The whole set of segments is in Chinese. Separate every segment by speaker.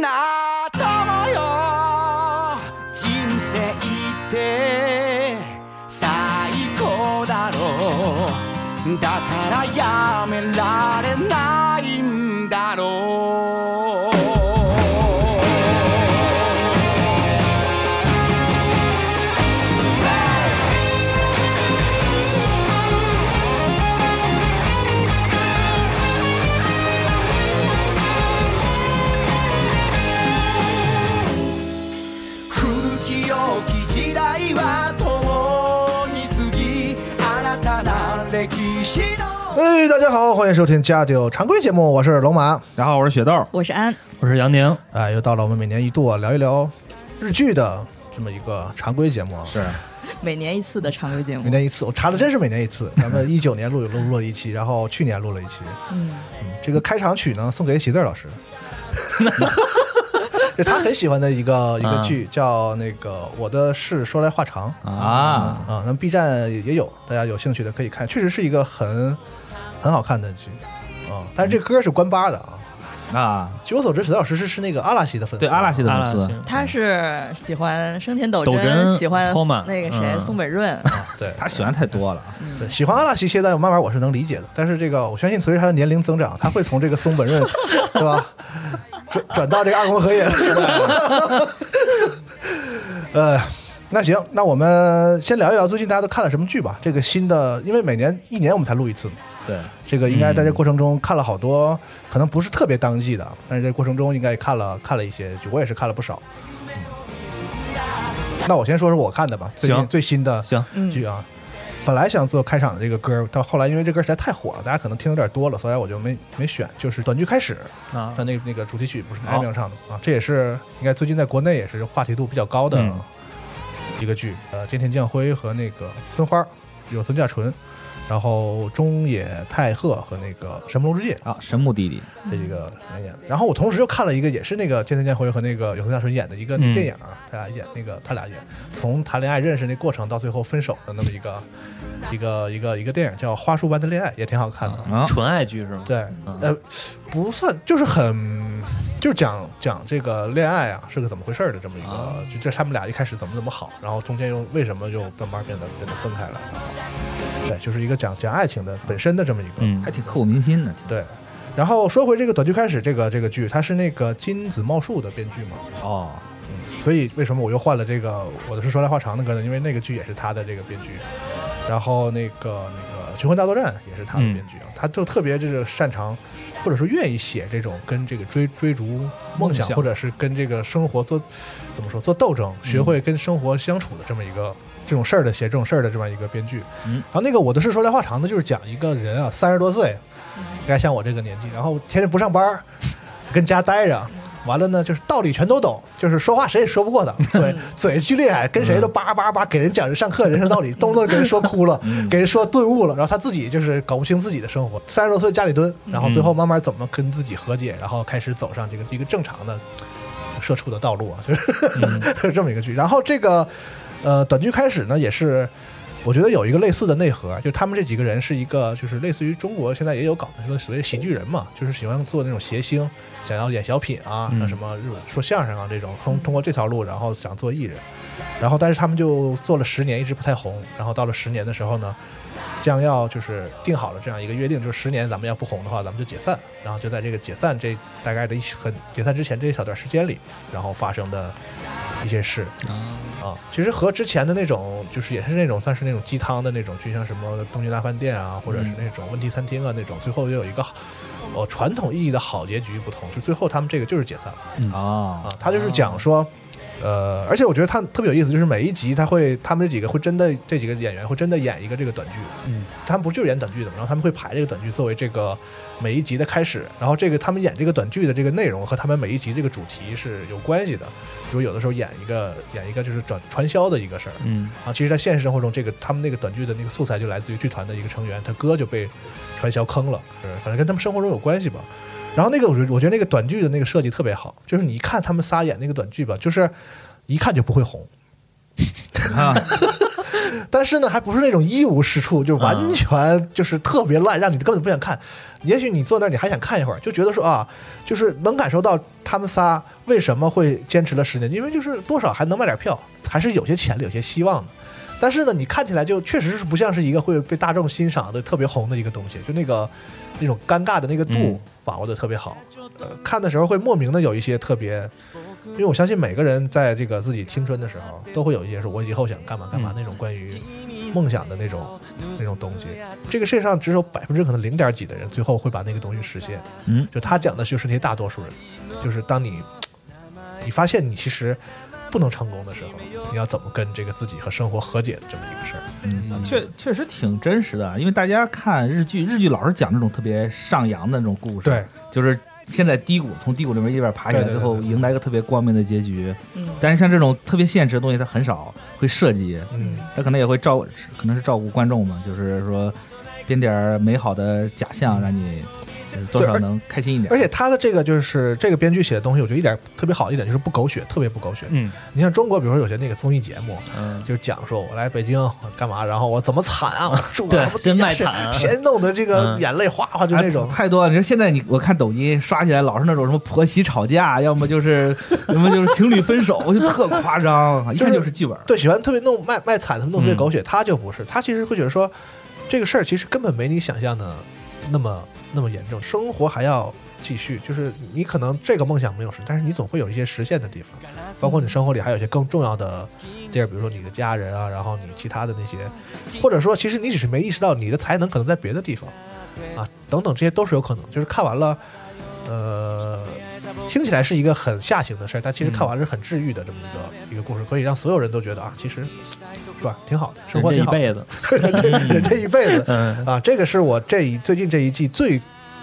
Speaker 1: 仲間よ人生って最高だろうだからやめられないんだろう古き良き時代は遠に過ぎ新たな歴史の
Speaker 2: 哎，大家好，欢迎收听家酒常规节目，我是龙马。
Speaker 3: 大家好，我是雪豆，
Speaker 4: 我是安，
Speaker 3: 我是杨宁。
Speaker 2: 哎，又到了我们每年一度啊聊一聊日剧的这么一个常规节目啊。
Speaker 3: 是
Speaker 4: 每年一次的常规节目
Speaker 2: 每。年一次，我查的真是每年一 次。咱们一九年录录录了一期，然后去年录了一期。
Speaker 4: 嗯，
Speaker 2: 嗯这个开场曲呢，送给喜字儿老 师，这是他很喜欢的一个一个剧，叫那个《我的事说来话长》
Speaker 3: 啊，
Speaker 2: 啊。那么 B 站也有，大家有兴趣的可以看，确实是一个很很好看的剧啊。但是这歌是关八的啊。
Speaker 3: 啊，
Speaker 2: 据我所知，史老师是是那个阿拉西的粉丝，啊
Speaker 3: 对阿拉西的粉丝，
Speaker 4: 他是喜欢生田斗
Speaker 3: 斗真
Speaker 4: 喜欢
Speaker 3: Toma，
Speaker 4: 那个谁
Speaker 3: 嗯
Speaker 4: 松本润，
Speaker 2: 对
Speaker 3: 他喜欢太多了。
Speaker 2: 对喜欢阿拉西现在慢慢我是能理解的，但是这个我相信随着他的年龄增长，他会从这个松本润，对吧，转转到这个二宫和也。 呃，那行，那我们先聊一聊最近大家都看了什么剧吧。这个新的，因为每年一年我们才录一次嘛，
Speaker 3: 对，
Speaker 2: 这个应该在这过程中看了好多，可能不是特别当季的，但是这过程中应该也看了看了一些剧，我也是看了不少。嗯、那我先说说我看的吧，最近
Speaker 3: 行
Speaker 2: 最新的
Speaker 3: 行，
Speaker 2: 剧啊。本来想做开场的这个歌，到后来因为这歌实在太火了，大家可能听有点多了，所以我就没没选。就是短剧开始，
Speaker 3: 啊
Speaker 2: 它那个那个主题曲不是
Speaker 3: 好
Speaker 2: 艾明唱的啊，这也是应该最近在国内也是话题度比较高的
Speaker 3: 嗯
Speaker 2: 一个剧。呃，菅田将晖和那个村花有村架纯，然后中野太鹤和那个神木隆之介
Speaker 3: 啊，神木弟弟
Speaker 2: 这几个人演的。然后我同时又看了一个，也是那个菅田将晖和那个有村架纯演的一个
Speaker 3: 嗯
Speaker 2: 电影，啊他俩演那个他俩演从谈恋爱认识那过程到最后分手的那么一个一个一个一个电影叫《花束般的恋爱》，也挺好看的。
Speaker 3: 啊，嗯
Speaker 5: 纯爱剧是吗？
Speaker 2: 对，呃，不算，就是很，就是讲讲这个恋爱啊是个怎么回事儿的这么一个，
Speaker 3: 啊
Speaker 2: 就这他们俩一开始怎么怎么好，然后中间又为什么又慢慢变得变得分开了，对，就是一个讲讲爱情的本身的这么一个，
Speaker 3: 嗯，还挺刻骨铭心的。
Speaker 2: 对。然后说回这个短剧开始，这个这个剧，它是那个金子茂树的编剧嘛，
Speaker 3: 哦，
Speaker 2: 所以为什么我又换了这个我的是说来话长的歌呢？因为那个剧也是他的这个编剧，然后那个那个《求婚大作战》也是他的编剧啊，他就特别这个擅长，或者说愿意写这种跟这个追追逐梦
Speaker 3: 梦
Speaker 2: 想，
Speaker 3: 想
Speaker 2: 或者是跟这个生活做怎么说做斗争，学会跟生活相处的这么一个。这种事儿的写这种事儿的这么一个编剧，
Speaker 3: 嗯
Speaker 2: 然后那个我的是说来话长的，就是讲一个人啊，三十多岁，
Speaker 3: 嗯
Speaker 2: 应该像我这个年纪，然后天天不上班儿，跟家待着。完了呢，就是道理全都懂，就是说话谁也说不过他，嘴嘴巨厉害，跟谁都叭叭叭给人讲人上课人生道理，动不动给人说哭了，给人说顿悟了，然后他自己就是搞不清自己的生活，三十多岁家里蹲，然后最后慢慢怎么跟自己和解，然后开始走上这个一个正常的社畜 的道路啊，就是、这么一个剧。然后这个呃短剧开始呢，也是我觉得有一个类似的内核，啊就他们这几个人是一个，就是类似于中国现在也有搞那个所谓喜剧人嘛，就是喜欢做那种谐星，想要演小品啊，
Speaker 3: 嗯
Speaker 2: 像什么日本说相声啊这种，通通过这条路，然后想做艺人，然后但是他们就做了十年，一直不太红，然后到了十年的时候呢，将要就是定好了这样一个约定，就是十年咱们要不红的话，咱们就解散，然后就在这个解散这大概的一很解散之前这一小段时间里，然后发生的一些事，啊，其实和之前的那种，就是也是那种算是那种鸡汤的那种剧，就像什么东京大饭店啊，或者是那种问题餐厅啊那种，最后又有一个好呃传统意义的好结局不同，就最后他们这个就是解散了
Speaker 3: 啊
Speaker 2: 啊，，他就是讲说。呃，而且我觉得他特别有意思，就是每一集他会，他们这几个会真的这几个演员会真的演一个这个短剧，
Speaker 3: 嗯，
Speaker 2: 他们不就是演短剧的嘛，然后他们会排这个短剧作为这个每一集的开始，然后这个他们演这个短剧的这个内容和他们每一集这个主题是有关系的，比如有的时候演一个演一个就是转传销的一个事儿，
Speaker 3: 嗯
Speaker 2: 啊，其实，在现实生活中，这个他们那个短剧的那个素材就来自于剧团的一个成员，他哥就被传销坑了，是反正跟他们生活中有关系吧。然后那个我觉得我觉得那个短剧的那个设计特别好，就是你一看他们仨演那个短剧吧，就是一看就不会红，
Speaker 3: 啊，
Speaker 2: 但是呢，还不是那种一无是处，就完全就是特别烂，让你根本不想看。也许你坐那儿，你还想看一会儿，就觉得说啊，就是能感受到他们仨为什么会坚持了十年，因为就是多少还能卖点票，还是有些潜力、有些希望的。但是呢，你看起来就确实是不像是一个会被大众欣赏的特别红的一个东西，就那个那种尴尬的那个度
Speaker 3: 嗯
Speaker 2: 把握的特别好。呃，看的时候会莫名的有一些特别，因为我相信每个人在这个自己青春的时候，都会有一些说我以后想干嘛干
Speaker 3: 嗯
Speaker 2: 嘛那种关于梦想的那种那种东西。这个世界上只有百分之可能零点几的人最后会把那个东西实现。
Speaker 3: 嗯，
Speaker 2: 就他讲的就是那些大多数人，就是当你你发现你其实不能成功的时候，你要怎么跟这个自己和生活和解的这么一个事儿。
Speaker 3: 确确实挺真实的，因为大家看日剧，日剧老是讲这种特别上扬的那种故事，
Speaker 2: 对，
Speaker 3: 就是现在低谷从低谷里面一边爬起来，
Speaker 2: 对对对
Speaker 3: 最后
Speaker 2: 对
Speaker 3: 迎来一个特别光明的结局。
Speaker 4: 嗯
Speaker 3: 但是像这种特别现实的东西，它很少会设计，
Speaker 2: 嗯，
Speaker 3: 它可能也会照，可能是照顾观众嘛，就是说编点儿美好的假象，让你呃多
Speaker 2: 对
Speaker 3: 少
Speaker 2: 而
Speaker 3: 能开心一点。
Speaker 2: 而且他的这个就是这个编剧写的东西，我觉得一点特别好一点就是不狗血，特别不狗血。
Speaker 3: 嗯
Speaker 2: 你像中国，比如说有些那个综艺节目，
Speaker 3: 嗯，
Speaker 2: 就讲说我来北京我干嘛，然后我怎么惨啊，我住
Speaker 3: 对
Speaker 2: 我真卖惨，啊钱弄得这个
Speaker 3: 嗯
Speaker 2: 眼泪哗哗，就那种
Speaker 3: 哎。太多了。你说现在你我看抖音刷起来，老是那种什么婆媳吵架，要么就是 要么就是情侣分手，就特夸 张，一看就是剧本。
Speaker 2: 对，喜欢特别弄卖卖惨，他们弄特别狗血，他就不是，他其实会觉得说，这个事儿其实根本没你想象的那么那么严重，生活还要继续，就是你可能这个梦想没有实，但是你总会有一些实现的地方，包括你生活里还有一些更重要的地儿，比如说你的家人啊，然后你其他的那些，或者说其实你只是没意识到你的才能可能在别的地方啊，等等，这些都是有可能，就是看完了，呃。听起来是一个很下行的事儿，但其实看完是很治愈的这么一个、一个故事，可以让所有人都觉得啊，其实是吧，挺好的，生活挺好的，
Speaker 5: 子，
Speaker 2: 人 这一辈子
Speaker 5: 嗯
Speaker 2: 啊，这个是我这一最近这一季最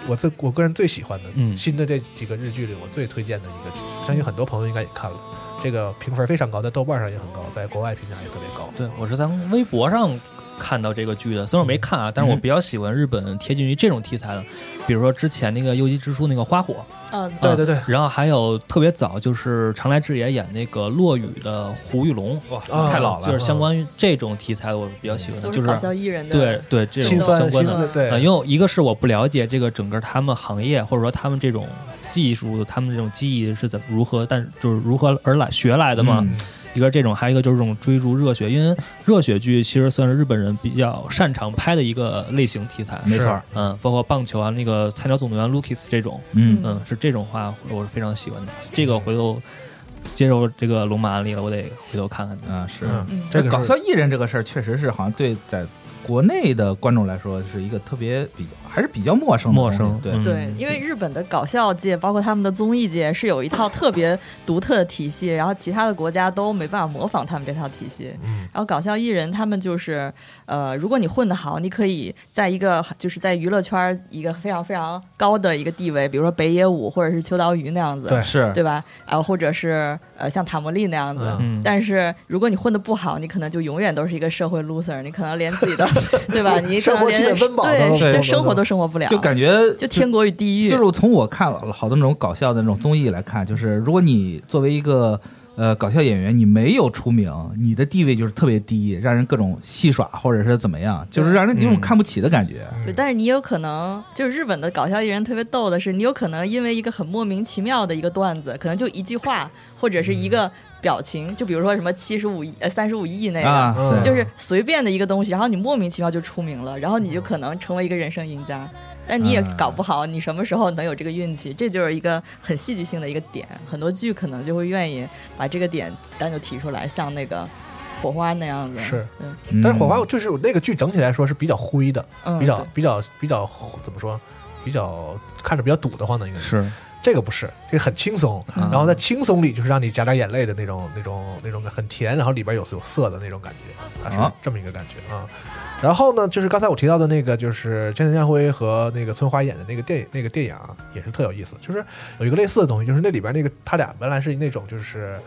Speaker 2: 我最我个人最喜欢的、
Speaker 5: 嗯
Speaker 2: 新的这几个日剧里我最推荐的一个剧，相信很多朋友应该也看了，这个评分非常高，在豆瓣上也很高，在国外评价也特别高。
Speaker 5: 对我是在微博上看到这个剧的，虽然我没看啊，但是我比较喜欢日本贴近于这种题材的，比如说之前那个《右击之书》那个《花火》，
Speaker 4: 嗯，
Speaker 2: 对对 对，
Speaker 5: 然后还有特别早就是常来智也演那个落雨的胡玉龙，哇，
Speaker 2: 啊
Speaker 5: 太老了，就是
Speaker 2: 嗯
Speaker 5: 相关于这种题材我比较喜欢
Speaker 4: 都
Speaker 5: 的，就是是
Speaker 4: 搞笑艺人的，
Speaker 5: 对对这
Speaker 2: 心
Speaker 5: 种
Speaker 4: 酸
Speaker 5: 相
Speaker 2: 酸
Speaker 5: 关
Speaker 2: 心
Speaker 5: 的
Speaker 4: 的
Speaker 2: 酸对
Speaker 5: 呃，因为一个是我不了解这个整个他们行业，或者说他们这种技术，他们这种技艺是怎么如何，但就是如何而来学来的嘛。
Speaker 3: 嗯
Speaker 5: 一个是这种，还有一个就是这种追逐热血，因为热血剧其实算是日本人比较擅长拍的一个类型题材。
Speaker 3: 没错儿，
Speaker 5: 嗯，包括棒球啊，那个《菜鸟总动员》Lucas 这种，
Speaker 3: 嗯
Speaker 5: 嗯，是这种话我是非常喜欢的。这个回头接受这个龙马案例了，我得回头看看。
Speaker 3: 啊是。
Speaker 2: 嗯
Speaker 4: 嗯，
Speaker 2: 这个
Speaker 3: 搞
Speaker 2: 是
Speaker 3: 笑艺人这个事儿，确实是好像对在国内的观众来说是一个特别比较还是比较陌生的
Speaker 5: 陌
Speaker 3: 东
Speaker 5: 生
Speaker 3: 西，对，
Speaker 5: 嗯
Speaker 4: 对，因为日本的搞笑界，包括他们的综艺界，是有一套特别独特的体系，然后其他的国家都没办法模仿他们这套体系。
Speaker 2: 嗯
Speaker 4: 然后搞笑艺人他们就是，呃，如果你混得好，你可以在一个就是在娱乐圈儿一个非常非常高的一个地位，比如说北野武或者是秋刀鱼那样子，
Speaker 2: 对
Speaker 3: 是
Speaker 4: 对吧？然后或者是呃像塔莫利那样子。
Speaker 2: 嗯
Speaker 5: 嗯，
Speaker 4: 但是如果你混得不好，你可能就永远都是一个社会 loser，你可能连自 己的，对吧？你可
Speaker 2: 生
Speaker 4: 能
Speaker 2: 活基
Speaker 4: 连
Speaker 2: 本温饱
Speaker 4: 对
Speaker 2: 都
Speaker 3: 对
Speaker 4: 这生活都生活不了，
Speaker 3: 就感觉
Speaker 4: 就天国与地狱，
Speaker 3: 就是我从我看了好多那种搞笑的那种综艺来看，就是如果你作为一个呃搞笑演员，你没有出名，你的地位就是特别低，让人各种戏耍或者是怎么样，就是让人有种
Speaker 5: 嗯
Speaker 3: 看不起的感觉。
Speaker 4: 对，但是你有可能，就是日本的搞笑艺人特别逗的是，你有可能因为一个很莫名其妙的一个段子，可能就一句话或者是一个表情，就比如说什么七十五亿、呃三十五亿那个，
Speaker 3: 啊，
Speaker 2: 嗯
Speaker 3: 对
Speaker 4: 就是随便的一个东西，然后你莫名其妙就出名了，然后你就可能成为一个人生赢家。但你也
Speaker 3: 嗯
Speaker 4: 搞不好，你什么时候能有这个运气？这就是一个很戏剧性的一个点，很多剧可能就会愿意把这个点单独提出来，像那个火花那样子。
Speaker 2: 是
Speaker 4: 对，
Speaker 3: 嗯
Speaker 2: 但是火花就是那个剧整体来说是比较灰的，
Speaker 4: 嗯，
Speaker 2: 比较
Speaker 4: 对
Speaker 2: 比较比较怎么说，比较看着比较堵得慌的一个。
Speaker 3: 是
Speaker 2: 这个不是，这个很轻松，
Speaker 3: 嗯
Speaker 2: 然后在轻松里就是让你夹杂眼泪的那种、那种、那种很甜，然后里边有有涩的那种感觉，它是
Speaker 3: 啊
Speaker 2: 这么一个感觉啊。然后呢，就是刚才我提到的那个，就是千田将辉和那个村花演的那个电影，那个电影啊，也是特有意思，就是有一个类似的东西，就是那里边那个他俩本来是那种就是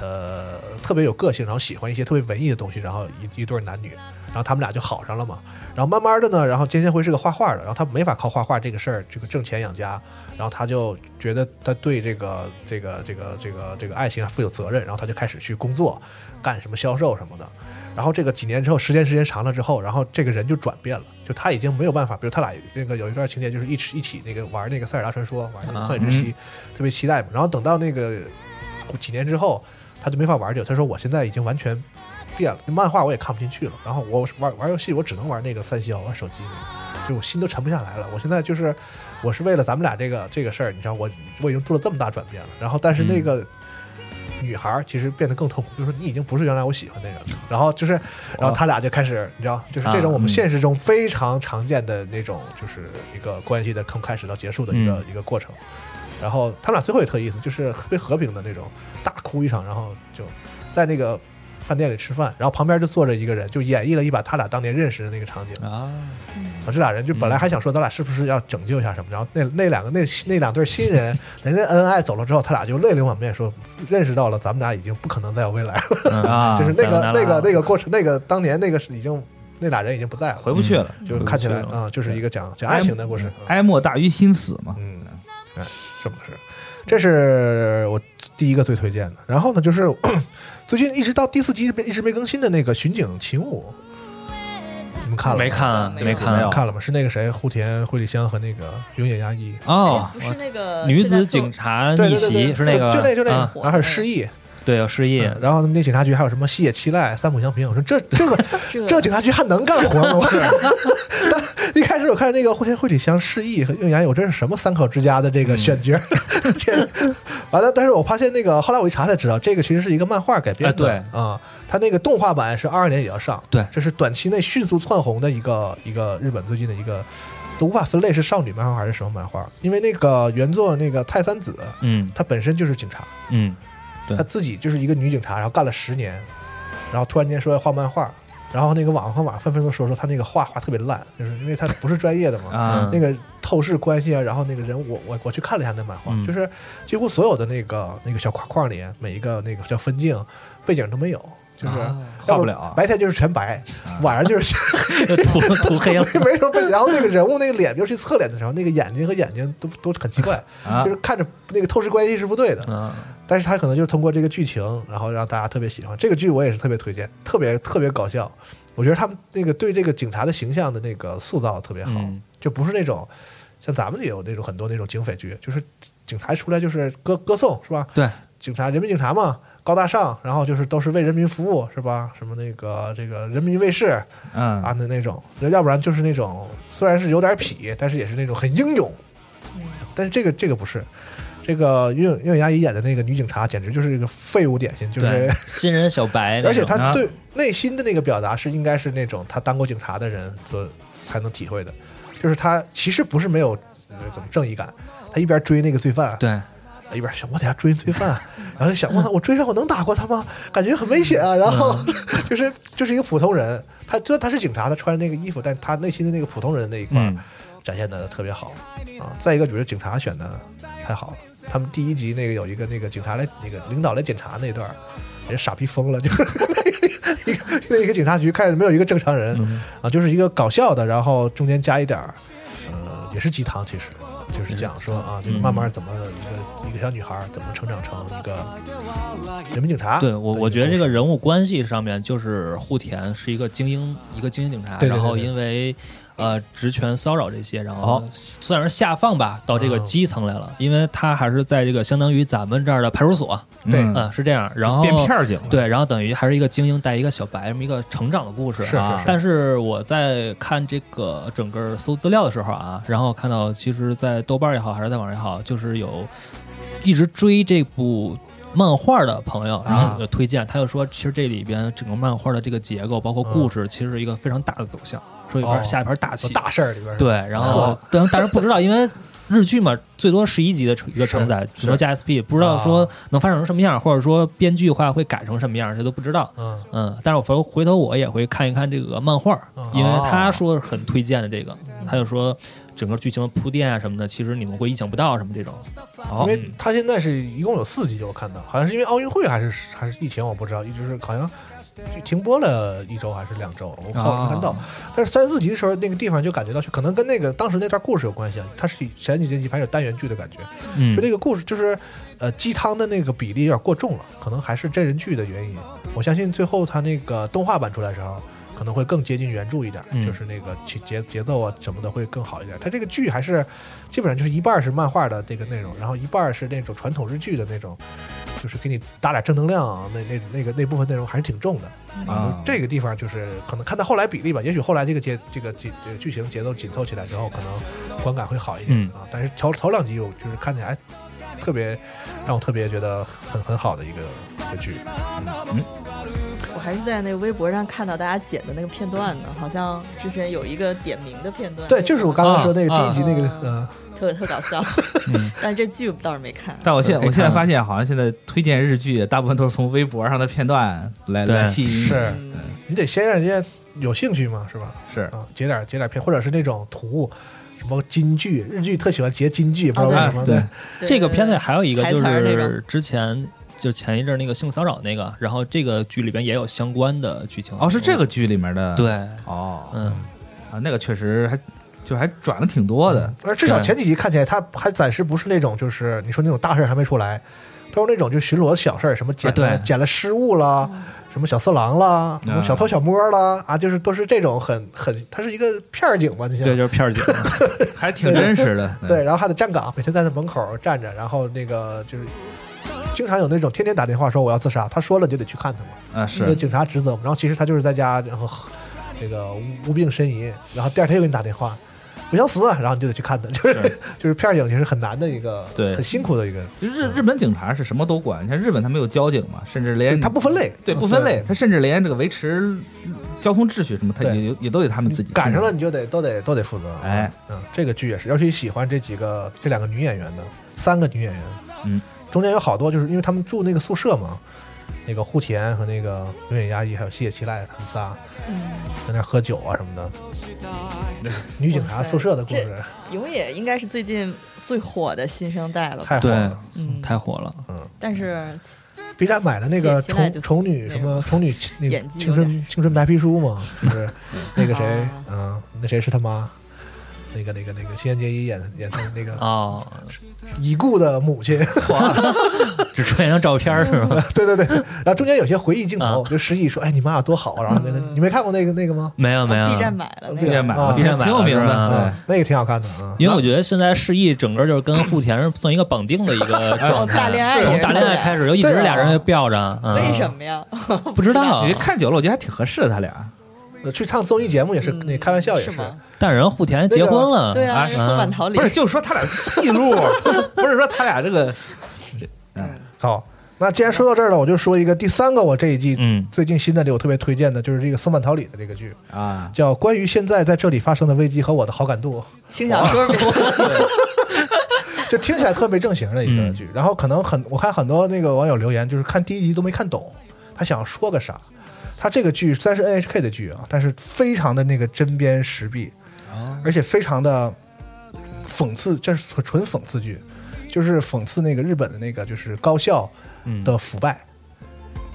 Speaker 2: 呃特别有个性，然后喜欢一些特别文艺的东西，然后一一对男女，然后他们俩就好上了嘛。然后慢慢的呢，然后菅贤辉是个画画的，然后他没法靠画画这个事儿这个挣钱养家，然后他就觉得他对这个这个这个这个这个爱情负有责任，然后他就开始去工作，干什么销售什么的。然后这个几年之后，时间时间长了之后，然后这个人就转变了，就他已经没有办法，比如他俩那个有一段情节就是一起一起那个玩那个塞尔达传说，玩那个旷野之息，特别期待嘛。然后等到那个几年之后，他就没法玩这个，他说我现在已经完全变了，漫画我也看不进去了。然后我玩玩游戏，我只能玩那个三消，玩手机那个，就我心都沉不下来了。我现在就是，我是为了咱们俩这个这个事儿，你知道我我已经做了这么大转变了。然后但是那个。女孩儿其实变得更痛苦，就是说你已经不是原来我喜欢的人了。然后就是，然后他俩就开始，你知道，就是这种
Speaker 5: 啊
Speaker 2: 我们现实中非常常见的那种，就是一个关系的从开始到结束的一个、一个过程。然后他们俩最后也特有意思，就是特别和平的那种，大哭一场，然后就在那个饭店里吃饭，然后旁边就坐着一个人，就演绎了一把他俩当年认识的那个场景。
Speaker 5: 啊，
Speaker 2: 然后这俩人就本来还想说，咱俩是不是要拯救一下什么？然后那那两个那那两对新人，人家恩爱走了之后，他俩就泪流满面说，认识到了咱们俩已经不可能再有未来了，
Speaker 3: 啊，
Speaker 2: 就是那个
Speaker 5: 啊
Speaker 2: 那个那个过程，那个当年那个是已经那俩人已经不在了，
Speaker 3: 回不去了。
Speaker 2: 就是看起来
Speaker 5: 回不去
Speaker 2: 啊、就是一个讲
Speaker 5: 哎
Speaker 2: 讲爱情的故事。嗯
Speaker 3: 哀莫大于心死嘛。
Speaker 2: 嗯，哎，这么个事儿，这是我第一个最推荐的。然后呢，就是 最近一直到第四集一直没一直没更新的那个《巡警勤务》，你们看了吗
Speaker 5: 没看啊
Speaker 4: 没有
Speaker 5: 没
Speaker 2: 没
Speaker 5: 看
Speaker 2: 有
Speaker 5: 啊
Speaker 2: 看了吗？是那个谁，户田惠梨香和那个永野压一。
Speaker 5: 哦
Speaker 4: 哎，不是那
Speaker 2: 呃
Speaker 4: 个
Speaker 5: 女子
Speaker 4: 现在
Speaker 5: 警
Speaker 4: 做
Speaker 5: 察
Speaker 2: 对
Speaker 5: 逆
Speaker 2: 对对对
Speaker 5: 袭是那个，
Speaker 2: 就就那就那
Speaker 5: 啊
Speaker 2: 个，然后还有失忆，
Speaker 5: 对，有失忆，
Speaker 2: 嗯然后他们那警察局还有什么西野七濑、三浦翔平，我说这这个
Speaker 4: 这
Speaker 2: 这警察局还能干活 吗？但一开始我看那个户田惠里香示意和用牙友，这是什么三口之家的这
Speaker 5: 嗯
Speaker 2: 个选角？ 这完了，但是我发现那个后来我一查才知道，这个其实是一个漫画改编的。
Speaker 5: 哎
Speaker 2: 啊，它那个动画版是二二年也要上。
Speaker 5: 对
Speaker 2: 这是短期内迅速窜红的一个一个日本最近的一个。都无法分类是少女漫画还是什么漫画，因为那个原作那个太三子，
Speaker 5: 嗯
Speaker 2: 她本身就是警察，
Speaker 5: 嗯，对
Speaker 2: 她自己就是一个女警察，然后干了十年，然后突然间说要画漫画，然后那个网上网纷纷都说说她那个画画特别烂，就是因为她不是专业的嘛，
Speaker 3: 啊
Speaker 2: 那个透视关系啊，然后那个人我我我去看了一下那漫画，
Speaker 5: 嗯
Speaker 2: 就是几乎所有的那个那个小框框里，每一个那个叫分镜背景都没有，就是。
Speaker 5: 啊
Speaker 2: 要
Speaker 3: 画不了啊
Speaker 2: 白天就是全白，晚上就是
Speaker 5: 涂 涂黑了，
Speaker 2: 没什么背景。然后那个人物那个脸，尤其侧脸的时候，那个眼睛和眼睛都都很奇怪，
Speaker 3: 啊
Speaker 2: 就是看着那个透视关系是不对的。
Speaker 5: 嗯
Speaker 2: 但是他可能就是通过这个剧情，然后让大家特别喜欢这个剧，我也是特别推荐，特别特别搞笑。我觉得他们那个对这个警察的形象的那个塑造特别好，
Speaker 5: 嗯
Speaker 2: 就不是那种像咱们也有那种很多那种警匪剧，就是警察出来就是歌歌颂是吧？
Speaker 5: 对，
Speaker 2: 警察人民警察嘛，高大上，然后就是都是为人民服务是吧？什么那个这个人民卫士
Speaker 3: 嗯
Speaker 2: 啊的那种，要不然就是那种虽然是有点痞，但是也是那种很英勇，
Speaker 4: 嗯
Speaker 2: 但是这个这个不是，这个岳岳雅怡演的那个女警察简直就是一个废物典型，就是
Speaker 5: 对， 新人小白那种，
Speaker 2: 而且她
Speaker 3: 啊
Speaker 2: 对内心的那个表达是应该是那种她当过警察的人所才能体会的，就是她其实不是没有呃怎么正义感，她一边追那个罪犯，
Speaker 5: 对，
Speaker 2: 一边想我等下追罪犯，然后就想我操我追上我能打过他吗？感觉很危险啊，然后 就是就是一个普通人，他虽然他是警察，他穿着那个衣服，但他内心的那个普通人那一块儿
Speaker 5: 嗯
Speaker 2: 展现的特别好啊。再一个，我觉得警察选的太好了。他们第一集那个有一个那个警察来那个领导来检查那段儿，人傻逼疯了，就是 一个那一个警察局看着没有一个正常
Speaker 5: 嗯
Speaker 2: 人啊，就是一个搞笑的，然后中间加一点儿，呃，也是鸡汤其实。就是讲说啊，这个慢
Speaker 5: 嗯
Speaker 2: 慢怎么一个一个小女孩怎么成长成一个人民警察。
Speaker 5: 对我，
Speaker 2: 的
Speaker 5: 我
Speaker 2: 一
Speaker 5: 觉得这个
Speaker 2: 故事
Speaker 5: 人物关系上面，就是户田是一个精英，一个精英警察，
Speaker 2: 对对对
Speaker 5: 然后
Speaker 2: 对
Speaker 5: 因为呃职权骚扰这些，然后算是下放吧，到这个
Speaker 2: 嗯
Speaker 5: 基层来了，因为他还是在这个相当于咱们这儿的派出所，
Speaker 2: 对
Speaker 5: 嗯，是这样，然后
Speaker 3: 变片儿警
Speaker 2: 嗯
Speaker 3: 了，
Speaker 5: 对，然后等于还是一个精英带一个小白，这么一个成长的故事。
Speaker 2: 是
Speaker 5: 啊
Speaker 2: 是是
Speaker 5: 但是我在看这个整个搜资料的时候啊，然后看到其实，在豆瓣儿也好，还是在网上也好，就是有一直追这部。漫画的朋
Speaker 2: 啊
Speaker 5: 友，然后有推荐，他就说，其实这里边整个漫画的这个结构，包括故事，其实是一个非常大的走向，说有
Speaker 2: 嗯哦
Speaker 5: 边下一盘大棋，
Speaker 2: 大事儿里边儿
Speaker 5: 对，然后
Speaker 2: 哦
Speaker 5: 但但是不知道，因为日剧嘛，最多十一集的一个承载，
Speaker 2: 是
Speaker 5: 只能加 SP，不知道说能发展成什么样，或者说编剧化会改成什么样，这都不知道。
Speaker 2: 嗯
Speaker 5: 嗯，但是我回头回头我也会看一看这个漫画，因为他说很推荐的这个，他就说整个剧情的铺垫啊什么的，其实你们会意想不到什么这种。
Speaker 2: 因
Speaker 5: 哦，
Speaker 2: 为它现在是一共有四集，我看到好像是因为奥运会还是还是疫情，我不知道，一直是好像就停播了一周还是两周，我看我没看到。但是三四集的时候，那个地方就感觉到，可能跟那个当时那段故事有关系啊。它是以前几集拍有单元剧的感觉，
Speaker 5: 嗯
Speaker 2: 就，那个故事就是呃鸡汤的那个比例有点过重了，可能还是真人剧的原因。我相信最后它那个动画版出来的时候。可能会更接近原著一点，
Speaker 5: 嗯
Speaker 2: 就是那个节节节奏啊什么的会更好一点。它这个剧还是基本上就是一半是漫画的这个内容，然后一半是那种传统日剧的那种，就是给你打点正能量啊，那那那个那部分内容还是挺重的。
Speaker 3: 啊，
Speaker 2: 这个地方就是可能看到后来比例吧，也许后来这个节这个节这个剧情节奏紧凑起来之后，可能观感会好一点、
Speaker 5: 嗯
Speaker 2: 啊。但是头头两集我就是看起来特别让我特别觉得很很好的一个一个剧，
Speaker 4: 我还是在那个微博上看到大家剪的那个片段呢，好像之前有一个点名的片段。
Speaker 2: 对，就是我刚刚说那个
Speaker 5: 啊
Speaker 2: 第一集那个、
Speaker 4: 啊
Speaker 2: 呃，
Speaker 4: 特特搞笑，但是这剧我倒是没看。
Speaker 3: 但我现
Speaker 5: 可以
Speaker 3: 我
Speaker 2: 哎
Speaker 3: 现在
Speaker 5: 看
Speaker 3: 发现，好像现在推荐日剧，大部分都是从微博上的片段来
Speaker 5: 对
Speaker 3: 来吸引你。
Speaker 2: 是
Speaker 4: 嗯，
Speaker 2: 呃你得先让人家有兴趣嘛，是吧？
Speaker 3: 是，
Speaker 2: 啊，截点截点片，或者是那种图，什么金句，日剧特喜欢截金句，不知道为什么。啊
Speaker 3: 对
Speaker 2: 对，
Speaker 4: 对
Speaker 5: 这个片子还有一个就
Speaker 4: 台词儿那
Speaker 5: 是
Speaker 4: 种
Speaker 5: 之前。就前一阵那个性骚扰那个，然后这个剧里边也有相关的剧情
Speaker 3: 哦，是这个剧里面的。，
Speaker 5: 对，
Speaker 3: 哦，
Speaker 5: 嗯，
Speaker 3: 啊，那个确实还就还转的挺多的。
Speaker 2: 而至少
Speaker 5: 对
Speaker 2: 前几集看起来，他还暂时不是那种，就是你说那种大事儿还没出来，都是那种就巡逻小事儿，什么捡了、
Speaker 5: 啊对啊
Speaker 2: 捡了失物啦，什么小色狼啦，什么小偷小摸啦，啊，就是都是这种很很，它是一个片儿警嘛，你想
Speaker 5: 对，就是片儿警，
Speaker 3: 还挺真实的。
Speaker 2: 对，，然后还得站岗，每天在那门口站着，然后那个就是。经常有那种天天打电话说我要自杀，他说了你就得去看他嘛，
Speaker 3: 啊
Speaker 2: 那个
Speaker 3: 是，
Speaker 2: 警察职责嘛。然后其实他就是在家，然后这个无无病呻吟，然后第二天又给你打电话，我想死，啊然后你就得去看他，就是
Speaker 3: 是
Speaker 2: 就是片儿警也是很难的一个，
Speaker 3: 对
Speaker 2: 很辛苦的一个
Speaker 3: 就日日本警察是什么都管，像日本他没有交警嘛，甚至连
Speaker 2: 他不分类，
Speaker 3: 对不分类，他甚至连这个维持交通秩序什么，他也也都得他们自己
Speaker 2: 赶上了
Speaker 3: 清
Speaker 2: 你就得都得都得负责。
Speaker 3: 哎，
Speaker 2: 嗯，这个剧也是，尤其喜欢这几个这两个女演员的，三个女演员，
Speaker 3: 嗯，
Speaker 2: 中间有好多就是因为他们住那个宿舍嘛，那个户田和那个永远压抑还有细野七濑他们仨
Speaker 4: 嗯，
Speaker 2: 在那儿喝酒啊什么的，女警察宿舍的故
Speaker 4: 哇
Speaker 2: 事
Speaker 4: 永野应该是最近最火的新生代了吧。
Speaker 2: 太火
Speaker 5: 对
Speaker 2: 了。，
Speaker 4: 嗯，
Speaker 5: 太火了。
Speaker 4: 但是
Speaker 2: B 站买了那个
Speaker 4: 写起来
Speaker 2: 宠
Speaker 4: 就
Speaker 2: 宠女
Speaker 4: 那
Speaker 2: 什
Speaker 4: 什
Speaker 2: 么宠女 青那个
Speaker 4: 演技
Speaker 2: 青
Speaker 4: 有
Speaker 2: 春青春白皮书嘛，就是 那个谁
Speaker 4: 啊，
Speaker 2: 嗯，那谁是他妈？那个那个那个，新垣结衣演演的那个
Speaker 5: 哦，
Speaker 2: 已故的母亲，
Speaker 5: 只出现张照片儿
Speaker 4: 嗯
Speaker 5: 是吧？
Speaker 2: 对对对。然后中间有些回忆镜
Speaker 4: 啊
Speaker 2: 头，就失忆说：“哎，你妈多好。”然后跟他，
Speaker 4: 嗯
Speaker 2: 你没看过那个那个吗？
Speaker 5: 没有没有
Speaker 4: B 站买了那
Speaker 3: 楚。
Speaker 4: 个，
Speaker 3: 也买
Speaker 2: 啊
Speaker 3: 了，挺
Speaker 5: 也嗯买
Speaker 3: 挺
Speaker 5: 了
Speaker 3: 有名
Speaker 5: 是
Speaker 3: 的
Speaker 5: 吧
Speaker 2: 啊。，那个挺好看的啊。
Speaker 5: 因为我觉得现在释义整个就是跟户田是算一个绑定的一 个状
Speaker 4: 哦
Speaker 5: 态，
Speaker 4: 大恋爱也是啊
Speaker 5: 从大恋爱开始就一直
Speaker 2: 对啊
Speaker 5: 俩人就吊着，嗯
Speaker 4: 为什么呀？
Speaker 5: 不知道
Speaker 3: 我觉？得看久了，我觉得还挺合适的，他俩。
Speaker 2: 去唱综艺节目也是，
Speaker 4: 嗯
Speaker 2: 那开玩笑也
Speaker 4: 是吗？
Speaker 5: 但人户田结婚了，嗯
Speaker 4: 对啊，
Speaker 3: 啊
Speaker 4: 人说满桃李
Speaker 3: 不是，就是说他俩戏路，不是说他俩这个
Speaker 2: 好，那既然说到这儿了，我就说一个第三个，我这一季
Speaker 5: 嗯
Speaker 2: 最近新的里我特别推荐的就是这个松坂桃李的这个剧，
Speaker 3: 啊，
Speaker 2: 叫《关于现在在这里发生的危机和我的好感度》。
Speaker 4: 轻小说别
Speaker 2: 就听起来特别正形的一个
Speaker 5: 嗯
Speaker 2: 剧。然后可能很，我看很多那个网友留言，就是看第一集都没看懂，他想说个啥。他这个剧虽然是 NHK 的剧啊，但是非常的那个针砭时弊，
Speaker 5: 啊
Speaker 2: 而且非常的讽刺，这是纯纯讽刺剧，就是讽刺那个日本的那个就是高校
Speaker 5: 嗯
Speaker 2: 的腐败。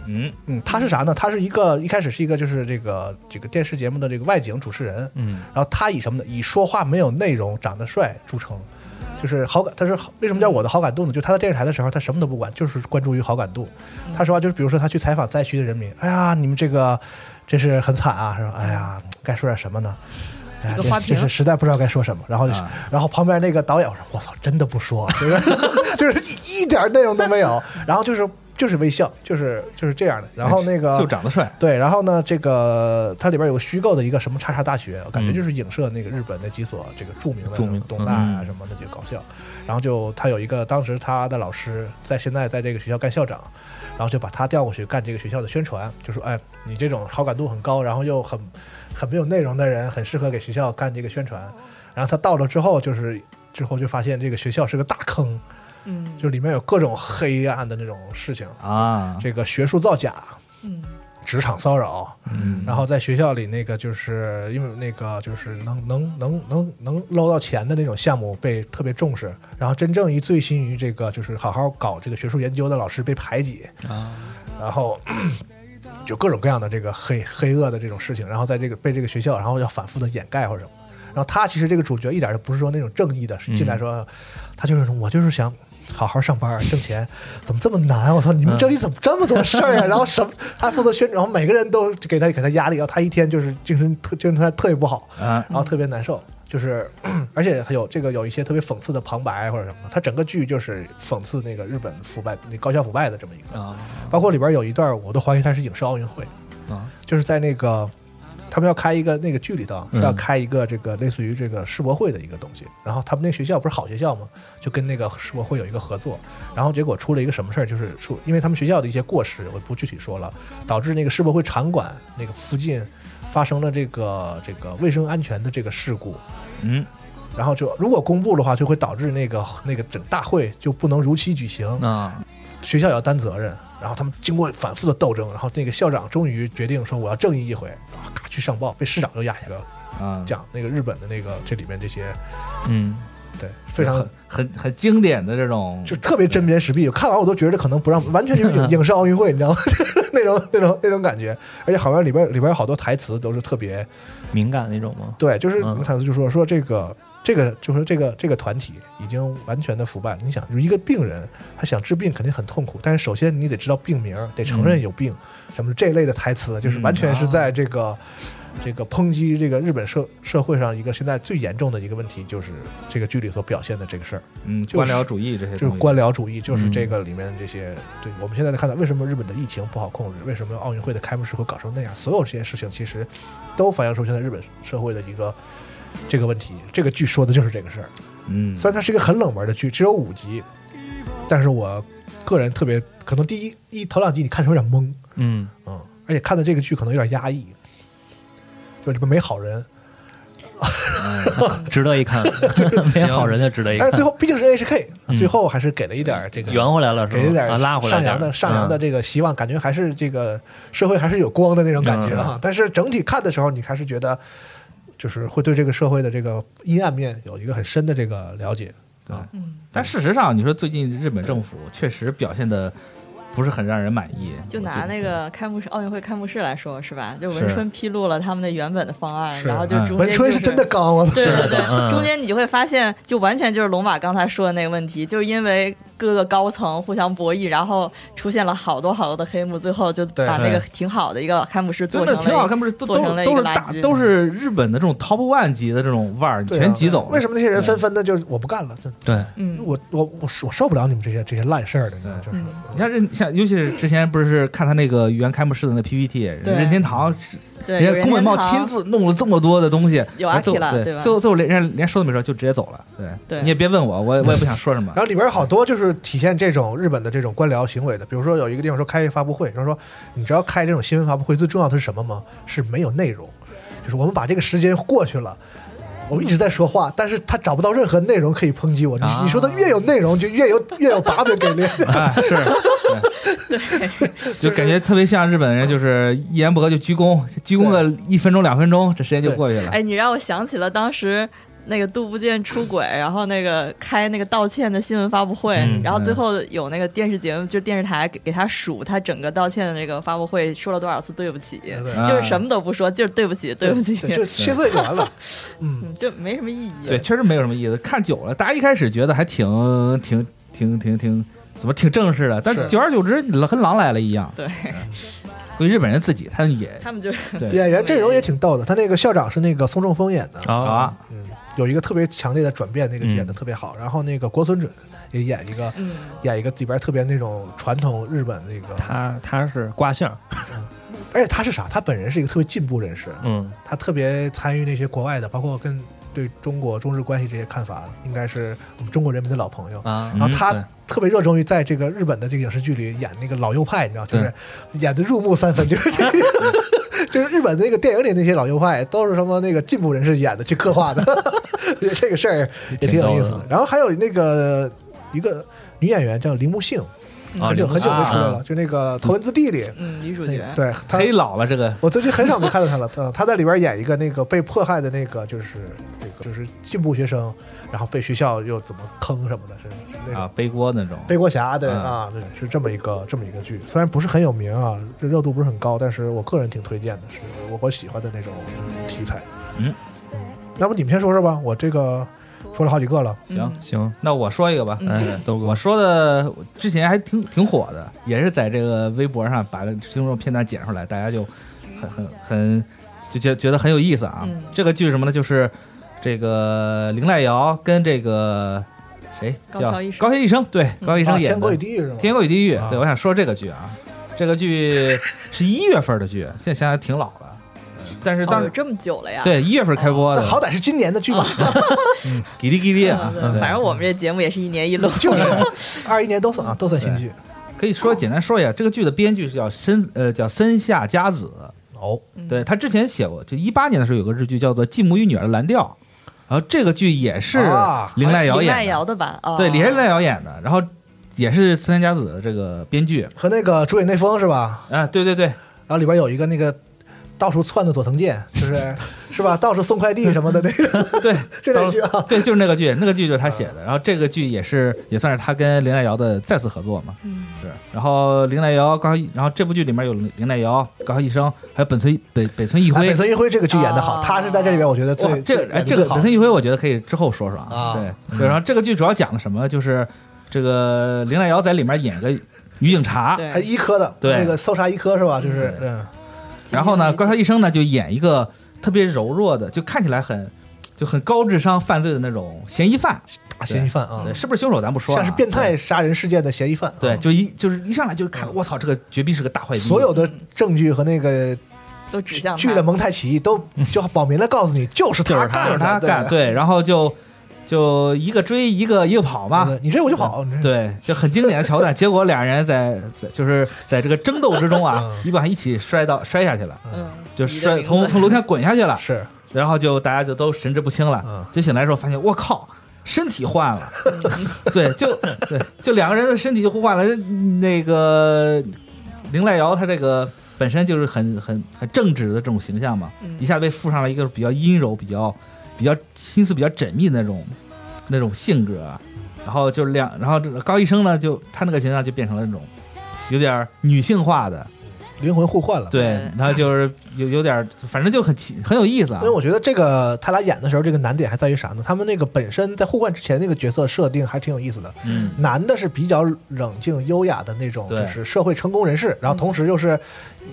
Speaker 3: 嗯
Speaker 2: 嗯，他是啥呢？他是一个一开始是一个就是这个这个电视节目的这个外景主持人，
Speaker 5: 嗯
Speaker 2: 然后他以什么呢？以说话没有内容、长得帅著称，就是好感，他是好为什么叫我的好感度呢？就他在电视台的时候，他什么都不管，就是关注于好感度。他说话啊就是，比如说他去采访灾区的人民，哎呀，你们这个真是很惨啊，说哎呀，该说点什么呢？哎呀
Speaker 4: 一个花，
Speaker 2: 这
Speaker 4: 瓶
Speaker 2: 这是实在不知道该说什么。然后就是
Speaker 3: 啊，
Speaker 2: 然后旁边那个导演我说：“我操，真的不 说，就是 就是一一点内容都没有。”然后就是就是微笑，就是就是这样的。然后那个
Speaker 3: 就长得帅，
Speaker 2: 对，然后呢，这个它里边有个虚构的一个什么叉叉大学，感觉就是影射那个日本那几所这个著名的
Speaker 3: 嗯著名嗯
Speaker 2: 东大啊什么的这个搞校。然后就他有一个当时他的老师在现在在这个学校干校长，然后就把他调过去干这个学校的宣传，就说哎，你这种好感度很高，然后又很很没有内容的人，很适合给学校干这个宣传。然后他到了之后，就是之后就发现这个学校是个大坑，
Speaker 4: 嗯
Speaker 2: 就里面有各种黑暗的那种事情，
Speaker 3: 啊，
Speaker 2: 这个学术造假、
Speaker 4: 嗯
Speaker 2: 职场骚扰。
Speaker 3: 嗯
Speaker 2: 然后在学校里那个就是因为那个就是能能能能能捞到钱的那种项目被特别重视，然后真正一醉心于这个就是好好搞这个学术研究的老师被排挤，
Speaker 5: 啊，
Speaker 2: 然后咳就各种各样的这个黑黑恶的这种事情，然后在这个被这个学校，然后要反复的掩盖或者什么。然后他其实这个主角一点都不是说那种正义的，进来说他就是我就是想。好好上班儿挣钱，怎么这么难？我操！你们这里怎么这么多事儿啊？然后什么？他负责宣传，然后每个人都给他给他压力，然后他一天就是精神特精神状态特别不好，
Speaker 3: 啊
Speaker 2: 然后特别难受，就是 咳而且还有这个有一些特别讽刺的旁白或者什么的。他整个剧就是讽刺那个日本腐败、那高校腐败的这么一个
Speaker 5: 啊
Speaker 2: 包括里边有一段，我都怀疑它是影视奥运会
Speaker 5: 啊，
Speaker 2: 就是在那个他们要开一个那个剧里头是要开一个这个类似于这个世博会的一个东西，然后他们那个学校不是好学校吗？就跟那个世博会有一个合作，然后结果出了一个什么事儿，就是出因为他们学校的一些过失，我不具体说了，导致那个世博会场馆那个附近发生了这个这个卫生安全的这个事故，
Speaker 3: 嗯，
Speaker 2: 然后就如果公布的话，就会导致那个那个整大会就不能如期举行，
Speaker 5: 啊
Speaker 2: 学校也要担责任。然后他们经过反复的斗争，然后那个校长终于决定说我要正义一回，啊，咔去上报，被市长又压下来了。
Speaker 3: 啊，
Speaker 2: 讲那个日本的那个这里面这些，
Speaker 5: 嗯
Speaker 2: 对，非常
Speaker 3: 很很很经典的这种，
Speaker 2: 就特别针砭时弊。看完我都觉得可能不让，完全就是影影视奥运会，你知道吗？就是 那种那种那种感觉。而且好像里边里边有好多台词都是特别
Speaker 5: 敏感那种吗？
Speaker 2: 对，就是
Speaker 5: 嗯
Speaker 2: 台词就说说这个。这个就是这个这个团体已经完全的腐败。你想，一个病人他想治病肯定很痛苦，但是首先你得知道病名，得承认
Speaker 5: 嗯
Speaker 2: 有病，什么这类的台词，就是完全是
Speaker 5: 啊
Speaker 2: 在这个、这个抨击这个日本社社会上一个现在最严重的一个问题，就是这个剧里所表现的这个事儿。
Speaker 3: 嗯
Speaker 2: 就是
Speaker 3: 官僚主义这些东西，
Speaker 2: 就是官僚主义，就是这个里面这些。对，我们现在看到为什么日本的疫情不好控制，为什么奥运会的开幕式会搞成那样，所有这些事情其实都反映出现在日本社会的一个这个问题。这个剧说的就是这个事儿。
Speaker 3: 嗯，
Speaker 2: 虽然它是一个很冷门的剧，只有五集，但是我个人特别可能第一一头两集你看的时候有点懵，
Speaker 5: 嗯
Speaker 2: 嗯，而且看的这个剧可能有点压抑，就里边没好人，
Speaker 3: 嗯
Speaker 5: 值得 一看，没好人就值得一
Speaker 2: 但哎
Speaker 5: 看
Speaker 2: 是。最后毕竟是 H K，
Speaker 5: 嗯
Speaker 2: 最后还是给了一点儿这个
Speaker 5: 圆回来了
Speaker 2: 给
Speaker 5: 是
Speaker 2: 了
Speaker 5: 吧？
Speaker 2: 点
Speaker 5: 啊，拉回来
Speaker 2: 上
Speaker 5: 点
Speaker 2: 扬
Speaker 5: 儿嗯
Speaker 2: 的上扬的这个希望，感觉还是这个社会还是有光的那种感觉
Speaker 5: 嗯
Speaker 2: 哈、但是整体看的时候，你还是觉得就是会对这个社会的这个阴暗面有一个很深的这个了解。
Speaker 4: 嗯，
Speaker 3: 但事实上，你说最近日本政府确实表现的不是很让人满意，
Speaker 4: 就
Speaker 3: 我
Speaker 4: 拿
Speaker 3: 觉得
Speaker 4: 那个开幕式奥运会开幕式来说是吧？就文
Speaker 3: 是
Speaker 4: 春披露了他们的原本的方案，
Speaker 2: 是
Speaker 4: 然后就
Speaker 3: 嗯
Speaker 4: 中
Speaker 2: 文
Speaker 4: 间
Speaker 2: 春
Speaker 4: 就是
Speaker 2: 真的。刚，啊我操！
Speaker 4: 对对
Speaker 5: 嗯
Speaker 4: 对，中间你就会发现，就完全就是龙马刚才说的那个问题，就是因为各个高层互相博弈，然后出现了好多好多的黑幕，最后就
Speaker 2: 对
Speaker 4: 把那
Speaker 3: 对
Speaker 4: 个挺好的一个开幕式做
Speaker 3: 真
Speaker 4: 成
Speaker 3: 的
Speaker 4: 了
Speaker 3: 挺好看，不是都
Speaker 4: 做
Speaker 3: 都
Speaker 4: 成了
Speaker 3: 是
Speaker 4: 一
Speaker 3: 都
Speaker 4: 个
Speaker 3: 是
Speaker 4: 垃
Speaker 3: 大
Speaker 4: 圾嗯
Speaker 3: 都是日本的这种 top one 级的这种腕儿，你
Speaker 2: 对啊
Speaker 3: 全挤走了。
Speaker 2: 为什么那些
Speaker 5: 嗯
Speaker 2: 人纷纷的就是我不干了？就
Speaker 5: 对，
Speaker 4: 嗯，
Speaker 2: 我我我我受不了你们这些这些烂事儿的，你知道吗就是
Speaker 4: 嗯
Speaker 3: 你像任像，尤其是之前不是看他那个原开幕式的那 PPT，人
Speaker 4: 对
Speaker 3: 任天堂，
Speaker 4: 对，
Speaker 3: 人
Speaker 4: 有
Speaker 3: 家宫本茂
Speaker 4: 堂
Speaker 3: 亲自弄了这么多的东西，
Speaker 4: 有
Speaker 3: 然后最后
Speaker 4: Akira，
Speaker 3: 对
Speaker 4: 对吧
Speaker 3: 最后最后连人家连说都没说，就直接走了。对，
Speaker 4: 对
Speaker 3: 你也别问我，我也我也不想说什么
Speaker 2: 然。后里边有好多就是体现这种日本的这种官僚行为的，比如说有一个地方说开发布会，然后说你知道开这种新闻发布会最重要的是什么吗？是没有内容，就是我们把这个时间过去了。我们一直在说话，但是他找不到任何内容可以抨击我。你
Speaker 5: 啊
Speaker 2: 你说的越有内容，就越有越有把柄给 力。
Speaker 3: 啊，是，对，就感觉特别像日本人，就是一
Speaker 5: 哎
Speaker 3: 言不合就鞠躬，鞠躬个一分钟两分钟，这时间就过去了。
Speaker 4: 哎，你让我想起了当时那个杜不见出轨，然后那个开那个道歉的新闻发布会，
Speaker 6: 嗯
Speaker 4: 然后最后有那个电视节目，就电视台给给他数他整个道歉的那个发布会说了多少次对不起，
Speaker 2: 对
Speaker 3: 啊
Speaker 4: 就是什么都不说，就是对不起，对不起，
Speaker 2: 对，就谢罪就完了。嗯，
Speaker 4: 嗯就没什么意义。
Speaker 3: 对，确实没有什么意思。看久了，大家一开始觉得还挺挺挺挺挺怎么挺正式的，但
Speaker 2: 是
Speaker 3: 久而久之跟狼来了一样。
Speaker 4: 对
Speaker 3: 嗯，估计日本人自己他们也
Speaker 4: 他们就
Speaker 3: 对
Speaker 2: 演员阵容也挺逗的，他那个校长是那个宋仲峰演的，
Speaker 6: 啊，
Speaker 3: 啊，
Speaker 2: 嗯，有一个特别强烈的转变，那个演的特别好。然后那个国村准也演一个
Speaker 4: 嗯，
Speaker 2: 演一个里边特别那种传统日本那个，
Speaker 5: 他他是卦象，
Speaker 2: 而且他是啥？他本人是一个特别进步人士，
Speaker 5: 嗯，
Speaker 2: 他特别参与那些国外的，包括跟对中国中日关系这些看法，应该是我们中国人民的老朋友。
Speaker 5: 啊，
Speaker 2: 然后他
Speaker 5: 对
Speaker 2: 特别热衷于在这个日本的这个影视剧里演那个老右派，你知道，就是演的入木三分，就是这 个，就是日本的那个电影里那些老右派都是什么那个进步人士演的去刻画的， 这个事儿也挺有意思
Speaker 5: 挺逗
Speaker 2: 的。然后还有那个一个女演员叫铃木杏，
Speaker 5: 啊
Speaker 2: 很久
Speaker 5: 铃木
Speaker 2: 嗯很久没出来了，
Speaker 5: 啊
Speaker 2: 就那个《头文字 D》里，
Speaker 4: 嗯，女主
Speaker 2: 那
Speaker 4: 角
Speaker 2: 个对她
Speaker 3: 忒老了这个
Speaker 2: 我最近很少没看到他了。呃他他在里边演一个那个被迫害的那个，就是这个就是进步学生，然后被学校又怎么坑什么的，是是那
Speaker 3: 啊
Speaker 2: 种
Speaker 3: 背锅那种。
Speaker 2: 背锅侠的
Speaker 3: 嗯
Speaker 2: 啊，对，是这么一个这么一个剧。虽然不是很有名啊，这热度不是很高，但是我个人挺推荐的，是我我喜欢的那种题材。
Speaker 3: 嗯
Speaker 2: 嗯，要不你们先说说吧，我这个说了好几个了。
Speaker 3: 行，
Speaker 5: 嗯行，
Speaker 3: 那我说一个吧，
Speaker 4: 嗯
Speaker 5: 哎，豆
Speaker 3: 我
Speaker 5: 哥，
Speaker 3: 说的之前还挺挺火的，也是在这个微博上把这听众片段剪出来，大家就很很很就觉觉得很有意思啊。
Speaker 4: 嗯
Speaker 3: 这个剧是什么呢？就是这个林濑遥跟这个谁
Speaker 4: 高
Speaker 3: 叫
Speaker 4: 桥一生嗯
Speaker 3: 高桥医生，对，高桥医
Speaker 2: 啊，
Speaker 3: 生演的《
Speaker 2: 天国与地狱是吗？
Speaker 3: 天国与地狱》
Speaker 2: 啊
Speaker 3: 对，我想说这个剧啊，这个剧是一月份的剧，现在想想挺老了，但是当
Speaker 4: 哦，
Speaker 3: 时、
Speaker 4: 有这么哦久了呀？
Speaker 3: 对一月份开播
Speaker 2: 那
Speaker 3: 的，
Speaker 2: 好歹是今年的 剧吧，
Speaker 3: 叽哩叽哩啊
Speaker 4: 嗯，对
Speaker 3: 对
Speaker 4: 反正我们这节目也是一 年一录，
Speaker 2: 就是 二一年都算啊，都算新剧。
Speaker 3: 可以说简单说一下，这个剧的编剧是叫森呃叫森下佳子，
Speaker 2: 哦，
Speaker 4: 嗯
Speaker 3: 对他之前写过，就一八年的时候有个日剧叫做《继母与女儿的蓝调》，然后这个剧也是
Speaker 2: 啊
Speaker 3: 林濑遥
Speaker 4: 林
Speaker 3: 演
Speaker 4: 濑
Speaker 3: 的，
Speaker 4: 遥的版啊，
Speaker 3: 对，林濑遥演的，然后也是森下佳子的这个编剧
Speaker 2: 和那个主演内丰是吧？
Speaker 3: 啊，对对对，
Speaker 2: 然后里边有一个那个到处窜的佐藤健，就是是吧？到处送快递什么的那个，
Speaker 3: 对
Speaker 2: 这
Speaker 3: 到
Speaker 2: 类剧啊，
Speaker 3: 对，就是那个剧，那个剧就是他写的，然后这个剧也是也算是他跟林濑遥的再次合作嘛，
Speaker 4: 嗯
Speaker 3: 是，然后林濑遥高桥一，然后这部剧里面有林林濑遥、高桥一生，还有啊本村北北村一
Speaker 2: 哎
Speaker 3: 辉
Speaker 2: 北。村一辉这个剧演的好，
Speaker 4: 啊
Speaker 2: 他是在这里边我觉得
Speaker 3: 哇
Speaker 2: 最，
Speaker 3: 这
Speaker 2: 最
Speaker 3: 个哎，
Speaker 2: 演得
Speaker 3: 这个
Speaker 2: 最好
Speaker 3: 本身一辉，我觉得可以之后说说
Speaker 2: 啊
Speaker 3: 啊。对，对，然后这个剧主要讲的什么？就是这个林濑遥在里面演个女警察，
Speaker 4: 对
Speaker 2: 还医科的，
Speaker 3: 对
Speaker 2: 那个搜查医科是吧？就是
Speaker 3: 对
Speaker 2: 嗯，
Speaker 3: 然后呢，高桥一生呢就演一个特别柔弱的，就看起来很就很高智商犯罪的那种嫌疑犯。
Speaker 2: 大嫌疑犯啊
Speaker 3: 对，，是不是凶手咱不说啊，
Speaker 2: 像是变态杀人事件的嫌疑犯啊，
Speaker 3: 对。对，就一就是一上来就是看，我操，这个绝逼是个大坏逼。
Speaker 2: 所有的证据和那个
Speaker 4: 都指向
Speaker 2: 剧
Speaker 4: 他
Speaker 2: 的蒙太奇都就保明了告诉你，就是
Speaker 3: 嗯就
Speaker 2: 他
Speaker 3: 是他，
Speaker 2: 干
Speaker 3: 就
Speaker 2: 的，
Speaker 3: 是他干，
Speaker 2: 对
Speaker 3: 对，然后就就一个追一个一个跑嘛，
Speaker 2: 对你追我就跑，你这
Speaker 3: 啊 对，就很经典的 桥段。结果俩人在在就是在这个争斗之中啊，
Speaker 2: 嗯
Speaker 3: 一把一起摔到摔下去了，
Speaker 4: 嗯，
Speaker 3: 就
Speaker 4: 你的
Speaker 3: 摔
Speaker 4: 名字
Speaker 3: 从从楼梯上滚下去了，
Speaker 2: 是
Speaker 3: 然后就大家就都神志不清
Speaker 2: 嗯
Speaker 3: 了。就醒来的时候发现，我靠，身体换 了，对，就对，就两个人的身体就互换了。那个林濑遥他这个本身就是很很很正直的这种形象嘛，
Speaker 4: 嗯
Speaker 3: 一下被附上了一个比较阴柔、比较比较心思比较缜密的那种那种性格啊，然后就是两，然后这个高医生呢，就他那个形象就变成了那种有点儿女性化的，
Speaker 2: 灵魂互换了。
Speaker 3: 对
Speaker 4: 对，
Speaker 3: 然后就是有有点儿，反正就很奇很有意思啊
Speaker 2: 因为。我觉得这个他俩演的时候，这个难点还在于啥呢？他们那个本身在互换之前那个角色设定还挺有意思的。
Speaker 3: 嗯，
Speaker 2: 男的是比较冷静优雅的那种，
Speaker 3: 对
Speaker 2: 就是社会成功人士，然后同时又是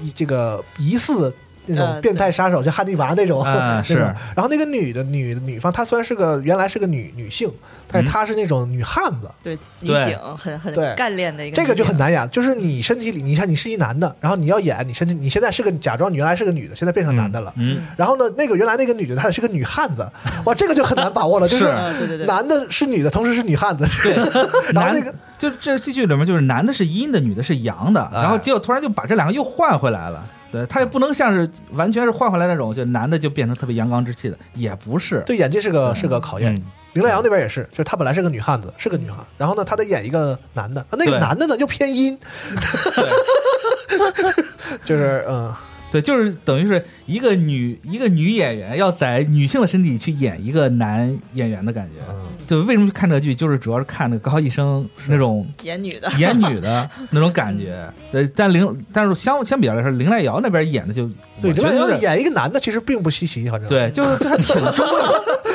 Speaker 2: 一这个疑似那种
Speaker 4: 呃
Speaker 2: 变态杀手，就汉尼拔那种。
Speaker 3: 啊
Speaker 2: 那 种
Speaker 3: 是
Speaker 2: 然后那个女的女女方，她虽然是个原来是个女女性，但
Speaker 3: 嗯
Speaker 2: 是她是那种女汉子，
Speaker 4: 对女
Speaker 3: 对
Speaker 4: 警很很
Speaker 2: 对
Speaker 4: 干练的一个女
Speaker 2: 这
Speaker 4: 警，
Speaker 2: 个就很难演。就是你身体里，你看你是一男的，然后你要演你身体，你现在是个假装你原来是个女的，现在变成男的了。
Speaker 3: 嗯，
Speaker 2: 然后呢，那个原来那个女的她是个女汉 子，哇，这个就很难把握了，就是是。
Speaker 4: 嗯，对对对，
Speaker 2: 男的是女的，同时是女 汉子，
Speaker 3: 对，
Speaker 2: 然后那
Speaker 3: 男
Speaker 2: 个
Speaker 3: 就这这剧里面就是男的是阴的，女的是阳的，
Speaker 2: 哎
Speaker 3: 然后结果突然就把这两个又换回来了。对他也不能像是完全是换回来那种，就男的就变成特别阳刚之气的，也不是。
Speaker 2: 对演技是个是个考验。
Speaker 3: 嗯
Speaker 2: 林濑遥那边也是，就是她本来是个女汉子，是个女汉，然后呢，她得演一个男的，啊那个
Speaker 3: 对
Speaker 2: 男的呢就偏阴，就是嗯，
Speaker 3: 对，就是等于是一个女一个女演员要在女性的身体去演一个男演员的感觉。
Speaker 2: 嗯
Speaker 3: 就为什么去看这个剧，就是主要是看那个高校医生那种
Speaker 4: 演女的，
Speaker 3: 演 女的那种感觉。对，但林但是相相比较来说，林濑遥那边演的就
Speaker 2: 对，
Speaker 3: 我
Speaker 2: 林
Speaker 3: 觉得
Speaker 2: 濑
Speaker 3: 有
Speaker 2: 遥
Speaker 3: 点
Speaker 2: 演一个男的其实并不稀奇，反正
Speaker 3: 对，就是就还挺中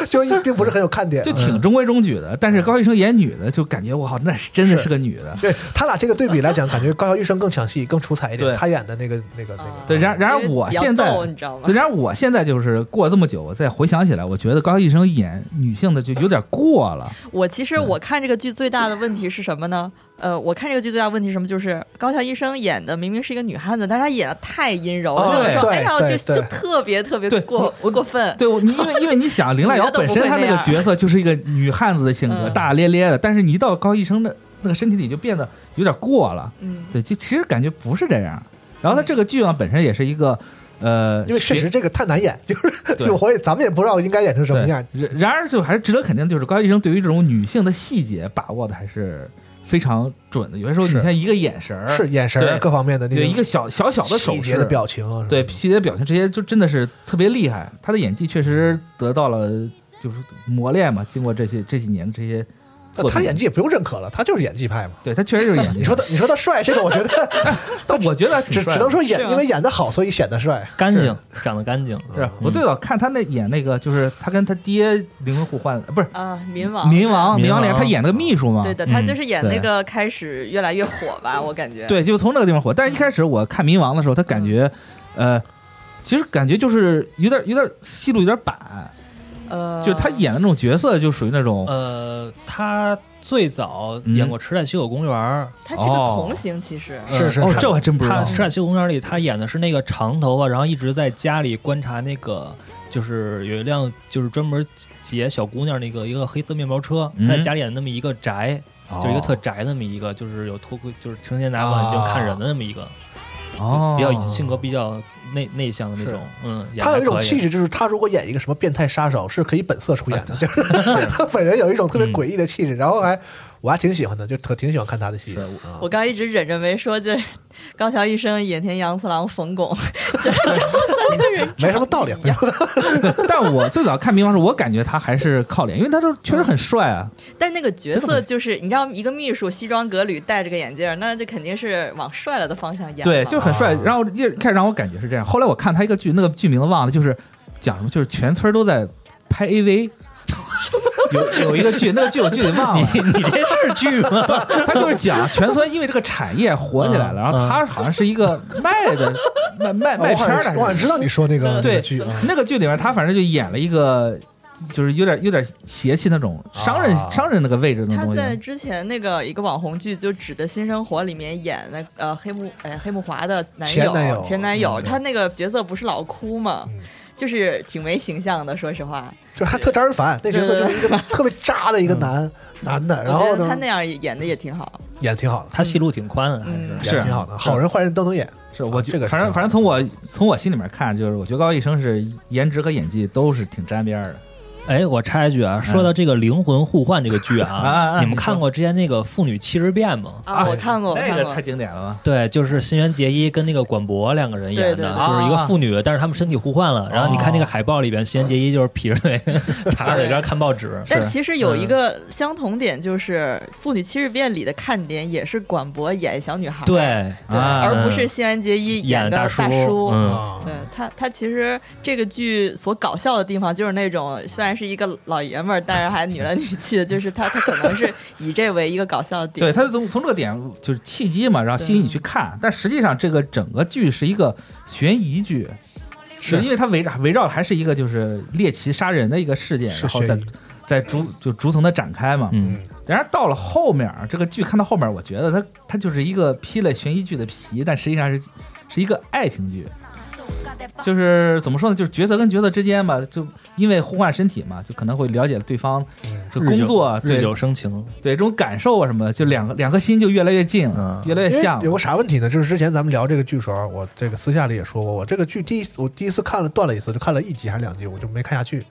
Speaker 2: 就是并不是很有看点，啊
Speaker 3: 就挺中规中矩的。但是高校医生演女的，就感觉我靠，那是真的是个女的。
Speaker 2: 对他俩这个对比来讲，感觉高校医生更抢戏、更出彩一点。
Speaker 3: 对
Speaker 2: 他演的那个、那个、那个
Speaker 4: 啊，
Speaker 3: 对，然然而
Speaker 4: 因为
Speaker 3: 我
Speaker 4: 比较
Speaker 3: 现在
Speaker 4: 逗你知道吗
Speaker 3: 对，？然而我现在就是过了这么久，我再回想起来，我觉得高校医生演女性的就有点过了。
Speaker 4: 我其
Speaker 3: 嗯
Speaker 4: 实我看这个剧最大的问题是什么呢？呃，我看这个剧最大的问题是什么？就是高桥医生演的明明是一个女汉子，但是她演的太阴柔
Speaker 2: 哦
Speaker 4: 了，有时候
Speaker 2: 对
Speaker 4: 哎呀，
Speaker 2: 对
Speaker 4: 就
Speaker 2: 对
Speaker 4: 就特别特别
Speaker 3: 对
Speaker 4: 过
Speaker 3: 我我
Speaker 4: 过分。
Speaker 3: 对，我你因为因为你想，林濑遥本身她那个角色就是一个女汉子的性格，
Speaker 4: 嗯
Speaker 3: 大大咧咧的，但是你一到高医生的那个身体里就变得有点过了，
Speaker 4: 嗯，
Speaker 3: 对，就其实感觉不是这样。然后他这个剧啊本身也是一个，呃，
Speaker 2: 因为确
Speaker 3: 学
Speaker 2: 实这个太难演，就是
Speaker 3: 对
Speaker 2: 我也咱们也不知道应该演成什么
Speaker 3: 对
Speaker 2: 样。
Speaker 3: 然然而就还是值得肯定，就是高医生对于这种女性的细节把握的还是非常准的。有些时候你
Speaker 2: 是
Speaker 3: 像一个眼神儿，
Speaker 2: 是眼神儿
Speaker 3: 对
Speaker 2: 各方面的那
Speaker 3: 对一
Speaker 2: 个
Speaker 3: 个小小小的手
Speaker 2: 细节
Speaker 3: 势
Speaker 2: 的表情啊，
Speaker 3: 对
Speaker 2: 是吧
Speaker 3: 细节的表情，这些就真的是特别厉害。他的演技确实得到了就是磨练嘛，经过这些这几年的这些
Speaker 2: 呃
Speaker 3: 作品，
Speaker 2: 他演技也不用认可了，他就是演技派嘛。
Speaker 3: 对他确实就是演 技。
Speaker 2: 你说他，你说他帅，这个我觉 得
Speaker 3: 但我觉得还挺
Speaker 2: 只
Speaker 3: 帅
Speaker 2: 只
Speaker 3: 的
Speaker 2: 能说
Speaker 4: 是
Speaker 2: 演，
Speaker 4: 啊
Speaker 2: 因为演的好，所以显得帅。
Speaker 5: 干净，长得干净，
Speaker 2: 嗯
Speaker 3: 是我最早看他那演那个，就是他跟他爹灵魂互换，呃不是
Speaker 4: 啊，民王，
Speaker 3: 冥王，
Speaker 5: 冥
Speaker 3: 冥王里面
Speaker 5: 王
Speaker 3: 他演那个秘书嘛，
Speaker 4: 对的，他
Speaker 5: 嗯
Speaker 4: 就是演
Speaker 3: 对
Speaker 4: 那个开始越来越火吧，我感觉。
Speaker 3: 对，就从那个地方火。但是一开始我看冥王的时候，他感觉，呃，其实感觉就是有点有点戏路有点板，
Speaker 4: 呃，
Speaker 3: 就是他演的那种角色就属于那
Speaker 2: 嗯
Speaker 3: 种，
Speaker 5: 呃，他最早演过《池袋西口公园》儿
Speaker 4: 他是个
Speaker 3: 哦
Speaker 4: 童星，其实。
Speaker 5: 呃
Speaker 2: 是是
Speaker 3: 哦，
Speaker 2: 是
Speaker 3: 这我还真不知
Speaker 5: 他
Speaker 3: 道
Speaker 5: 《。池袋西口公园》里，他演的是那个长头发，然后一直在家里观察那个，就是有一辆就是专门劫小姑娘那个一个黑色面包车，
Speaker 3: 嗯
Speaker 5: 他在家里演那么一个宅，
Speaker 3: 哦
Speaker 5: 就是一个特宅那么一个，就是有脱裤，就是成天拿望
Speaker 2: 啊
Speaker 5: 远镜看人的那么一个，
Speaker 3: 哦，
Speaker 5: 比较性格比较内内向的那种，嗯，演得
Speaker 2: 他有一种
Speaker 5: 还可以
Speaker 2: 气质，就是他如果演一个什么变态杀手，是可以本色出演 的，就是他本人有一种特别
Speaker 3: 嗯
Speaker 2: 诡异的气质，然后还我还挺喜欢的，就特挺喜欢看他的戏的。啊
Speaker 4: 我刚一直忍着没说，就是 高桥医生、野田洋次郎、冯巩，
Speaker 2: 没什么道理，啊没什么
Speaker 3: 但我最早看冥王时，我感觉他还是靠脸，因为他都确实很帅啊。
Speaker 5: 嗯
Speaker 4: 但那个角
Speaker 3: 真的
Speaker 4: 色就是你知道，一个秘书西装革履，戴着个眼镜儿，那就肯定是往帅了的方向演嘛。
Speaker 3: 对，就是很帅
Speaker 2: 啊。
Speaker 3: 然后一开始让我感觉是这样，后来我看他一个剧，那个剧名字忘了，就是讲什么，就是全村都在拍 AV。有有一个剧，那个剧我具体忘了。你你这是剧吗？他就是讲全村因为这个产业火起 来了，
Speaker 5: 嗯
Speaker 3: 然后他好像是一个卖的卖卖
Speaker 2: 啊
Speaker 3: 卖
Speaker 2: 我
Speaker 3: 片
Speaker 2: 好
Speaker 3: 儿的
Speaker 2: 像我好像知道你说那个那
Speaker 3: 对
Speaker 2: 个 剧啊，
Speaker 3: 那个剧里面，他反正就演了一个，就是有点有点邪气那种商人
Speaker 2: 啊
Speaker 3: 商人那个位置的
Speaker 4: 他
Speaker 3: 东西。
Speaker 4: 在之前那个一个网红剧，就《指着新生活》里面演那呃黑木呃黑木华的男
Speaker 2: 前男友
Speaker 4: 友前男友，
Speaker 2: 嗯
Speaker 4: 他那个角色不是老哭吗
Speaker 2: 嗯？
Speaker 4: 就是挺没形象的，说实话。
Speaker 2: 就还特招人烦。那角色就是一个特别渣的一个 男男的，然
Speaker 4: 我
Speaker 2: 后
Speaker 4: 觉得他
Speaker 2: 呢
Speaker 4: 那样演的也挺好。
Speaker 2: 演挺好的，
Speaker 5: 他戏路挺宽的，还是
Speaker 4: 嗯
Speaker 2: 演
Speaker 3: 是
Speaker 2: 挺好的，好人坏人都能演。
Speaker 3: 是我觉
Speaker 2: 这个是
Speaker 3: 反正
Speaker 2: 挺好
Speaker 3: 反正从我从我心里面看，就是我觉得高医生是颜值和演技都是挺沾边儿的。
Speaker 5: 哎，我插一句啊，说到这个灵魂互换这个
Speaker 3: 嗯
Speaker 5: 剧
Speaker 3: 啊啊啊
Speaker 5: 啊，你们看过之前那个《妇女七十变》吗？
Speaker 4: 啊，我看过，我
Speaker 3: 哎那
Speaker 4: 看
Speaker 3: 个太
Speaker 4: 过。
Speaker 3: 经典了吧？
Speaker 5: 对，就是新垣结衣跟那个广博两个人演的，
Speaker 4: 对对对
Speaker 5: 就是一个妇女，但是他们身体互换了。然后你看那个海报里边，新垣结衣就是撇着那个插着嘴边看报纸。
Speaker 4: 但其实
Speaker 3: 嗯
Speaker 4: 有一个相同点，就是《妇女七日变》里的看点也是管博演小女孩，
Speaker 5: 对，
Speaker 4: 对，
Speaker 3: 啊
Speaker 4: 而不
Speaker 5: 嗯
Speaker 4: 是新垣结衣
Speaker 5: 演
Speaker 4: 个
Speaker 5: 大
Speaker 4: 叔。
Speaker 5: 嗯，
Speaker 2: 啊
Speaker 4: 对他，他其实这个剧所搞笑的地方就是那种，虽然是一个老爷们儿，但是还女来女去的，就是他他可能是以这为一个搞笑的点。
Speaker 3: 对，他就从从这个点就是契机嘛，然后吸引你去看。但实际上，这个整个剧是一个悬疑剧，
Speaker 2: 是
Speaker 3: 因为它围绕围绕的还是一个就是猎奇杀人的一个事件，
Speaker 2: 是
Speaker 3: 然后再
Speaker 2: 悬疑
Speaker 3: 再逐就逐层的展开嘛。
Speaker 5: 嗯
Speaker 3: 然而到了后面儿，这个剧看到后面儿，我觉得它它就是一个披了悬疑剧的皮，但实际上是是一个爱情剧。就是怎么说呢？就是角色跟角色之间吧，就因为互换身体嘛，就可能会了解对方这工作啊，对
Speaker 5: 嗯日
Speaker 3: 对
Speaker 5: 久生情，
Speaker 3: 这种感受啊什么的，就两个两颗心就越来越近了
Speaker 5: 嗯，
Speaker 3: 越来越
Speaker 2: 因为
Speaker 3: 像了。
Speaker 2: 有个啥问题呢？就是之前咱们聊这个剧的时候，我这个私下里也说过，我这个剧第一我第一次看了断了一次，就看了一集还是两集，我就没看下去，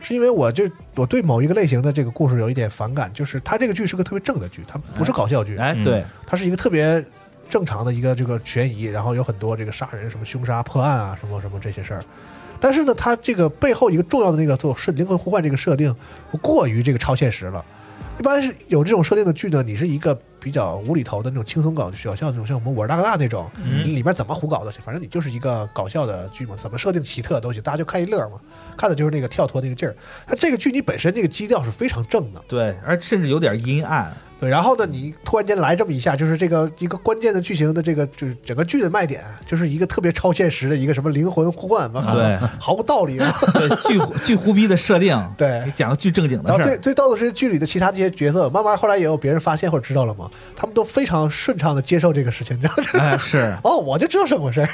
Speaker 2: 是因为我就我对某一个类型的这个故事有一点反感，就是它这个剧是个特别正的剧，它不是搞笑剧，
Speaker 3: 哎，
Speaker 5: 嗯
Speaker 3: 对，
Speaker 2: 它是一个特别正常的一个这个悬疑，然后有很多这个杀人、什么凶杀、破案啊，什么什么这些事儿。但是呢，它这个背后一个重要的那个就是灵魂互换这个设定，过于这个超现实了。一般是有这种设定的剧呢，你是一个比较无厘头的那种轻松搞笑，像那种像我们《我是大哥大》那种，你里面怎么胡搞都行，反正你就是一个搞笑的剧嘛，怎么设定奇特都行，大家就看一乐嘛，看的就是那个跳脱那个劲儿。它这个剧你本身这个基调是非常正的，
Speaker 3: 对，而甚至有点阴暗，
Speaker 2: 对，然后呢，你突然间来这么一下，就是这个一个关键的剧情的这个就是整个剧的卖点，就是一个特别超现实的一个什么灵魂互换嘛，
Speaker 3: 啊对，
Speaker 2: 毫无道 理。然后
Speaker 3: 对， 巨巨胡逼的设定，
Speaker 2: 对
Speaker 3: 你讲个巨正经
Speaker 2: 然
Speaker 3: 的
Speaker 2: 后
Speaker 3: 事
Speaker 2: 最
Speaker 3: 儿，
Speaker 2: 最逗的是剧里的其他这些角色，慢慢后来也有别人发现或者知道了嘛，他们都非常顺畅的接受这个事情， 然后就
Speaker 3: 哎，是
Speaker 2: 哦，我就知道什么回事儿，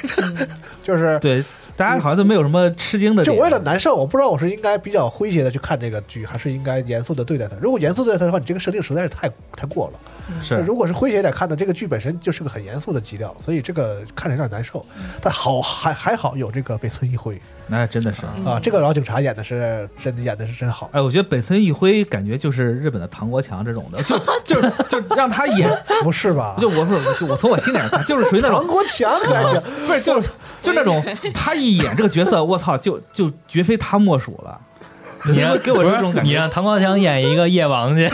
Speaker 2: 就是
Speaker 3: 嗯对，大家好像都没有什么吃惊的
Speaker 2: 就
Speaker 3: 点，
Speaker 2: 为了难受，我不知道我是应该比较诙谐的去看这个剧，还是应该严肃的对待它。如果严肃对待它的话，你这个设定实在是太太过了。
Speaker 3: 是
Speaker 2: 如果是诙谐一点看的，这个剧本身就是个很严肃的基调，所以这个看着有点难受。
Speaker 3: 嗯
Speaker 2: 但好还还好有这个北村一辉
Speaker 3: 那哎真的是。
Speaker 2: 啊，这个老警察演的是真的演的是真 好。
Speaker 3: 哎，我觉得北村一辉感觉就是日本的唐国强这种的， 就就就让他演，
Speaker 2: 不是吧？
Speaker 3: 就我说就我从我心里看，就是属于那
Speaker 2: 唐
Speaker 3: 种
Speaker 2: 国强可还行，
Speaker 3: 不是就是就那种他一演这个角色，我操，就就绝非他莫属了。
Speaker 5: 你
Speaker 3: 就
Speaker 5: 让
Speaker 3: 是给我这种感
Speaker 5: 你
Speaker 3: 觉，
Speaker 5: 让唐国强演一个夜王去，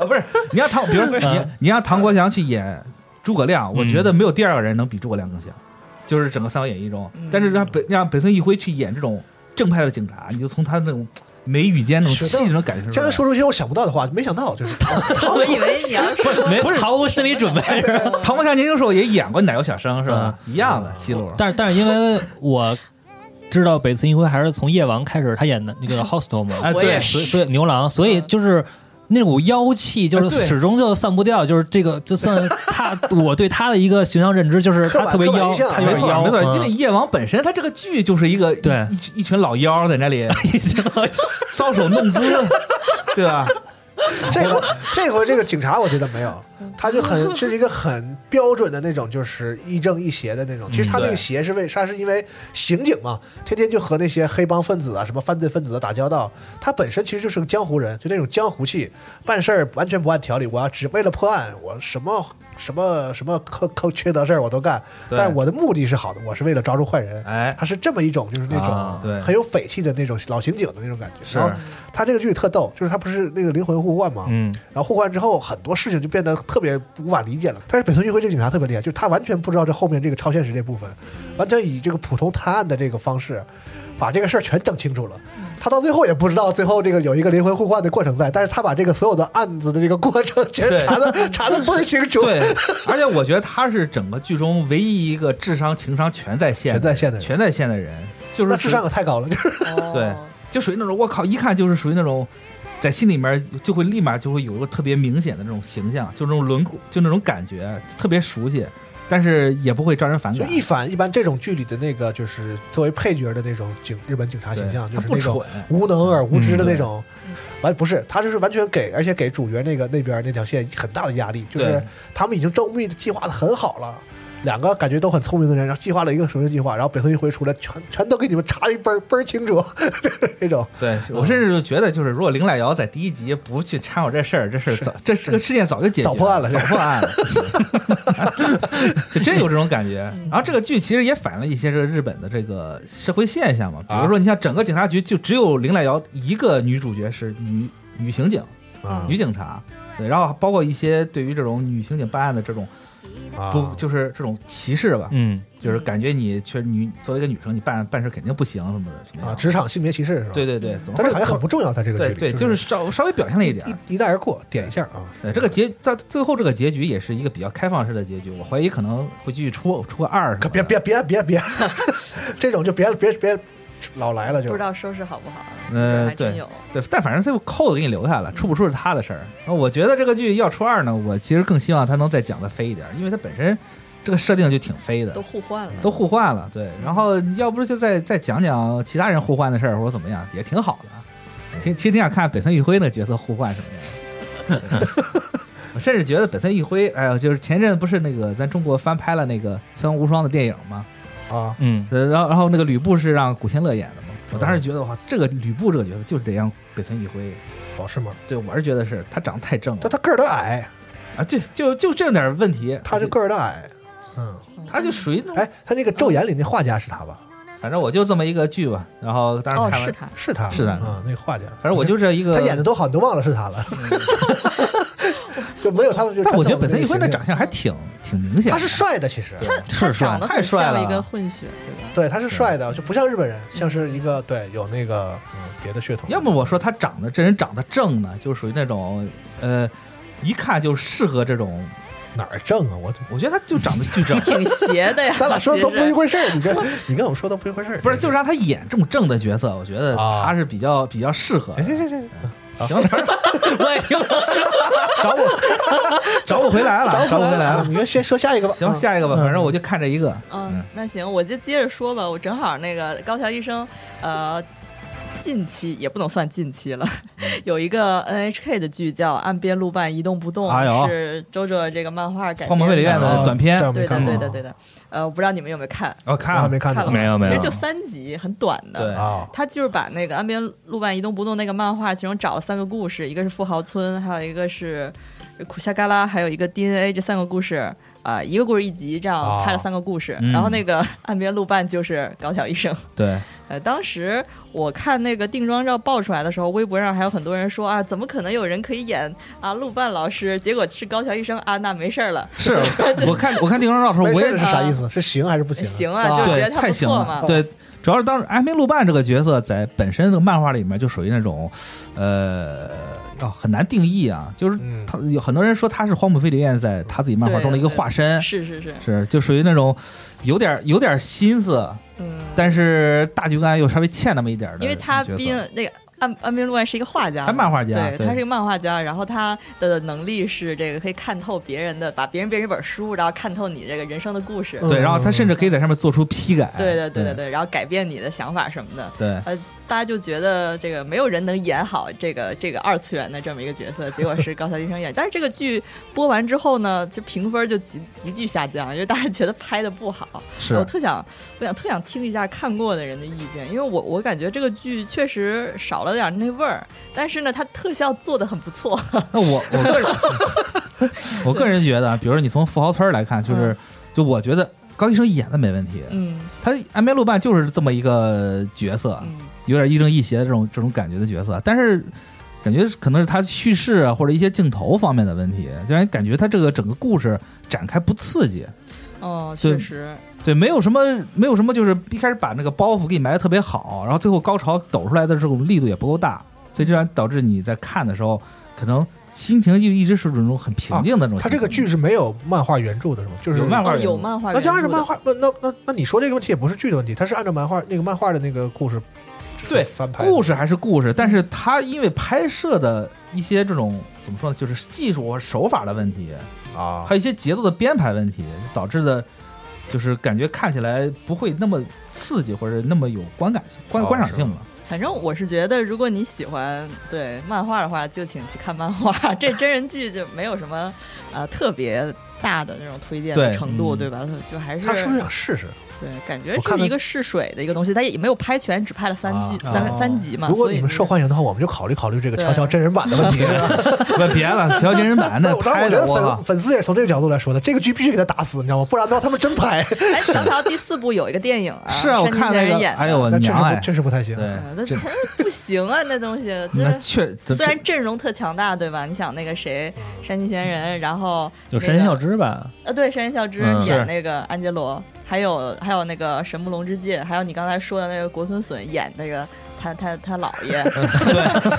Speaker 3: 啊不是 你让唐，比如你你让唐国强去演诸葛亮，我觉得没有第二个人能比诸葛亮更像，就是整个《三国演义》中。但是让北让北村一辉去演这种正派的警察，你就从他那种眉宇间那种
Speaker 2: 是
Speaker 3: 气质能感受出
Speaker 2: 竟
Speaker 3: 来
Speaker 2: 然。说出一些我想不到的话，没想到就是唐
Speaker 4: 我以为 你要说
Speaker 5: 没毫无心理准备。
Speaker 3: 唐国强年轻时候也演过奶油小生，是吧？一样的戏路。
Speaker 5: 但是但是因为我知道北村一辉还是从夜王开始，他演的那个 Hostel 嘛，
Speaker 3: 哎，
Speaker 4: 我
Speaker 3: 对
Speaker 4: 也，
Speaker 5: 所以所以牛郎，所以就是那股妖气，就
Speaker 3: 嗯啊对
Speaker 5: 是始终就散不掉，就是这个就算他我对他的一个形象认知就是
Speaker 2: 刻板
Speaker 5: 他特别
Speaker 2: 刻板
Speaker 5: 妖
Speaker 2: 印，象
Speaker 5: 他有
Speaker 3: 哎没
Speaker 5: 点
Speaker 3: 错
Speaker 5: 妖，
Speaker 3: 没错，
Speaker 5: 嗯
Speaker 3: 因为夜王本身他这个剧就是一个
Speaker 5: 对
Speaker 3: 一一一群老妖在那里搔首弄姿，对吧？
Speaker 2: 这个这回这个警察我觉得没有，他就很是一个很标准的那种，就是亦正亦邪的那种。其实他那个
Speaker 3: 嗯对
Speaker 2: 邪是为他是因为刑警嘛，天天就和那些黑帮分子啊、什么犯罪分子啊打交道，他本身其实就是个江湖人，就那种江湖气，办事儿完全不按条理。我要只为了破案，我什么什么什么抠抠缺德事儿我都干，
Speaker 3: 对
Speaker 2: 但我的目的是好的，我是为了抓住坏人。
Speaker 3: 哎，
Speaker 2: 他是这么一种，就是那种、
Speaker 3: 啊对
Speaker 2: 很有匪气的那种老刑警的那种感觉。
Speaker 3: 是
Speaker 2: 然后他这个剧特逗，就是他不是那个灵魂互换嘛，
Speaker 5: 嗯，
Speaker 2: 然后互换之后，很多事情就变得特别无法理解了。但是北村一辉这个警察特别厉害，就是他完全不知道这后面这个超现实这部分，完全以这个普通探案的这个方式，把这个事儿全整清楚了。
Speaker 3: 嗯
Speaker 2: 他到最后也不知道，最后这个有一个灵魂互换的过程在，但是他把这个所有的案子的这个过程 全
Speaker 3: 对
Speaker 2: 查的查的倍儿清楚。
Speaker 3: 对，而且我觉得他是整个剧中唯一一个智商、情商全在线
Speaker 2: 全在线的人
Speaker 3: 全在线的人，就是
Speaker 2: 那智商可太高了，就是
Speaker 3: 对，
Speaker 4: 哦
Speaker 3: 就属于那种我靠，一看就是属于那种。在心里面就会立马就会有一个特别明显的那种形象，就那种轮廓，就那种感觉，特别熟悉，但是也不会招人反
Speaker 2: 就
Speaker 3: 感。
Speaker 2: 一反一般这种剧里的那个，就是作为配角的那种警日本警察
Speaker 3: 对
Speaker 2: 形象，就
Speaker 3: 他
Speaker 2: 是
Speaker 3: 不
Speaker 2: 那种
Speaker 3: 蠢，
Speaker 2: 无能而无知的那种
Speaker 4: 嗯，
Speaker 2: 完、不是，他就是完全给，而且给主角那个那边那条线很大的压力，就是
Speaker 3: 对
Speaker 2: 他们已经周密的计划的很好了。两个感觉都很聪明的人，然后计划了一个什么计划，然后北村一辉出来，全全都给你们查一倍儿倍儿清楚， 就是那种
Speaker 3: 对我甚至就觉得，就是如果林濑遥在第一集不去掺和这事儿，这事儿早这这个事件早就解决
Speaker 2: 早破案了
Speaker 3: 早破案了， 就真有这种感觉。然后这个剧其实也反映了一些这个日本的这个社会现象
Speaker 2: 啊
Speaker 3: 嘛，比如说你像整个警察局就只有林濑遥一个女主角是女女刑警、
Speaker 2: 啊
Speaker 3: 女警察，对，然后包括一些对于这种女刑警办案的这种
Speaker 2: 啊
Speaker 3: 不就是这种歧视吧，
Speaker 5: 嗯，
Speaker 3: 就是感觉你确实女作为一个女生，你办办事肯定不行什么的什
Speaker 2: 啊
Speaker 3: 么样的
Speaker 2: 职场性别歧视是吧？
Speaker 3: 对，对对，总
Speaker 2: 但
Speaker 3: 会
Speaker 2: 这好像
Speaker 3: 有
Speaker 2: 很不重要，在这个剧
Speaker 3: 对
Speaker 2: 里，
Speaker 3: 对，就是稍稍微表现了一点儿。
Speaker 2: 一一带而过，点一下啊。
Speaker 3: 呃，这个结到最后这个结局也是一个比较开放式的结局，我怀疑可能会继续出出个二什么
Speaker 2: 可
Speaker 3: 的。
Speaker 2: 别别别别 别，这种就别别别老来了就
Speaker 4: 不知道收拾好不好，
Speaker 3: 呃
Speaker 4: 还真
Speaker 3: 对
Speaker 4: 有，
Speaker 3: 对，但反正最后扣子给你留下了，出不出是他的事儿。那我觉得这个剧要出二呢，我其实更希望他能再讲的飞一点，因为它本身这个设定就挺飞的
Speaker 4: 都，互换了，
Speaker 3: 都互换了，对。
Speaker 2: 嗯
Speaker 3: 然后要不就再再讲讲其他人互换的事儿，或者怎么样，也挺好
Speaker 2: 嗯
Speaker 3: 的。挺其实挺想看北村一辉那个角色互换什么样 的。我甚至觉得北村一辉，哎呀，就是前阵不是那个咱中国翻拍了那个《三国无双》的电影吗？
Speaker 2: 啊，
Speaker 5: 嗯，
Speaker 3: 呃，然后然后那个吕布是让古天乐演的嘛。我当
Speaker 2: 嗯
Speaker 3: 时觉得哇，这个吕布这个角色就是得让北村一辉。
Speaker 2: 哦是吗？
Speaker 3: 对，我是觉得是他长得太正
Speaker 2: 但
Speaker 3: 了，
Speaker 2: 他个儿都矮，
Speaker 3: 啊，就就就这点问题，
Speaker 2: 他这个儿大矮，嗯，
Speaker 4: 哦
Speaker 3: 他就属于那种，
Speaker 2: 哎，他那个《昼颜》里那画家是他吧？
Speaker 3: 反正我就这么一个剧吧，然后当然
Speaker 4: 哦，
Speaker 3: 看
Speaker 4: 是
Speaker 3: 完，
Speaker 4: 他，
Speaker 2: 是他，
Speaker 3: 是他
Speaker 2: 啊，那个画家。
Speaker 3: 反正我就这一个，
Speaker 2: 他演的都好，你都忘了是他了，
Speaker 4: 嗯
Speaker 2: 就没有他们就。
Speaker 3: 但我觉得本森一辉
Speaker 2: 的
Speaker 3: 那长相还挺挺明显，
Speaker 2: 他是帅的，其实
Speaker 3: 是帅
Speaker 4: 长得
Speaker 3: 太
Speaker 4: 很
Speaker 3: 帅
Speaker 4: 像
Speaker 3: 了
Speaker 4: 一个混血，对吧？，
Speaker 2: 对，他是帅的，就不像日本人，像是一个对有那个嗯别的血统。
Speaker 3: 嗯要么我说他长得这人长得正呢，就属于那种呃，一看就适合这种。
Speaker 2: 哪儿正啊？ 我，
Speaker 3: 我觉得他就长得 巨正
Speaker 4: 挺邪的呀
Speaker 2: 咱俩说的都不
Speaker 4: 其
Speaker 2: 是一
Speaker 4: 实
Speaker 2: 回事儿， 你跟你跟我们说的不一回事儿。
Speaker 3: 不是就是让他演这种正的角色，我觉得
Speaker 2: 啊
Speaker 3: 他是比较比较适合的。
Speaker 2: 行行行行，
Speaker 3: 行，我也听了， 找我找我回来了，
Speaker 2: 找
Speaker 3: 找我回来了。嗯
Speaker 2: 你就先说下一个吧。啊
Speaker 3: 行，下一个吧，反正我就看这一个。
Speaker 4: 嗯，那行，我就接着说吧。我正好那个高桥医生，呃，近期也不能算近期了， 有一个 NHK 的剧叫《岸边露伴一动不动》，
Speaker 3: 哎呦
Speaker 4: 是周周这个漫画改
Speaker 3: 荒木
Speaker 4: 编的
Speaker 3: 飞吕彦
Speaker 2: 哦
Speaker 3: 的短片
Speaker 4: 对的，
Speaker 2: 的
Speaker 4: 对的，对的。呃，我不知道你们有没有看，
Speaker 3: 我
Speaker 2: 我
Speaker 3: 哦看
Speaker 2: 还
Speaker 3: 了
Speaker 2: 啊没看呢
Speaker 4: 看了吗
Speaker 5: 没有没有
Speaker 4: 其实就三集，很短的。
Speaker 3: 对
Speaker 2: 啊。
Speaker 4: 他就是把那个岸边露伴一动不动那个漫画，其中找了三个故事，一个是富豪村，还有一个是苦夏嘎拉，还有一个 DNA 这三个故事啊、一个故事一集，这样
Speaker 2: 哦
Speaker 4: 拍了三个故事。
Speaker 3: 嗯
Speaker 4: 然后那个岸边露伴就是高桥医生。
Speaker 3: 对，
Speaker 4: 呃，当时我看那个定妆照爆出来的时候，微博上还有很多人说啊，怎么可能有人可以演啊露伴老师？结果是高桥医生啊，那没事儿了，
Speaker 3: 是 我看我看《地方照》的时候，
Speaker 2: 没
Speaker 3: 我
Speaker 2: 事
Speaker 3: 也
Speaker 2: 儿是啥意思？是行还是不行？
Speaker 4: 行啊，就
Speaker 3: 对，
Speaker 4: 是觉得他
Speaker 3: 太
Speaker 4: 不
Speaker 3: 行
Speaker 4: 错
Speaker 3: 了
Speaker 4: 嘛。。
Speaker 3: 对，主要是当时艾梅露伴这个角色在本身这个漫画里面就属于那种，呃，哦、很难定义啊，就是
Speaker 2: 嗯
Speaker 3: 他有很多人说他是荒木飞吕彦在他自己漫画中的一个化身，
Speaker 4: 是是是，
Speaker 3: 是就属于那种有点有点心思，
Speaker 4: 嗯，
Speaker 3: 但是大局观又稍微欠那么一点儿的角色，
Speaker 4: 因为他毕竟那个岸岸边露伴是一个画家嘛，
Speaker 3: 他漫画家
Speaker 4: 对
Speaker 3: 对
Speaker 4: 他是一个漫画家，然后他的能力是这个可以看透别人的，把别人变成一本书，然后看透你这个人生的故事。
Speaker 2: 嗯
Speaker 3: 对，然后他甚至可以在上面做出批改，
Speaker 4: 对对对
Speaker 3: 哎对
Speaker 4: 对对，然后改变你的想法什么的。
Speaker 3: 对
Speaker 4: 呃，大家就觉得这个没有人能演好这个这个二次元的这么一个角色，结果是高桥医生演。但是这个剧播完之后呢，就评分就急急剧下降，因为大家觉得拍的不好。我
Speaker 3: 是。
Speaker 4: 特想，我想特想听一下看过的人的意见，因为我我感觉这个剧确实少了点儿那味儿，但是呢，它特效做的很不错。
Speaker 3: 那我我个人 我个人觉得啊，比如说你从富豪村儿来看，就是就我觉得高医生演的没问题，
Speaker 4: 嗯
Speaker 3: 他安梅路伴就是这么一个角色，
Speaker 4: 嗯，
Speaker 3: 有点亦正亦邪的这种这种感觉的角色，但是感觉可能是他叙事啊或者一些镜头方面的问题，就让人感觉他这个整个故事展开不刺激，
Speaker 4: 哦，
Speaker 3: 对
Speaker 4: 确实，
Speaker 3: 对，没有什么没有什么，就是一开始把那个包袱给你埋的特别好，然后最后高潮抖出来的这种力度也不够大，所以这样导致你在看的时候可能心情就一直是这种很平静的那种心情、
Speaker 2: 啊他这个剧是没有漫画原著的，是吗？就是
Speaker 3: 有漫画
Speaker 4: 哦，
Speaker 3: 原
Speaker 4: 有
Speaker 3: 著
Speaker 4: 漫画
Speaker 2: 那
Speaker 4: 原著
Speaker 2: 就
Speaker 4: 的，
Speaker 2: 按照漫画，不，那那那你说这个问题也不是剧的问题，它是按照漫画那个漫画的那个故事，
Speaker 3: 对
Speaker 2: 翻拍的
Speaker 3: 故事还是故事，但是他因为拍摄的一些这种怎么说呢，就是技术和手法的问题，
Speaker 2: 啊
Speaker 3: 还有一些节奏的编排问题，导致的，就是感觉看起来不会那么刺激或者那么有观感性、观
Speaker 2: 哦
Speaker 3: 观赏
Speaker 2: 是
Speaker 3: 性了。
Speaker 4: 反正我是觉得，如果你喜欢对漫画的话，就请去看漫画。 这真人剧就没有什么呃特别大的那种推荐的
Speaker 3: 对
Speaker 4: 程度，
Speaker 3: 嗯
Speaker 4: 对吧？就还是啊
Speaker 2: 他是不是想试试？
Speaker 4: 对，感觉
Speaker 2: 我看
Speaker 4: 是
Speaker 2: 看
Speaker 4: 一个试水的一个东西，它也没有拍全，只拍了三
Speaker 2: 啊
Speaker 4: 剧、三
Speaker 3: 哦
Speaker 4: 三集嘛。
Speaker 2: 如果
Speaker 4: 所以
Speaker 2: 你们
Speaker 4: 就
Speaker 2: 受欢迎的话，我们就考虑考虑这个
Speaker 4: 对
Speaker 2: 乔乔真人版的 问题。
Speaker 3: 不，别了，《调真人版》那
Speaker 2: 我当然
Speaker 3: 拍
Speaker 2: 我觉得
Speaker 3: 的，我靠
Speaker 2: 粉，粉丝也是从这个角度来说的，这个剧必须给他打死，你知道吗？不然的话他们真拍，
Speaker 4: 哎，乔乔第四部有一个电影啊，
Speaker 3: 是啊，我
Speaker 4: 山田
Speaker 3: 看
Speaker 4: 真
Speaker 3: 那
Speaker 4: 人
Speaker 3: 个，
Speaker 4: 演的，
Speaker 3: 哎呦我
Speaker 2: 那确
Speaker 3: 娘
Speaker 2: 实
Speaker 3: 哎
Speaker 2: 不，啊确实不太行。
Speaker 3: 对
Speaker 4: 嗯，那
Speaker 3: 这
Speaker 4: 他不行啊， 那东西 就
Speaker 3: 那
Speaker 4: 是。
Speaker 3: 确这
Speaker 4: 虽然阵容特强大，对吧？你想那个谁，山崎贤人，然后
Speaker 5: 有
Speaker 4: 那
Speaker 5: 神仙
Speaker 4: 个
Speaker 5: 小之吧？
Speaker 4: 呃，对，山田孝之
Speaker 5: 嗯
Speaker 3: 是
Speaker 4: 演那个安杰罗，还有还有那个神木隆之介，还有你刚才说的那个国村隼演那个他他他姥 爷，
Speaker 2: 呃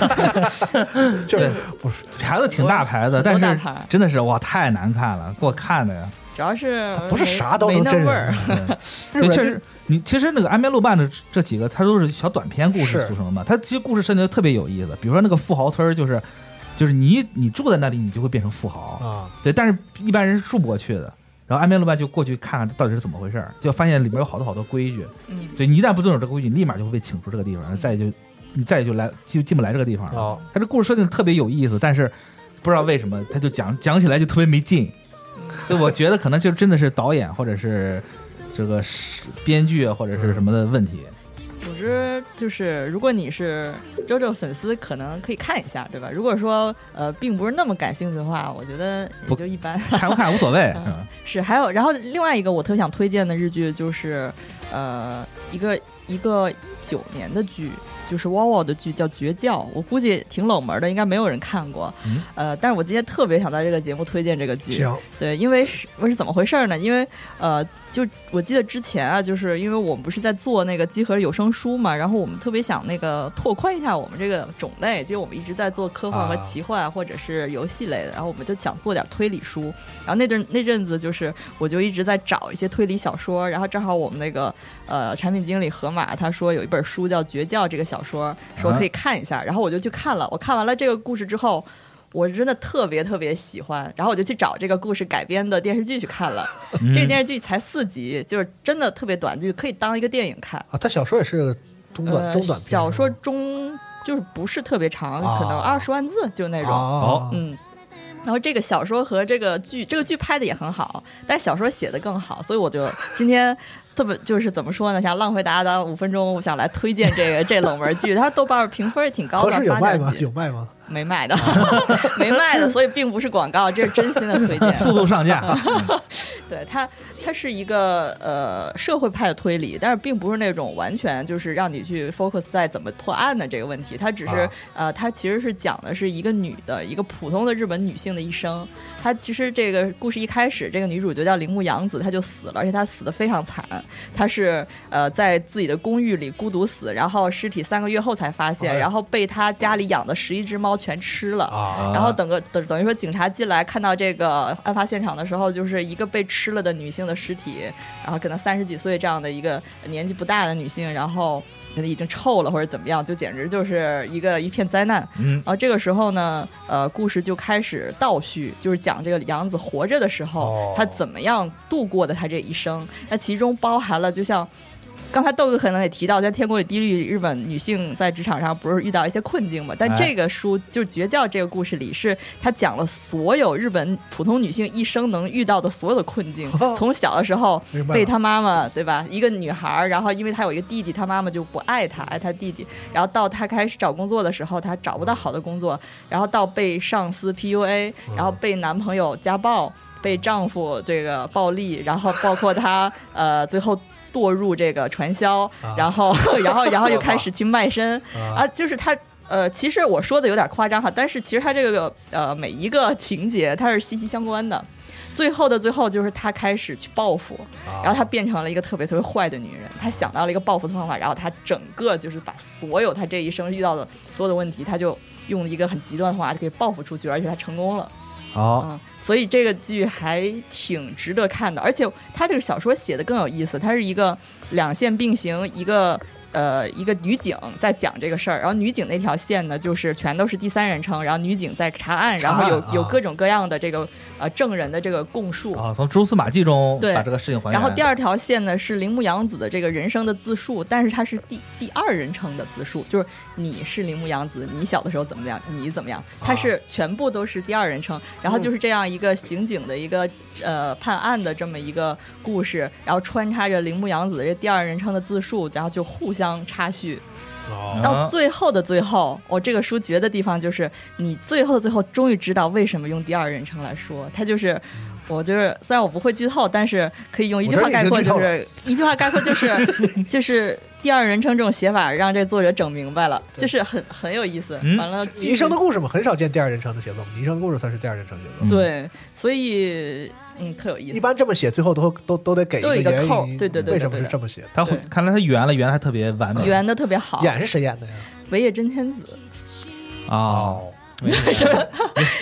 Speaker 2: 就是
Speaker 3: 不是牌子挺大牌子，但
Speaker 4: 多大
Speaker 3: 是
Speaker 4: 牌
Speaker 3: 真的是哇太难看了，给我看的呀。
Speaker 4: 主要是
Speaker 2: 啊不是
Speaker 4: 没
Speaker 2: 啥都
Speaker 4: 没
Speaker 2: 能
Speaker 4: 那
Speaker 2: 真
Speaker 4: 味
Speaker 2: 人嗯
Speaker 4: 儿，
Speaker 2: 日
Speaker 3: 对，
Speaker 2: 本
Speaker 3: 确实，你其实那个安边路伴的这几个，它都是小短篇故事
Speaker 2: 是
Speaker 3: 组成的嘛。它其实故事设定得特别有意思，比如说那个富豪村儿，就是就是你你住在那里，你就会变成富豪，
Speaker 2: 啊，
Speaker 3: 对，但是一般人是住不过去的。然后安边路伴就过去看看到底是怎么回事儿，就发现里面有好多好多规矩，
Speaker 4: 嗯，
Speaker 3: 对你一旦不遵守这个规矩，你立马就会被请出这个地方，再就你再也就来进进不来这个地方了。
Speaker 4: 嗯
Speaker 2: 哦，
Speaker 3: 他这故事设定特别有意思，但是不知道为什么他就讲讲起来就特别没劲，所以我觉得可能就 真的是导演或者是这个是编剧啊或者是什么的问题。
Speaker 4: 总之就是，如果你是周周粉丝，可能可以看一下，对吧？如果说呃，并不是那么感兴趣的话，我觉得也
Speaker 3: 不
Speaker 4: 就一般。
Speaker 3: 看不看无所谓，
Speaker 4: 嗯
Speaker 3: 啊是吧
Speaker 4: 是，还有，然后另外一个我特想推荐的日剧就是，呃，一个一个九年的剧，就是 WOWO 的剧叫《绝教》，我估计挺冷门的，应该没有人看过。
Speaker 3: 嗯
Speaker 4: 呃，但是我今天特别想在这个节目推荐这个剧。
Speaker 2: 行，
Speaker 4: 对，因为是我是怎么回事儿呢？因为呃，就我记得之前啊，就是因为我们不是在做那个集合有声书嘛，然后我们特别想那个拓宽一下我们这个种类，就我们一直在做科幻和
Speaker 2: 啊
Speaker 4: 奇幻或者是游戏类的，然后我们就想做点推理书。然后那阵那阵子就是我就一直在找一些推理小说，然后正好我们那个呃产品经理河马他说有一本书叫《绝教》这个小说，说可以看一下，然后我就去看了。我看完了这个故事之后，我真的特别特别喜欢，然后我就去找这个故事改编的电视剧去看了。
Speaker 2: 嗯
Speaker 4: 这个电视剧才四集，就是真的特别短，就可以当一个电影看。
Speaker 2: 啊，他小说也是中短、
Speaker 4: 呃
Speaker 2: 中短，篇，
Speaker 4: 小说中就是不是特别长，
Speaker 2: 啊
Speaker 4: 可能二十万字就那
Speaker 2: 那
Speaker 4: 种。
Speaker 2: 哦，
Speaker 4: 嗯。然后这个小说和这个剧，这个剧拍的也很好，但是小说写的更好，所以我就今天特别就是怎么说呢，想浪费大家的五分钟，我想来推荐这个这冷门剧。它豆瓣评分也挺高
Speaker 2: 合
Speaker 4: 的
Speaker 2: 适，有
Speaker 4: 八
Speaker 2: 卖
Speaker 4: 点
Speaker 2: 吗？
Speaker 4: 几
Speaker 2: 有，卖吗？
Speaker 4: 没卖的， 没卖的，所以并不是广告，这是真 心的推荐。
Speaker 3: 速度上 架，
Speaker 4: 对它，它是一个呃社会派的推理，但是并不是那种完全就是让你去 focus 在怎么破案的这个问题。它只是、
Speaker 2: 啊
Speaker 4: 呃，它其实是讲的是一个女的，一个普通的日本女性的一生。她其实这个故事一开始，这个女主角叫铃木洋子，她就死了，而且她死的非常惨。她是呃在自己的公寓里孤独死，然后尸体三个月后才发现，
Speaker 2: 哎
Speaker 4: 然后被她家里养的十一只猫全吃了。
Speaker 2: 啊，
Speaker 4: 然后等个等等于说警察进来看到这个案发现场的时候，就是一个被吃了的女性的尸体，然后可能三十几岁这样的一个年纪不大的女性，然后可能已经臭了或者怎么样，就简直就是一个一片灾难。
Speaker 3: 嗯
Speaker 4: 然后这个时候呢，呃，故事就开始倒叙，就是讲这个杨子活着的时候
Speaker 2: 哦，
Speaker 4: 她怎么样度过的她这一生。那其中包含了，就像刚才豆哥可能也提到，在《天国与地狱》里，日本女性在职场上不是遇到一些困境嘛？但
Speaker 3: 哎
Speaker 4: 这个书就是《绝教》这个故事里，是她讲了所有日本普通女性一生能遇到的所有的困境，从小的时候
Speaker 2: 明白了
Speaker 4: 被她妈妈对吧？一个女孩儿，然后因为她有一个弟弟，她妈妈就不爱她，爱她弟弟。然后到她开始找工作的时候，她找不到好的工作，然后到被上司 PUA，然后被男朋友家暴，被丈夫这个暴力，然后包括她呃最后堕入这个传销，
Speaker 2: 啊
Speaker 4: 然后 然后然后又开始去卖身
Speaker 2: 啊
Speaker 4: 啊，就是她。呃，其实我说的有点夸张哈，但是其实它这个呃每一个情节它是息息相关的，最后的最后就是她开始去报复，
Speaker 2: 啊
Speaker 4: 然后她变成了一个特别特别坏的女人，她想到了一个报复的方法，然后她整个就是把所有她这一生遇到的所有的问题，她就用一个很极端的方法给报复出去，而且她成功了。
Speaker 2: 哦
Speaker 3: 好，
Speaker 4: 嗯，所以这个剧还挺值得看的，而且它这个小说写的更有意思，它是一个两线并行，一个呃一个女警在讲这个事儿，然后女警那条线呢就是全都是第三人称，然后女警在查案，然后有、
Speaker 2: 查案啊
Speaker 4: 有各种各样的这个呃证人的这个供述。
Speaker 3: 啊，从蛛丝马迹中
Speaker 4: 对
Speaker 3: 把这个事情还原。
Speaker 4: 然后第二条线呢是铃木洋子的这个人生的自述，但是它是第第二人称的自述，就是你是铃木洋子，你小的时候怎么样，你怎么样，它是全部都是第二人称。然后就是这样一个刑警的一个呃判案的这么一个故事，然后穿插着铃木洋子的这第二人称的自述，然后就互相插叙。
Speaker 3: 啊
Speaker 2: 哦
Speaker 4: 到最后的最后，我、这个书绝的地方就是，你最后的最后终于知道为什么用第二人称来说，它就是。我就是，虽然我不会剧透，但是可以用一句话概括，就
Speaker 2: 我觉
Speaker 4: 是一句话概括，就是 就是第二人称这种写法，让这作者整明白了，就是很很有意思。
Speaker 3: 嗯
Speaker 4: 完了，
Speaker 2: 你一生的故事嘛，很少见第二人称的写作，你一生的故事才是第二人称写作。
Speaker 4: 对，所以嗯，特有意
Speaker 2: 一
Speaker 4: 思。
Speaker 2: 般这么写，最后都都都得给
Speaker 4: 都有一
Speaker 2: 个
Speaker 4: 个
Speaker 2: 原
Speaker 4: 扣
Speaker 2: 因，嗯
Speaker 4: 对对对对
Speaker 2: 为什么
Speaker 4: 对
Speaker 2: 是
Speaker 4: 的
Speaker 2: 这么写的？
Speaker 3: 他会
Speaker 4: 对
Speaker 3: 看来他圆了，圆还特别完美。
Speaker 4: 圆的特别好，
Speaker 2: 演是谁演的呀？哦
Speaker 4: 尾野真千子，
Speaker 3: 啊，，
Speaker 5: 没事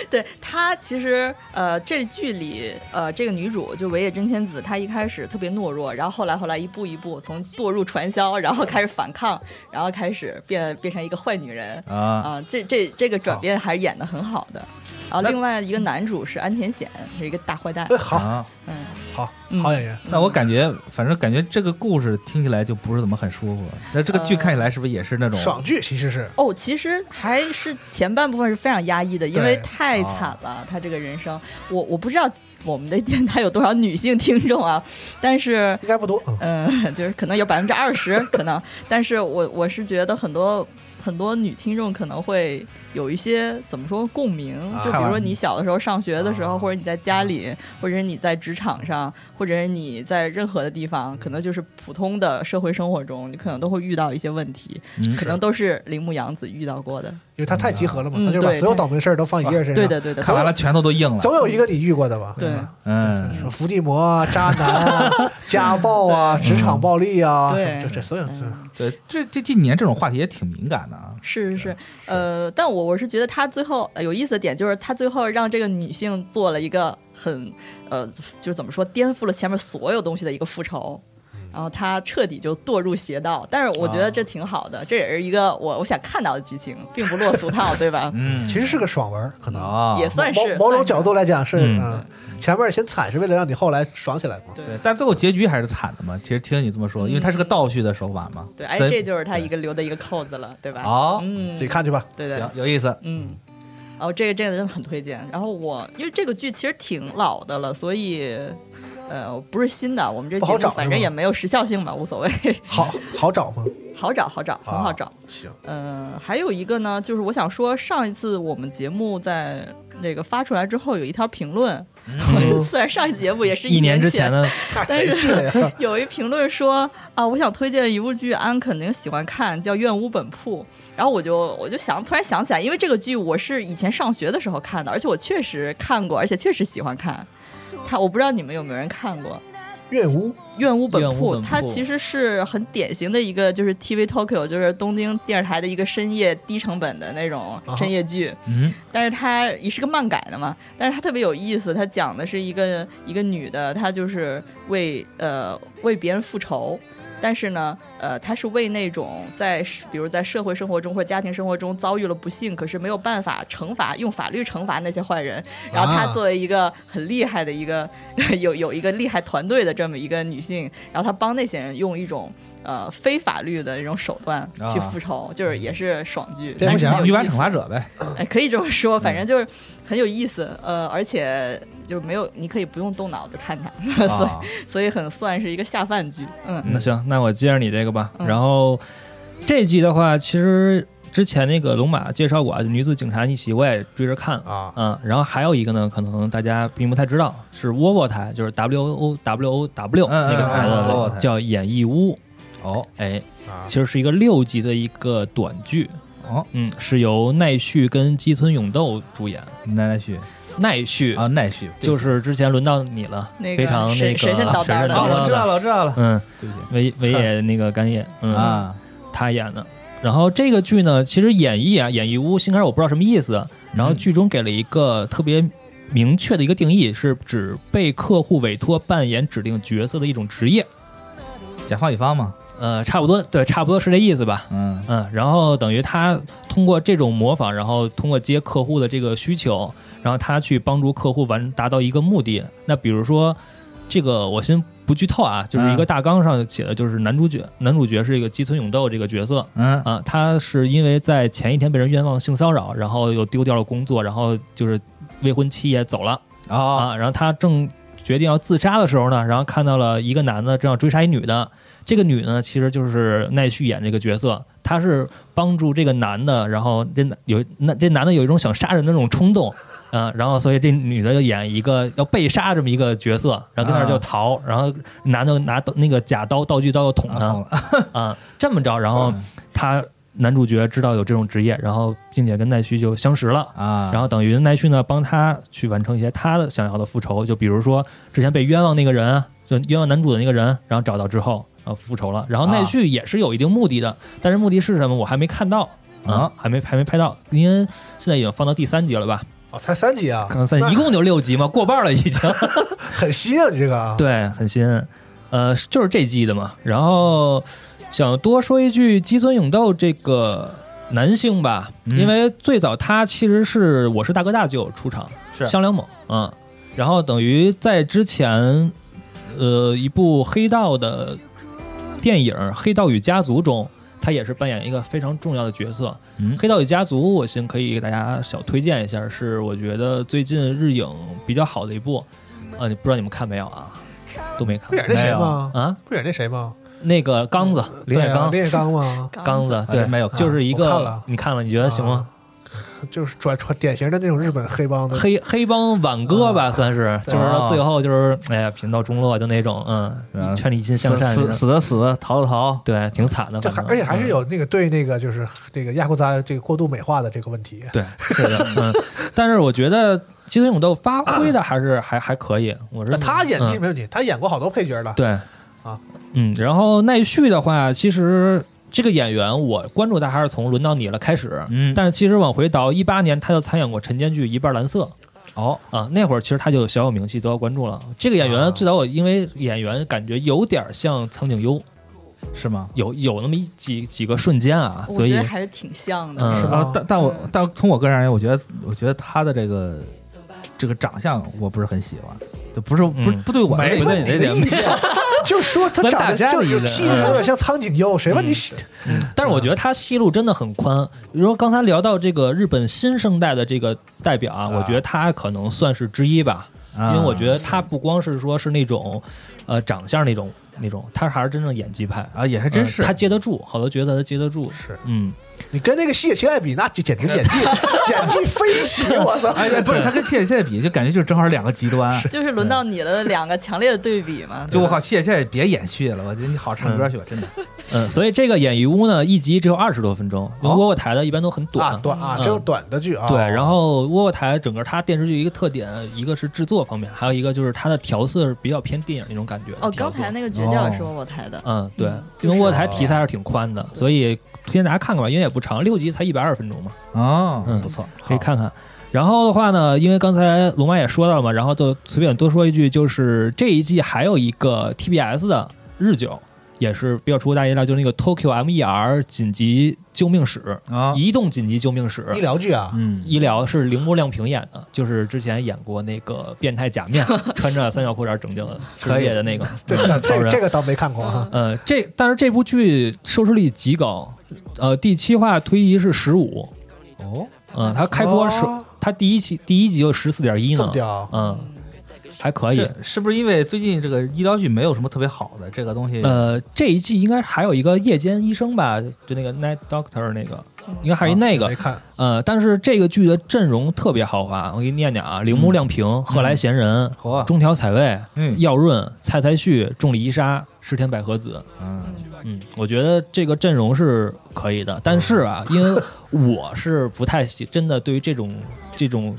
Speaker 4: 对她其实呃，这剧里呃，这个女主就尾野真千子，她一开始特别懦弱，然后后来后来一步一步从堕入传销，然后开始反抗，然后开始变变成一个坏女人
Speaker 3: 啊，
Speaker 4: 啊、这这这个转变还是演的很好的。然后另外一个男主是安田显，是一个大坏蛋
Speaker 2: 哎，，好
Speaker 3: 啊，
Speaker 4: 嗯，
Speaker 2: 好
Speaker 4: 嗯
Speaker 2: 好演员，
Speaker 3: 那我感觉，反正感觉这个故事听起来就不是怎么很舒服。那这个
Speaker 4: 呃
Speaker 3: 剧看起来是不是也是那种
Speaker 2: 爽剧其实是
Speaker 4: 哦，其实还是前半部分是非常压抑的，因为
Speaker 2: 对
Speaker 4: 太惨了，他这个人生，我我不知道我们的电台有多少女性听众啊，但是
Speaker 2: 应该不多。嗯
Speaker 4: 嗯， 就是可能有百分之二十，可能，但是我我是觉得很多很多女听众可能会有一些怎么说共鸣，
Speaker 2: 啊
Speaker 4: 就比如说你小的时候上学的时候，
Speaker 2: 啊
Speaker 4: 或者你在家里，或者是你在职场上，或者是你在任何的地方，可能就是普通的社会生活中，你可能都会遇到一些问题，
Speaker 3: 嗯
Speaker 4: 可能都是铃木洋子遇到过的。
Speaker 2: 因为它太集合了嘛，
Speaker 4: 嗯
Speaker 2: 它就把
Speaker 4: 对
Speaker 2: 所有倒霉事儿都放一个人身上，
Speaker 4: 对的，对的，
Speaker 3: 看完了拳头都硬了。
Speaker 2: 总有一个你遇过的吧？
Speaker 4: 对
Speaker 2: 吧
Speaker 3: 嗯，
Speaker 2: 什么伏地魔啊、渣男啊、家暴啊、职场暴力啊，
Speaker 4: 对
Speaker 2: 什么这这所有这
Speaker 4: 嗯
Speaker 3: 对，这这近年这种话题也挺敏感的啊。
Speaker 4: 是是是，呃，但我我是觉得他最后呃有意思的点就是他最后让这个女性做了一个很呃，就是怎么说，颠覆了前面所有东西的一个复仇。然后她彻底就堕入邪道，但是我觉得这挺好的，这也是一个我我想看到的剧情，并不落俗套，对吧？
Speaker 3: 嗯
Speaker 2: 其实是个爽文，可能
Speaker 3: 啊，
Speaker 4: 也算是
Speaker 2: 某某种
Speaker 4: 算是
Speaker 2: 角度来讲是
Speaker 3: 嗯
Speaker 2: 嗯，前面先惨是为了让你后来爽起来嘛。
Speaker 4: 对
Speaker 3: 对，但最后结局还是惨的嘛。其实听你这么说，因为它是个倒叙的手法嘛。
Speaker 4: 对，哎，
Speaker 3: 咱
Speaker 4: 这就是他一个留的一个扣子了，对吧？
Speaker 3: 哦
Speaker 4: 嗯
Speaker 2: 自，己看去吧。
Speaker 4: 对对，
Speaker 3: 行，有意思。
Speaker 4: 嗯，哦，这个这个真的很推荐。然后我因为这个剧其实挺老的了，所以呃不是新的，我们这
Speaker 2: 不好
Speaker 4: 节目
Speaker 2: 找
Speaker 4: 反正
Speaker 2: 是吗
Speaker 4: 也没有时效性吧，无所谓，
Speaker 2: 好好找吗？
Speaker 4: 好找好找，很
Speaker 2: 啊
Speaker 4: 好找。
Speaker 2: 行，
Speaker 4: 嗯、还有一个呢，就是我想说，上一次我们节目在那个发出来之后，有一条评论，
Speaker 2: 嗯
Speaker 4: 虽然上一节目也是
Speaker 5: 一年之
Speaker 4: 前
Speaker 5: 前的
Speaker 4: 但是
Speaker 2: 是呀，
Speaker 4: 有一评论说啊，我想推荐一部剧，安肯定喜欢看，叫《怨屋本铺》。然后我就我就想，突然想起来，因为这个剧我是以前上学的时候看的，而且我确实看过，而且确实喜欢看。它我不知道你们有没有人看过
Speaker 2: 怨屋
Speaker 4: 《怨屋本
Speaker 5: 怨屋
Speaker 4: 铺》
Speaker 5: 本铺
Speaker 4: 它其实是很典型的一个就是 TV Tokyo，就是东京电视台的一个深夜低成本的那种
Speaker 2: 啊哈
Speaker 4: 深夜剧。
Speaker 3: 嗯，
Speaker 4: 但是它也是个漫改的嘛，但是它特别有意思，它讲的是一个一个女的，她就是为呃为别人复仇，但是呢，呃，她是为那种在比如在社会生活中或家庭生活中遭遇了不幸，可是没有办法惩罚用法律惩罚那些坏人，然后她
Speaker 2: 啊
Speaker 4: 作为一个很厉害的一个 有有一个厉害团队的这么一个女性，然后她帮那些人用一种。呃，非法律的那种手段去
Speaker 3: 啊
Speaker 4: 复仇，就是也是爽剧，
Speaker 2: 蝙
Speaker 4: 但
Speaker 2: 蝠
Speaker 4: 是
Speaker 2: 侠
Speaker 4: 很有
Speaker 3: 一般
Speaker 4: 意思
Speaker 3: 惩罚者呗。
Speaker 4: 哎，可以这么说，反正就是很有意思，呃，而且就是没有，你可以不用动脑子看它， 所以
Speaker 3: 啊，
Speaker 4: 所以很算是一个下饭剧，嗯
Speaker 5: 那行，那我接着你这个吧。
Speaker 4: 嗯
Speaker 5: 然后这季的话，其实之前那个龙马介绍过啊，就女子警察逆袭，我也追着看了。
Speaker 2: 啊，
Speaker 5: 嗯，然后还有一个呢，可能大家并不太知道，是窝窝台，就是 W O W O W
Speaker 3: 嗯嗯
Speaker 5: 那个
Speaker 2: 嗯
Speaker 5: 台
Speaker 2: 嗯窝
Speaker 3: 窝
Speaker 5: 的
Speaker 3: 台
Speaker 5: 叫《演艺屋》，
Speaker 3: 哦
Speaker 5: 哎，
Speaker 2: 啊
Speaker 5: 其实是一个六集的一个短剧，
Speaker 3: 哦，
Speaker 5: 嗯，是由奈绪跟基村勇斗主演。
Speaker 3: 奈奈绪
Speaker 5: 奈绪
Speaker 3: 啊，奈绪
Speaker 5: 就是之前轮到你了，
Speaker 4: 那个
Speaker 5: 非常那
Speaker 4: 神
Speaker 5: 个啊
Speaker 4: 神神叨叨的
Speaker 5: 神叨
Speaker 3: 哦，
Speaker 5: 叨
Speaker 3: 我知道了，我知道了。
Speaker 5: 嗯，
Speaker 3: 对不
Speaker 5: 维维也那个干叶，嗯
Speaker 3: 起啊，
Speaker 5: 他演的。然后这个剧呢，其实演绎啊，演绎屋新开始我不知道什么意思，啊然
Speaker 3: 嗯
Speaker 5: 后剧中给了一个特别明确的一个定义，是指被客户委托扮演指定角色的一种职业。
Speaker 3: 甲方乙方嘛。
Speaker 5: 呃，差不多，对，差不多是这意思吧。
Speaker 3: 嗯
Speaker 5: 嗯，然后等于他通过这种模仿，然后通过接客户的这个需求，然后他去帮助客户完达到一个目的。那比如说，这个我先不剧透啊，就是一个
Speaker 3: 嗯
Speaker 5: 大纲上写的，就是男主角，男主角是一个基村勇斗这个角色，
Speaker 3: 嗯
Speaker 5: 啊，他是因为在前一天被人冤枉性骚扰，然后又丢掉了工作，然后就是未婚妻也走了
Speaker 3: 哦
Speaker 5: 啊，然后他正决定要自杀的时候呢，然后看到了一个男的正要追杀一女的，这个女呢其实就是奈绪演这个角色，她是帮助这个男的，然后这男有那这男的有一种想杀人的那种冲动。啊，然后所以这女的就演一个要被杀这么一个角色，然后跟那儿就
Speaker 3: 啊
Speaker 5: 逃，然后男的拿刀那个假刀道具刀要捅
Speaker 3: 啊
Speaker 5: 他
Speaker 3: 懂了
Speaker 5: 啊，这么着，然后他男主角知道有这种职业，然后并且跟奈绪就相识了。
Speaker 3: 啊，
Speaker 5: 然后等于奈绪呢帮他去完成一些他的想要的复仇，就比如说之前被冤枉那个人，就冤枉男主的那个人，然后找到之后，然后复仇了。然后奈绪也是有一定目的的，但是目的是什么我还没看到啊
Speaker 3: 啊，
Speaker 5: 还没还没拍到，因为现在已经放到第三集了吧？
Speaker 2: 哦，才三集啊，
Speaker 5: 刚三集一共就六集嘛，过半了已经。
Speaker 2: 很新啊，你这个啊，
Speaker 5: 对，很新。呃，就是这季的嘛。然后想多说一句，基村勇斗这个男星吧，
Speaker 3: 嗯
Speaker 5: 因为最早他其实是《我是大哥大》就有出场，
Speaker 3: 是
Speaker 5: 香良猛嗯。然后等于在之前，呃，一部黑道的电影《黑道与家族》中，他也是扮演一个非常重要的角色。
Speaker 3: 嗯
Speaker 5: 黑道与家族》，我先可以给大家小推荐一下，是我觉得最近日影比较好的一部。啊，你不知道你们看没有啊？都没看
Speaker 2: 不演那谁吗？
Speaker 5: 啊？
Speaker 2: 不演那谁吗？
Speaker 5: 那个刚子，林
Speaker 2: 对
Speaker 5: 海
Speaker 2: 啊，
Speaker 5: 刚，
Speaker 2: 林也刚吗？
Speaker 5: 刚子，对，
Speaker 3: 没有
Speaker 5: 就是一个，
Speaker 2: 我看了
Speaker 5: 你看了，你觉得行吗？
Speaker 2: 就是转传典型的那种日本黑帮的，
Speaker 5: 黑黑帮挽歌吧，算是，就是到
Speaker 3: 哦
Speaker 5: 最后就是，哎呀，贫道中落就那种，嗯，
Speaker 3: 嗯
Speaker 5: 劝你一心向
Speaker 3: 死
Speaker 5: 善，
Speaker 3: 死死的死，逃的逃，
Speaker 5: 对，挺惨的，嗯
Speaker 2: 这
Speaker 5: 反
Speaker 2: 还
Speaker 5: 正
Speaker 2: 而且还是有那个对那个就是这个亚库扎这个过度美化的这个问题。
Speaker 5: 对，是的，嗯， 但是我觉得鸡腿勇斗发挥的还 是还还可以，我是
Speaker 2: 那他演技
Speaker 5: 嗯
Speaker 2: 没问题，他演过好多配角了。
Speaker 5: 对
Speaker 2: 啊，
Speaker 5: 嗯，然后奈绪的话，其实这个演员我关注他还是从《轮到你了》开始，
Speaker 3: 嗯，
Speaker 5: 但是其实往回倒一八年，他就参演过晨间剧《一半蓝色》。
Speaker 3: 哦，
Speaker 5: 啊，那会儿其实他就小有名气，都要关注了。这个演
Speaker 2: 啊
Speaker 5: 员最早我因为演员感觉有点像苍井优，
Speaker 3: 是吗？
Speaker 5: 有有那么一几几个瞬间啊，
Speaker 4: 我
Speaker 5: 所以
Speaker 4: 觉得还是挺像的。
Speaker 5: 嗯
Speaker 2: 是吧
Speaker 3: 啊，但但我
Speaker 4: 嗯
Speaker 3: 但从我个人而言，我觉得我觉得他的这个这个长相我不是很喜欢，就不是不是
Speaker 5: 嗯
Speaker 3: 不对我的
Speaker 2: 没
Speaker 3: 那个
Speaker 2: 问你的意见， 就说他长得就有气质有点像苍井优，谁
Speaker 5: 嗯
Speaker 2: 问你喜？
Speaker 5: 但是我觉得他戏路真的很宽。比如说刚才聊到这个日本新生代的这个代表啊，我觉得他可能算是之一吧，因
Speaker 3: 啊
Speaker 5: 为我觉得他不光是说是那种呃长相那种那种，他还是真正演技派。
Speaker 3: 啊也还真
Speaker 5: 呃
Speaker 3: 是
Speaker 5: 他接得住，好多觉得他接得住。
Speaker 2: 是
Speaker 5: 嗯，
Speaker 2: 你跟那个西野七濑比，那就简直 演技演技飞起！我操！
Speaker 3: 哎不是他跟谢谢谢比，就感觉就是正好两个极端。
Speaker 4: 就是轮到你了，两个强烈的对比 嘛。
Speaker 3: 就我靠，谢谢谢别演戏了，我觉得你好唱歌去吧，真的。
Speaker 5: 嗯，所以这个演艺屋呢，一集只有二十多分钟，因为
Speaker 2: 哦
Speaker 5: 窝窝台的一般都很短。
Speaker 2: 啊，短啊，
Speaker 5: 嗯
Speaker 2: 这种短的剧啊。
Speaker 5: 对，然后窝窝台整个它电视剧一个特点，一个是制作方面，还有一个就是它的调色是比较偏电影那种感觉的
Speaker 4: 哦，
Speaker 5: 调
Speaker 4: 刚
Speaker 5: 色
Speaker 4: 才那个绝调也是我台的，
Speaker 5: 嗯，对
Speaker 4: 嗯，
Speaker 5: 因
Speaker 4: 就
Speaker 5: 为
Speaker 4: 是
Speaker 5: 窝台题材还是挺宽的，所以推荐大家看看吧，因为也不长，六集才一百二十分钟嘛，
Speaker 3: 哦
Speaker 5: 嗯，
Speaker 3: 不错，
Speaker 5: 可以看看。然后的话呢，因为刚才龙妈也说到了嘛，然后就随便多说一句，就是这一季还有一个 TBS 的日久，也是比较出乎大家意料，就是那个 Tokyo MER 紧急救命室，
Speaker 3: 啊，
Speaker 5: 移动紧急救命室。
Speaker 2: 医疗剧啊，
Speaker 3: 嗯
Speaker 5: 医疗是铃木亮平演的，就是之前演过那个变态假面，穿着三角裤衩拯救世界的那个，
Speaker 2: 这
Speaker 5: 嗯超
Speaker 2: 这
Speaker 5: 人
Speaker 2: 这个倒没看过啊。
Speaker 5: 呃，这但是这部剧收视率极高，呃，第七话推移是十五，
Speaker 3: 哦，
Speaker 5: 嗯，它开播是、
Speaker 2: 哦
Speaker 5: 它第一期第一集就十四点一
Speaker 2: 这
Speaker 5: 呢
Speaker 2: 么，屌，
Speaker 5: 嗯，还可以。
Speaker 3: 是是不是因为最近这个医疗剧没有什么特别好的这个东西？
Speaker 5: 呃，这一季应该还有一个夜间医生吧，就那个 Night Doctor 那个，应该还有一那个
Speaker 2: 没，看。
Speaker 5: 呃，但是这个剧的阵容特别豪华，我给你念念啊：铃
Speaker 2: 嗯
Speaker 5: 木亮平、贺来贤人、
Speaker 3: 嚯，
Speaker 5: 中条彩未、
Speaker 3: 嗯
Speaker 5: 耀润、蔡才旭、重里伊沙、石田百合子，
Speaker 3: 嗯
Speaker 5: 嗯，我觉得这个阵容是可以的，但是啊，因 为我是不太喜，真的对于这种这种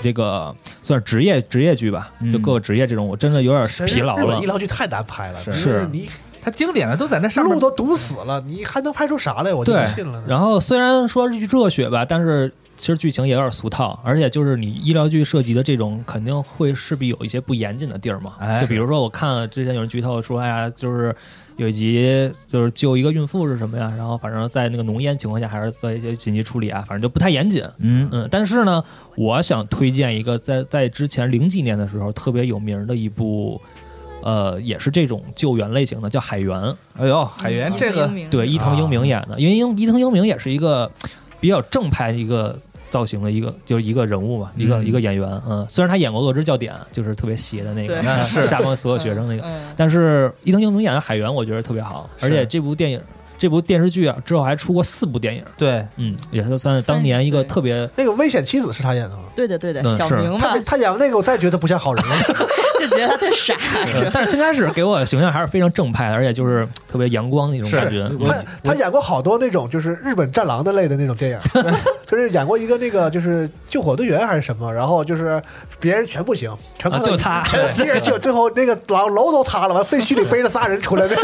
Speaker 5: 这个算是职业职业剧吧，
Speaker 3: 嗯
Speaker 5: 就各个职业这种，我真的有点疲劳
Speaker 2: 日
Speaker 5: 了
Speaker 2: 本医。疗剧太难拍了，
Speaker 3: 是
Speaker 2: 就是你
Speaker 3: 它经典的都在那上面
Speaker 2: 路都堵死了，你还能拍出啥来？我就
Speaker 5: 对
Speaker 2: 不信了呢。
Speaker 5: 然后虽然说日剧热血吧，但是其实剧情也有点俗套，而且就是你医疗剧涉及的这种，肯定会势必有一些不严谨的地儿嘛。
Speaker 3: 哎
Speaker 5: 就比如说我看之前有人剧透说，哎呀，就是有一集就是救一个孕妇是什么呀，然后反正在那个浓烟情况下，还是做一些紧急处理啊，反正就不太严谨。
Speaker 3: 嗯
Speaker 5: 嗯，但是呢，我想推荐一个在在之前零几年的时候特别有名的一部，呃，也是这种救援类型的，叫《海员》。
Speaker 3: 哎呦，海源这个
Speaker 5: 对，伊藤英
Speaker 3: 啊
Speaker 5: 明演的，因为英伊藤英明也是一个比较正派一个造型的一个，就是一个人物嘛，一个
Speaker 3: 嗯
Speaker 5: 一个演员。嗯，虽然他演过《恶之教典》，就是特别邪的那个
Speaker 4: 对，
Speaker 3: 那 是
Speaker 5: 下关所有
Speaker 4: 做
Speaker 5: 学生那个，
Speaker 4: 个，
Speaker 5: 但是伊藤英明演的海员，我觉得特别好，而且
Speaker 3: 是
Speaker 5: 这部电影。这部电视剧啊，之后还出过四部电影，
Speaker 3: 对，
Speaker 5: 嗯，也就算是当年一个
Speaker 4: 对
Speaker 5: 特别
Speaker 2: 那个危险妻子是他演的吗？
Speaker 4: 对的对的
Speaker 5: 嗯，
Speaker 4: 小
Speaker 5: 是
Speaker 4: 明嘛
Speaker 2: 他，他演完那个，我再觉得不像好人了。
Speaker 4: 就觉得他特傻，
Speaker 5: 呃 但是新开始给我的形象还是非常正派的，而且就是特别阳光那种感觉。我
Speaker 2: 他他演过好多那种就是日本战狼的类的那种电影， 就是演过一个那个就是救火队员还是什么，然后就是别人全不行，全
Speaker 5: 啊
Speaker 2: 靠，
Speaker 5: 就他，
Speaker 2: 全这人就最后那个老楼都塌了，完废墟里背着仨人出来的，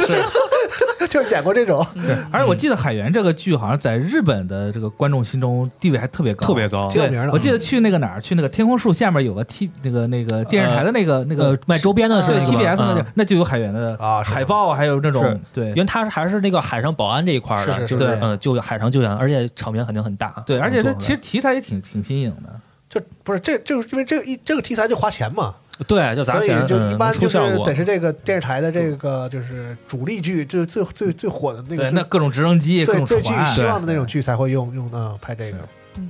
Speaker 2: 就演过这种。
Speaker 3: 而且我记得海源这个剧好像在日本的这个观众心中地位还特别高，
Speaker 5: 特别高
Speaker 2: 挺有
Speaker 3: 对
Speaker 2: 名的啊
Speaker 3: 我记得去那个哪儿，去那个天空树下面有个 T 那个那个电视台的那个那
Speaker 5: 呃
Speaker 3: 个
Speaker 5: 卖周边的
Speaker 4: 呃
Speaker 5: 是
Speaker 3: 对
Speaker 5: 那个
Speaker 3: TBS
Speaker 5: 吗
Speaker 3: 那
Speaker 5: 嗯
Speaker 3: 就那就有海源的
Speaker 2: 啊是
Speaker 3: 海报啊，还有那
Speaker 5: 是
Speaker 3: 种对
Speaker 5: 因为他还是那个海上保安这一块儿
Speaker 2: 是
Speaker 5: 的，
Speaker 2: 是
Speaker 5: 就是是
Speaker 3: 对
Speaker 5: 嗯救海上救援，而且场面肯定很大。
Speaker 3: 对，而且它
Speaker 5: 嗯
Speaker 3: 其实题材也挺挺新颖的，
Speaker 2: 就不是这就是因为这个一这个题材就花钱嘛，
Speaker 5: 对，就砸
Speaker 2: 所以
Speaker 5: 钱，
Speaker 2: 就
Speaker 5: 嗯
Speaker 2: 一般
Speaker 5: 出
Speaker 2: 就是
Speaker 5: 效果嗯
Speaker 2: 得。是这个电视台的这个就是主力剧，就是最最最火的那个
Speaker 3: 对，
Speaker 2: 最
Speaker 3: 那各种直升机、各
Speaker 2: 最
Speaker 3: 种
Speaker 2: 最具
Speaker 3: 船，
Speaker 2: 希望的那种剧才会用用那拍这个。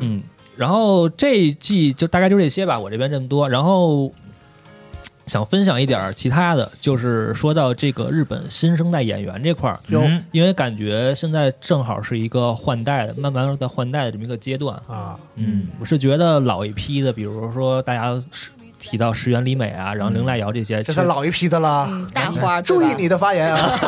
Speaker 5: 嗯，然后这一季就大概就这些吧，我这边这么多。然后想分享一点儿其他的，就是说到这个日本新生代演员这块儿，
Speaker 2: 有
Speaker 3: 嗯
Speaker 5: 因为感觉现在正好是一个换代的，慢慢在换代的这么一个阶段。
Speaker 2: 啊，
Speaker 5: 嗯，我是觉得老一批的，比如说大家是提到石原里美啊，然后林濑遥这些，
Speaker 2: 这
Speaker 5: 其
Speaker 2: 算
Speaker 5: 实
Speaker 2: 老一批的了。
Speaker 4: 嗯，大花，
Speaker 2: 注意
Speaker 4: 对吧
Speaker 2: 你，的发言 啊！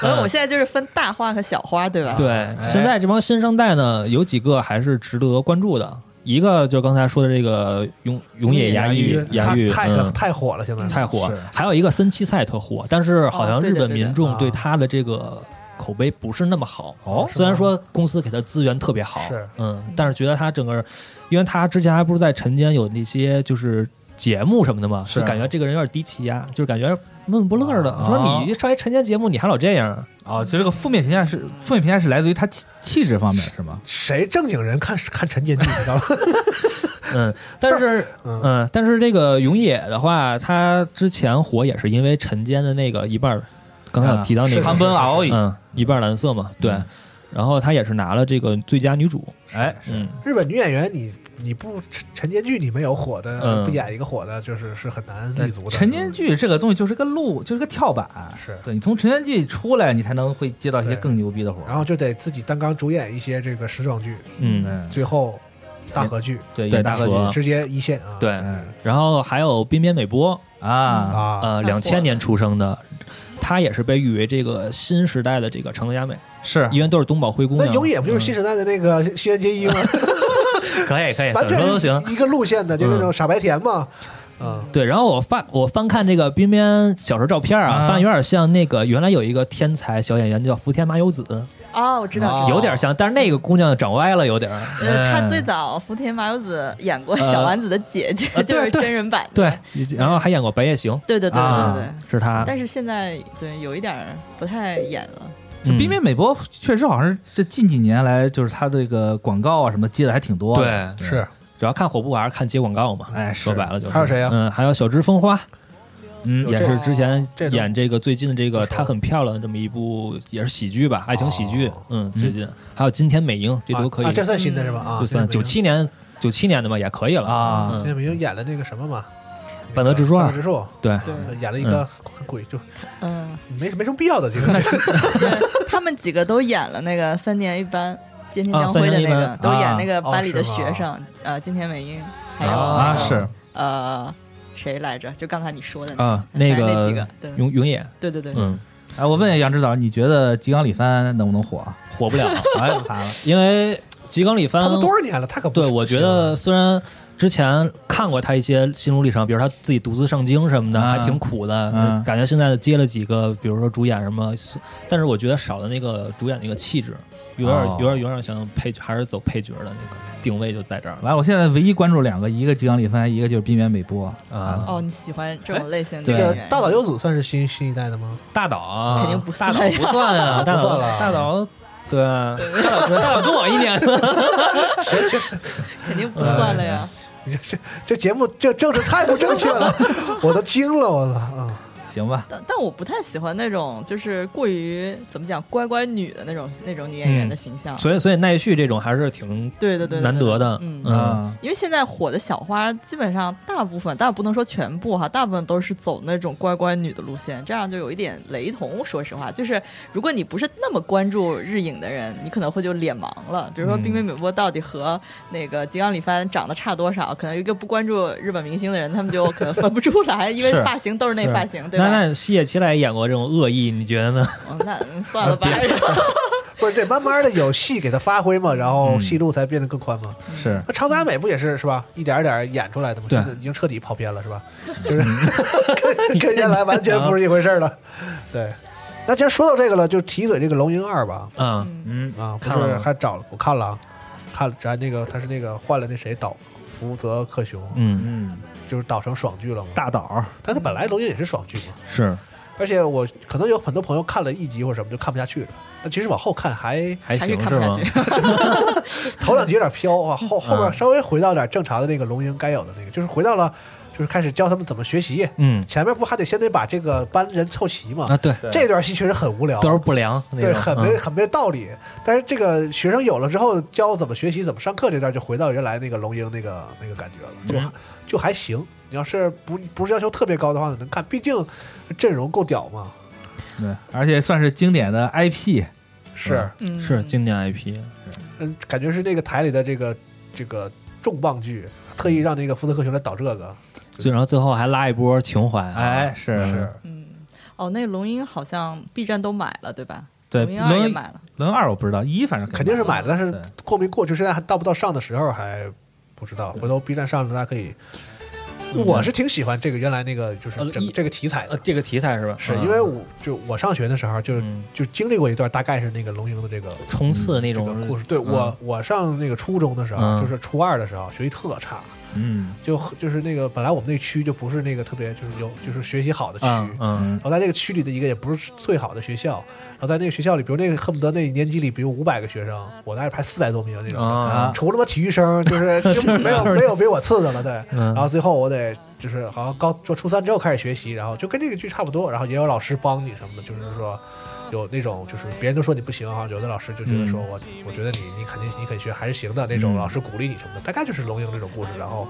Speaker 4: 所以我现在就是分大花和小花，对吧？
Speaker 5: 对，
Speaker 2: 哎
Speaker 5: 现在这帮新生代呢，有几个还是值得关注的。一个就刚才说的这个永永野芽郁，芽
Speaker 2: 他
Speaker 5: 郁
Speaker 2: 太
Speaker 5: 嗯
Speaker 2: 太火了，现在
Speaker 5: 太火
Speaker 3: 是，
Speaker 5: 还有一个森七菜特火，但是好像
Speaker 4: 哦对
Speaker 5: 日
Speaker 4: 对
Speaker 5: 本
Speaker 4: 对对
Speaker 5: 民众
Speaker 2: 啊
Speaker 5: 对他的这个口碑不是那么好。
Speaker 3: 哦
Speaker 5: 虽然说公司给他资源特别好，
Speaker 2: 是
Speaker 5: 嗯，但是觉得他整个，因为他之前还不是在晨间有那些就是节目什么的嘛，
Speaker 3: 是
Speaker 5: 就感觉这个人有点低气压，就是感觉闷不乐的。
Speaker 3: 啊
Speaker 5: 说你上一晨间节目，你还老这样，
Speaker 3: 哦，就这个负面评价是负面评价是来自于他气气质方面是吗？
Speaker 2: 谁正经人看 看陈建记，你知 道吗？
Speaker 5: 嗯，但是
Speaker 2: 嗯
Speaker 5: 嗯，但是这个永野的话，他之前火也是因为晨间的那个一半儿，刚才有提到那
Speaker 2: 是
Speaker 5: 个
Speaker 2: 是
Speaker 3: 韩奔熬一，
Speaker 5: 嗯，一半蓝色嘛，对。然后她也是拿了这个最佳女主，
Speaker 3: 哎，
Speaker 5: 嗯，
Speaker 2: 日本女演员你，你不陈陈建剧你没有火的，
Speaker 5: 嗯
Speaker 2: 不演一个火的，就是是很难立足的。
Speaker 3: 陈年剧这个东西就是个路，就是个跳板。
Speaker 2: 是
Speaker 3: 对你从陈年剧出来，你才能会接到一些
Speaker 2: 对
Speaker 3: 更牛逼的活儿。
Speaker 2: 然后就得自己担纲主演一些这个时装剧，
Speaker 5: 嗯，
Speaker 3: 嗯，
Speaker 2: 最后大合剧
Speaker 3: 对
Speaker 5: 对
Speaker 3: 演大
Speaker 5: 大
Speaker 3: 合
Speaker 5: 河
Speaker 3: 剧，
Speaker 2: 直接一线啊。
Speaker 5: 嗯对。
Speaker 3: 嗯
Speaker 5: 然后还有边边美波，
Speaker 3: 啊，
Speaker 2: 啊，
Speaker 5: 呃，
Speaker 4: 太火
Speaker 5: 两
Speaker 4: 了
Speaker 5: 千年出生的，她也是被誉为这个新时代的这个长泽雅美，
Speaker 3: 是
Speaker 5: 因为都是东宝灰姑
Speaker 2: 那
Speaker 5: 娘。
Speaker 2: 永野不就是新时代的那个西园结衣吗？
Speaker 5: 嗯可以可以，
Speaker 2: 完
Speaker 5: 怎
Speaker 2: 全
Speaker 5: 么都行。嗯
Speaker 2: 一个路线的，就那种傻白甜嘛。啊，
Speaker 5: 对，然后我翻我翻看这个边边小时候照片啊，
Speaker 3: 啊
Speaker 5: 发现有点像那个原来有一个天才小演员叫福田麻由子，
Speaker 4: 哦，我知道，
Speaker 2: 哦
Speaker 5: 有点像，但是那个姑娘长歪了有点儿。
Speaker 4: 呃，她最早福田麻由子演过小丸子的姐姐，
Speaker 5: 嗯呃
Speaker 4: 就是
Speaker 5: 对对
Speaker 4: 真人版的。
Speaker 5: 对，然后还演过《白夜行》，
Speaker 4: 对对对对对对
Speaker 3: 啊。
Speaker 5: 是她。
Speaker 4: 但是现在对有一点儿不太演了，
Speaker 5: 嗯
Speaker 3: 冰面美波确实好像是这近几年来，就是他这个广告啊什么接的还挺多的。
Speaker 5: 对，
Speaker 2: 是
Speaker 5: 主要看火不火还是看接广告嘛。
Speaker 3: 哎是
Speaker 5: 说白了就是。
Speaker 3: 还有谁呀
Speaker 5: 嗯，还有小芝风花，
Speaker 3: 嗯，
Speaker 5: 也是之前
Speaker 2: 啊这都
Speaker 5: 演这个最近的这个
Speaker 2: 不
Speaker 5: 《
Speaker 2: 熟
Speaker 5: 她很漂亮》这么一部也是喜剧吧，爱情喜剧
Speaker 2: 哦。
Speaker 5: 嗯，最近还有今天美英，这都可
Speaker 2: 啊
Speaker 5: 以
Speaker 2: 啊，这，算新的是吧？啊，
Speaker 5: 就算九七年九七年的嘛，也可以了
Speaker 3: 啊
Speaker 2: 现在
Speaker 5: 嗯
Speaker 2: 不就演了那个什么嘛？
Speaker 5: 板德直树
Speaker 2: 板
Speaker 5: 二
Speaker 2: 德直树嗯
Speaker 5: 对，
Speaker 4: 对，
Speaker 2: 演了一个很鬼，就
Speaker 4: 嗯，
Speaker 2: 没没什么必要的 这个。
Speaker 4: 对他们几个都演了那个三年一班，菅田将辉的那个，
Speaker 5: 啊
Speaker 4: 都演
Speaker 3: 啊
Speaker 4: 那个班里的
Speaker 2: 哦是吗
Speaker 4: 学生，呃，金田美英，还有
Speaker 3: 啊
Speaker 4: 那个
Speaker 3: 是
Speaker 4: 呃谁来着？就刚才你说的
Speaker 5: 啊，
Speaker 4: 那
Speaker 5: 那
Speaker 4: 个反正那几
Speaker 5: 个
Speaker 4: 个，对
Speaker 5: 永永野，
Speaker 4: 对对对，
Speaker 5: 嗯，
Speaker 3: 哎，我问杨指导，你觉得吉冈里帆能不能 火？
Speaker 5: 火不了，
Speaker 3: 哎，我烦了。
Speaker 5: 因为吉冈里帆
Speaker 2: 他都多少年了，他可不
Speaker 5: 对，我觉得虽然之前看过他一些心路历程，比如他自己独自上京什么的，
Speaker 3: 嗯
Speaker 5: 还挺苦的。
Speaker 3: 嗯
Speaker 5: 感觉现在接了几个，比如说主演什么，但是我觉得少了那个主演那个气质，有点、
Speaker 3: 哦
Speaker 5: 有点有点像配角，还是走配角的那个定位就在这儿了。
Speaker 3: 完了，我现在唯一关注两个，一个吉冈里帆，一个就是滨原美波
Speaker 5: 啊
Speaker 4: 哦，你喜欢这种类型的
Speaker 2: 哎这
Speaker 4: 演
Speaker 2: 个
Speaker 4: 员？
Speaker 2: 大岛优子算是新新一代的吗？
Speaker 5: 大岛啊
Speaker 4: 肯定不
Speaker 5: 大
Speaker 4: 算
Speaker 5: 岛 不算啊，大
Speaker 2: 不
Speaker 5: 岛
Speaker 2: 算了
Speaker 5: 大岛 对啊，大岛大岛跟我一年，
Speaker 4: 肯定不算了呀。
Speaker 2: 你这这这节目这政治太不正确 了，我都惊了，我操啊！
Speaker 3: 行吧？
Speaker 4: 但但我不太喜欢那种就是过于怎么讲乖乖女的那种那种女演员的形象。
Speaker 5: 所以所以奈绪这种还是挺
Speaker 4: 对对对，对
Speaker 5: 难得的，
Speaker 4: 嗯
Speaker 5: 嗯，
Speaker 3: 啊
Speaker 4: 因为现在火的小花，基本上大部分，但不能说全部哈，大部分都是走那种乖乖女的路线，这样就有一点雷同。说实话，就是如果你不是那么关注日影的人，你可能会就脸盲了。比如
Speaker 5: 嗯
Speaker 4: 说冰美美波到底和那个吉冈里帆长得差多少，可能有一个不关注日本明星的人，他们就可能分不出来，因为
Speaker 3: 是
Speaker 4: 发型都是那发型，对
Speaker 5: 那
Speaker 4: 吧？
Speaker 5: 那西野七濑也演过这种恶意，你觉得呢？
Speaker 4: 嗯那嗯算了吧。
Speaker 2: 不是得慢慢的有戏给他发挥嘛，然
Speaker 5: 嗯
Speaker 2: 后戏路才变得更宽嘛。
Speaker 3: 是
Speaker 2: 那长泽雅美不也是是吧？一点一点演出来的嘛，
Speaker 5: 对嗯
Speaker 2: 现在已经彻底跑偏了是吧？就是 跟跟原来完全不是一回事儿了。 对，那既然说到这个了，就提一嘴这个《龙吟二》吧。
Speaker 5: 嗯，
Speaker 3: 嗯
Speaker 2: 啊，不
Speaker 5: 看了
Speaker 2: 是
Speaker 5: 吗
Speaker 2: 还找了我看了啊，看了咱那个他是那个换了那谁导福泽克雄，
Speaker 5: 嗯，
Speaker 3: 嗯，
Speaker 2: 就是导成爽剧了嘛。
Speaker 3: 大岛
Speaker 2: 但他本来《龙吟》也是爽剧嘛。
Speaker 5: 是
Speaker 2: 而且我可能有很多朋友看了一集或者什么就看不下去了，但其实往后看还
Speaker 5: 还
Speaker 4: 还是
Speaker 5: 行
Speaker 4: 看
Speaker 5: 是
Speaker 4: 不下
Speaker 5: 吗？
Speaker 4: 去，
Speaker 2: 头两集有点飘啊，后后边
Speaker 5: 嗯
Speaker 2: 稍微回到点正常的那个龙吟该有的那个，就是回到了就是开始教他们怎么学习，
Speaker 5: 嗯
Speaker 2: 前面不还得先得把这个班人凑齐嘛？
Speaker 5: 啊，对，
Speaker 2: 这段戏确实很无聊，
Speaker 5: 都是不良那
Speaker 2: 对，
Speaker 5: 种
Speaker 2: 很
Speaker 5: 嗯
Speaker 2: 没很没道理。但是这个学生有了之后，
Speaker 5: 嗯
Speaker 2: 教怎么学习、怎么上课这段就回到原来那个龙吟那个那个感觉了，就就还行。你要是不不是要求特别高的话，能看，毕竟阵容够屌嘛。
Speaker 3: 对，而且算是经典的 IP，
Speaker 2: 是，
Speaker 4: 嗯
Speaker 5: 是经典 IP，
Speaker 2: 嗯，感觉是这个台里的这个这个重磅剧，特意让那个福斯克雄来导这个，
Speaker 5: 最然后最后还拉一波情怀、啊，
Speaker 3: 哎，，是
Speaker 2: 是
Speaker 4: 嗯，哦，那龙鹰好像 B 站都买了，对吧？
Speaker 3: 对
Speaker 4: 龙鹰二也
Speaker 3: 龙
Speaker 4: 买了。
Speaker 3: 龙二我不知道，一反正
Speaker 2: 肯定是买的，
Speaker 3: 了，
Speaker 2: 但是
Speaker 3: 对
Speaker 2: 过没过去，现在还到不到上的时候还不知道，回头 B 站上了大家可以。我是挺喜欢这个原来那个就是
Speaker 5: 嗯呃
Speaker 2: 整
Speaker 5: 一
Speaker 2: 这个题材
Speaker 5: 呃，
Speaker 2: 的，
Speaker 5: 这个题材是吧？
Speaker 2: 是
Speaker 5: 嗯
Speaker 2: 因为我就我上学的时候就
Speaker 5: 嗯
Speaker 2: 就经历过一段大概是那个龙鹰的这个
Speaker 5: 冲刺那
Speaker 2: 嗯这
Speaker 5: 种
Speaker 2: 个故事。对我我上那个初中的时候，
Speaker 5: 嗯
Speaker 2: 就是初二的时候，学习特差，
Speaker 5: 嗯
Speaker 2: 就就是那个本来我们那区就不是那个特别就是有就是学习好的区，
Speaker 5: 嗯嗯
Speaker 2: 然后在这个区里的一个也不是最好的学校，然后在那个学校里，比如那个恨不得那年级里，比如五百个学生，我那儿排四百多名那种，
Speaker 5: 啊
Speaker 2: 除了他妈体育生， 就是就没有没有比我次的了， 对。
Speaker 5: 嗯
Speaker 2: 然后最后我得就是好像高就初三之后开始学习，然后就跟这个剧差不多，然后也有老师帮你什么的，就是说。有那种就是别人都说你不行哈，有的老师就觉得说我、我觉得你你肯定你肯学还是行的那种，
Speaker 5: 嗯
Speaker 2: 老师鼓励你什么的，大概就是龙樱这种故事，然后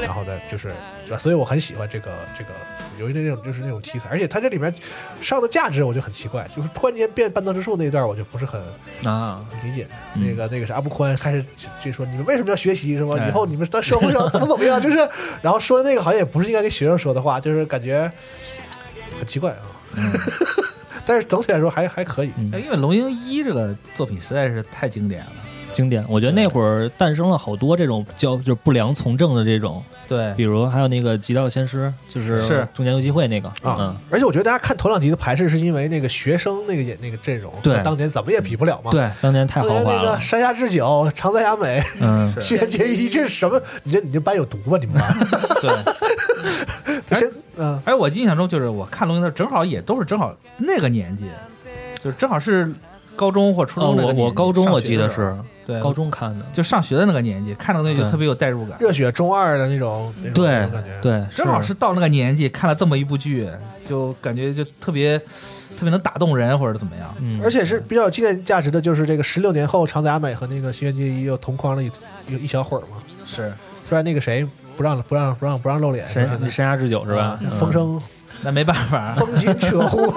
Speaker 2: 然后呢，就是，是吧所以我很喜欢这个这个，有一点那种就是那种题材，而且它这里面上的价值我就很奇怪，就是突然间变半泽直树那一段，我就不是很
Speaker 5: 啊，
Speaker 2: 理解。
Speaker 5: 嗯
Speaker 2: 那个那个是阿布宽开始就就说你们为什么要学习是吗？
Speaker 5: 哎
Speaker 2: 以后你们到社会上怎么怎么样？ 就是，然后说的那个好像也不是应该跟学生说的话，就是感觉很奇怪啊。
Speaker 5: 嗯
Speaker 2: 但是总体来说还还可以，
Speaker 3: 哎因为龙鹰一这个作品实在是太经典了，
Speaker 5: 经典。我觉得那会儿诞生了好多这种叫就是不良从政的这种，
Speaker 3: 对
Speaker 5: 比如还有那个《极道先师》，就是
Speaker 3: 是
Speaker 5: 中年游击会那个
Speaker 2: 啊
Speaker 5: 嗯，
Speaker 2: 而且我觉得大家看头两集的排斥是因为那个学生那个演那个阵容，
Speaker 5: 对
Speaker 2: 在当年怎么也比不了嘛。，
Speaker 5: 对，当年太豪华
Speaker 2: 那个
Speaker 5: 了，
Speaker 2: 山下智久、长泽雅美、
Speaker 5: 嗯，
Speaker 2: 西园结衣，这是什么？你这你这班有毒吧？你们 班？
Speaker 3: 对。
Speaker 2: 先嗯
Speaker 3: 而我印象中就是我看龙樱的时候正好也都是正好那个年纪，就是正好是高中或初
Speaker 5: 哦，
Speaker 3: 中那个
Speaker 5: 我
Speaker 3: 年纪、
Speaker 5: 我高中我记得
Speaker 3: 上学的时
Speaker 5: 是
Speaker 3: 候对
Speaker 5: 高中看的，
Speaker 3: 就上学的那个年纪，看到那就
Speaker 5: 对
Speaker 3: 特别有代入感。
Speaker 2: 热血中二的那种，那种那
Speaker 5: 对
Speaker 2: 种感觉。
Speaker 5: 对，
Speaker 3: 正好是到那个年纪看了这么一部剧，就感觉就特别特别能打动人或者怎么样。
Speaker 5: 嗯，
Speaker 2: 而且是比较有纪念价值的，就是这个十六年后，长泽雅美和那个西园结衣又同框了一有一小会儿嘛。
Speaker 3: 是，
Speaker 2: 虽然那个谁不让不让不让不让露脸，
Speaker 5: 神
Speaker 2: 是吧
Speaker 5: 神杀之久是吧
Speaker 2: 啊？
Speaker 5: 嗯
Speaker 2: 风声
Speaker 3: 那没办 法，
Speaker 2: 风琴扯呼，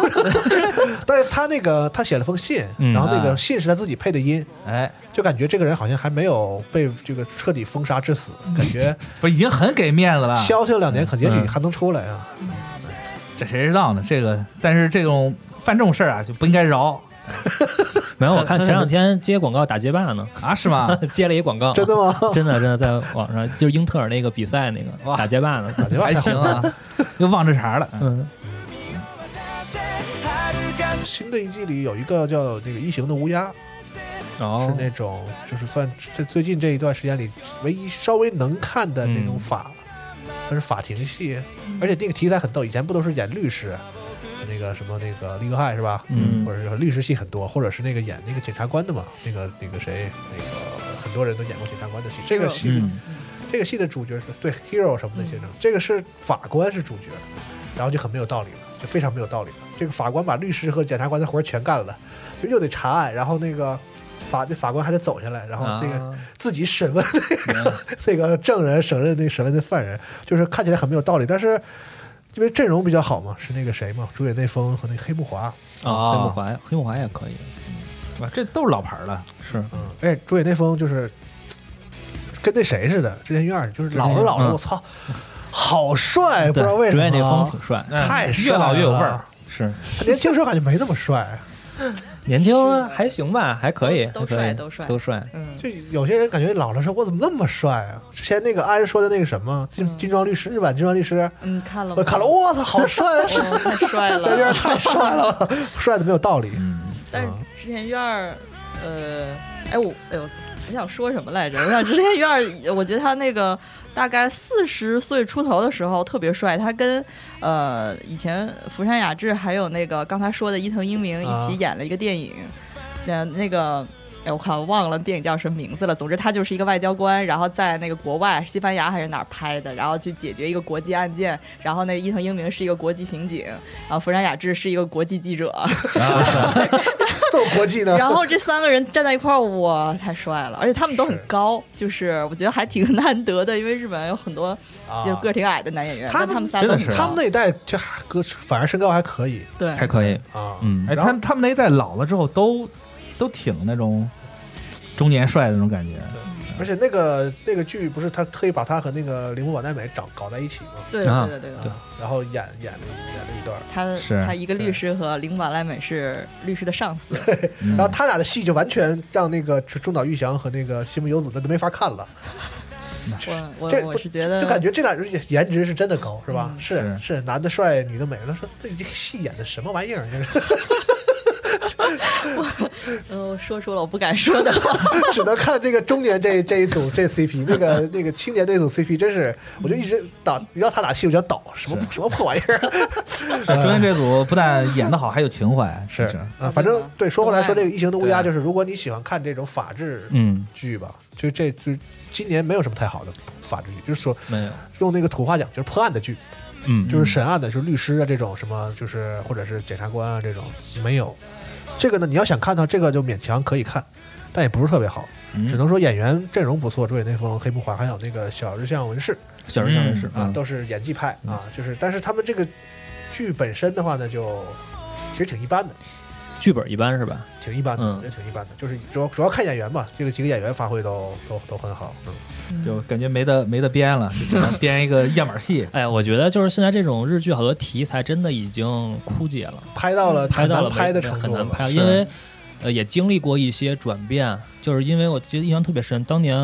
Speaker 2: 但是他那个他写了封信，
Speaker 5: 嗯
Speaker 2: 然后那个
Speaker 3: 啊
Speaker 2: 信是他自己配的音，
Speaker 3: 哎，
Speaker 2: 就感觉这个人好像还没有被这个彻底封杀致死，感觉
Speaker 3: 不是已经很给面子了，
Speaker 2: 消停两年，可也许
Speaker 5: 啊嗯
Speaker 2: 还能出来啊。
Speaker 3: 这谁知道呢？这个，但是这种犯这种事儿啊，就不应该饶
Speaker 5: 没有，我看前两天接广告打街霸呢，
Speaker 3: 啊，是 吗？
Speaker 5: 接了一广告，
Speaker 2: 真的吗？
Speaker 5: 真的真的在网上，就是英特尔那个比赛那个
Speaker 3: 哇
Speaker 5: 打街霸 呢，
Speaker 2: 打结巴
Speaker 3: 还行啊，又忘这茬了。嗯
Speaker 5: 嗯，
Speaker 2: 新的一季里有一个叫那个一行的乌鸦，
Speaker 5: 然
Speaker 2: 是
Speaker 5: 后
Speaker 2: 那种就是算这最近这一段时间里唯一稍微能看的那种
Speaker 5: 嗯
Speaker 2: 法，它是法庭戏，而且那个题材很逗，以前不都是演律师，那个什么那个利格害是吧？
Speaker 5: 嗯
Speaker 2: 或者是律师戏很多，或者是那个演那个检察官的嘛，那个那个谁，那个很多人都演过检察官的戏。这个戏，
Speaker 5: 嗯
Speaker 2: 这个戏的主角是对 hero 什么的先生，这个是法官是主角，然后就很没有道理了，就非常没有道理了。这个法官把律师和检察官的活儿全干了，就又得查案，然后那个法那法官还得走下来，然后这个
Speaker 5: 啊嗯
Speaker 2: 自己审问那个、 那个证人，审问那个审问那犯人，就是看起来很没有道理，但是。因为阵容比较好嘛，是那个谁嘛，主演内丰和那个黑木华，
Speaker 5: 啊，黑木华黑木华也可以，
Speaker 3: 哇，这都是老牌儿了。
Speaker 5: 是
Speaker 2: 嗯，哎，主演内丰就是跟那谁似的，之前院儿就是老了老了，
Speaker 5: 嗯
Speaker 2: 我操，好帅，不知道为什
Speaker 5: 主
Speaker 2: 么啊，
Speaker 5: 演那风挺帅，
Speaker 3: 嗯
Speaker 2: 太帅
Speaker 3: 越老越有味儿
Speaker 2: 了。
Speaker 5: 是
Speaker 2: 他年轻时候感觉没那么帅，
Speaker 5: 年轻啊还行吧，还可以，
Speaker 4: 都
Speaker 5: 还可以
Speaker 4: 都帅
Speaker 5: 都帅，
Speaker 4: 嗯，
Speaker 2: 就有些人感觉老了说，我怎么那么帅啊？之前那个安说的那个什么金
Speaker 4: 嗯
Speaker 2: 金装律师，日版金装律师，
Speaker 4: 嗯，看了吗？
Speaker 2: 我看了，我操，好帅啊！是
Speaker 4: 哦，太帅
Speaker 2: 在这
Speaker 4: 了
Speaker 2: 儿。太帅了，帅的没有道理。
Speaker 5: 嗯
Speaker 4: 但是织田院儿，呃，哎我哎我我想说什么来着？我 想织田院儿，我觉得他那个大概四十岁出头的时候特别帅，他跟呃以前福山雅治还有那个刚才说的伊藤英明一
Speaker 2: 啊
Speaker 4: 起演了一个电影，呃那个哎，我靠，忘了电影叫什么名字了。总之，他就是一个外交官，然后在那个国外，西班牙还是哪儿拍的，然后去解决一个国际案件。然后那伊藤英明是一个国际刑警，然后福山雅治是一个国际记者，
Speaker 2: 这么国际 呢？
Speaker 4: 然后这三个人站在一块儿，哇，太帅了！而且他们都很
Speaker 2: 是
Speaker 4: 高，就是我觉得还挺难得的，因为日本有很多
Speaker 2: 啊
Speaker 4: 就个儿挺矮的男演员，
Speaker 2: 他
Speaker 4: 但
Speaker 2: 们
Speaker 4: 他们仨
Speaker 3: 真
Speaker 4: 都
Speaker 3: 的
Speaker 4: 很
Speaker 5: 啊
Speaker 3: 是
Speaker 4: 高
Speaker 2: 他们那一代就哥反而身高还可以
Speaker 4: 对
Speaker 5: 还可以，
Speaker 2: 啊，
Speaker 5: 嗯，
Speaker 3: 哎，
Speaker 2: 然后
Speaker 3: 他们他们那一代老了之后都都挺那种中年帅的那种感觉，
Speaker 2: 而且那个那个剧不是他特意把他和那个铃木保奈美找搞在一起吗？
Speaker 4: 对
Speaker 5: 啊
Speaker 4: 对对对对。
Speaker 2: 啊，然后演演了演了一段，
Speaker 4: 他
Speaker 3: 是
Speaker 4: 他一个律师和铃木兰莱美是律师的上 司，
Speaker 3: 嗯
Speaker 2: 然后他俩的戏就完全让那个中岛裕翔和那个西木由子那都没法看了，
Speaker 4: 我我
Speaker 2: 这
Speaker 4: 我
Speaker 2: 不
Speaker 4: 是觉得
Speaker 2: 就感觉这俩人也颜值是真的高，是吧？
Speaker 4: 嗯
Speaker 2: 是
Speaker 3: 是
Speaker 2: 是，男的帅，女的美。他说这这个戏演的什么玩意儿？这是
Speaker 4: 嗯，我说出了我不敢说的话。
Speaker 2: 只能看这个中年这这一组这 CP，那个那个青年那组 CP 真是，我就一直倒，你要他俩戏我就想倒，什么什么破玩意儿。
Speaker 3: 是中间这组不但演得好，还有情怀，
Speaker 2: 是
Speaker 3: 是
Speaker 2: 啊，反正对，说回来说这个《异形的乌鸦》，
Speaker 3: 对
Speaker 2: 就是如果你喜欢看这种法制
Speaker 5: 嗯，
Speaker 2: 剧吧，就这就今年没有什么太好的法制剧，就是说
Speaker 5: 没有，
Speaker 2: 用那个土话讲，就是破案的剧，
Speaker 5: 嗯，
Speaker 2: 就是审案的，就是律师啊这种什么，就是或者是检察官啊这种没有。这个呢，你要想看到这个就勉强可以看，但也不是特别好，
Speaker 3: 嗯
Speaker 2: 只能说演员阵容不错，竹野内丰、黑木华还有那个小日向文世
Speaker 5: 小人小人是，
Speaker 2: 啊，
Speaker 3: 嗯
Speaker 2: 都是演技派啊，就是但是他们这个剧本身的话呢，就其实挺一般的。
Speaker 5: 剧本一般是吧？
Speaker 2: 挺一般的，
Speaker 5: 嗯。
Speaker 2: 我觉得挺一般的，就是主要主要看演员吧，这个几个演员发挥都都都很好。嗯，
Speaker 3: 就感觉没得没得编了，就只能编一个样板戏
Speaker 5: 哎，我觉得就是现在这种日剧好多题材真的已经枯竭了，
Speaker 2: 拍到了
Speaker 5: 拍
Speaker 2: 很
Speaker 5: 到
Speaker 2: 呃难
Speaker 5: 了
Speaker 2: 拍的
Speaker 5: 没
Speaker 2: 程
Speaker 5: 很
Speaker 2: 度
Speaker 5: 难
Speaker 2: 了，
Speaker 5: 拍，
Speaker 3: 是
Speaker 5: 因为呃也经历过一些转变，就是因为我记得印象特别深，当年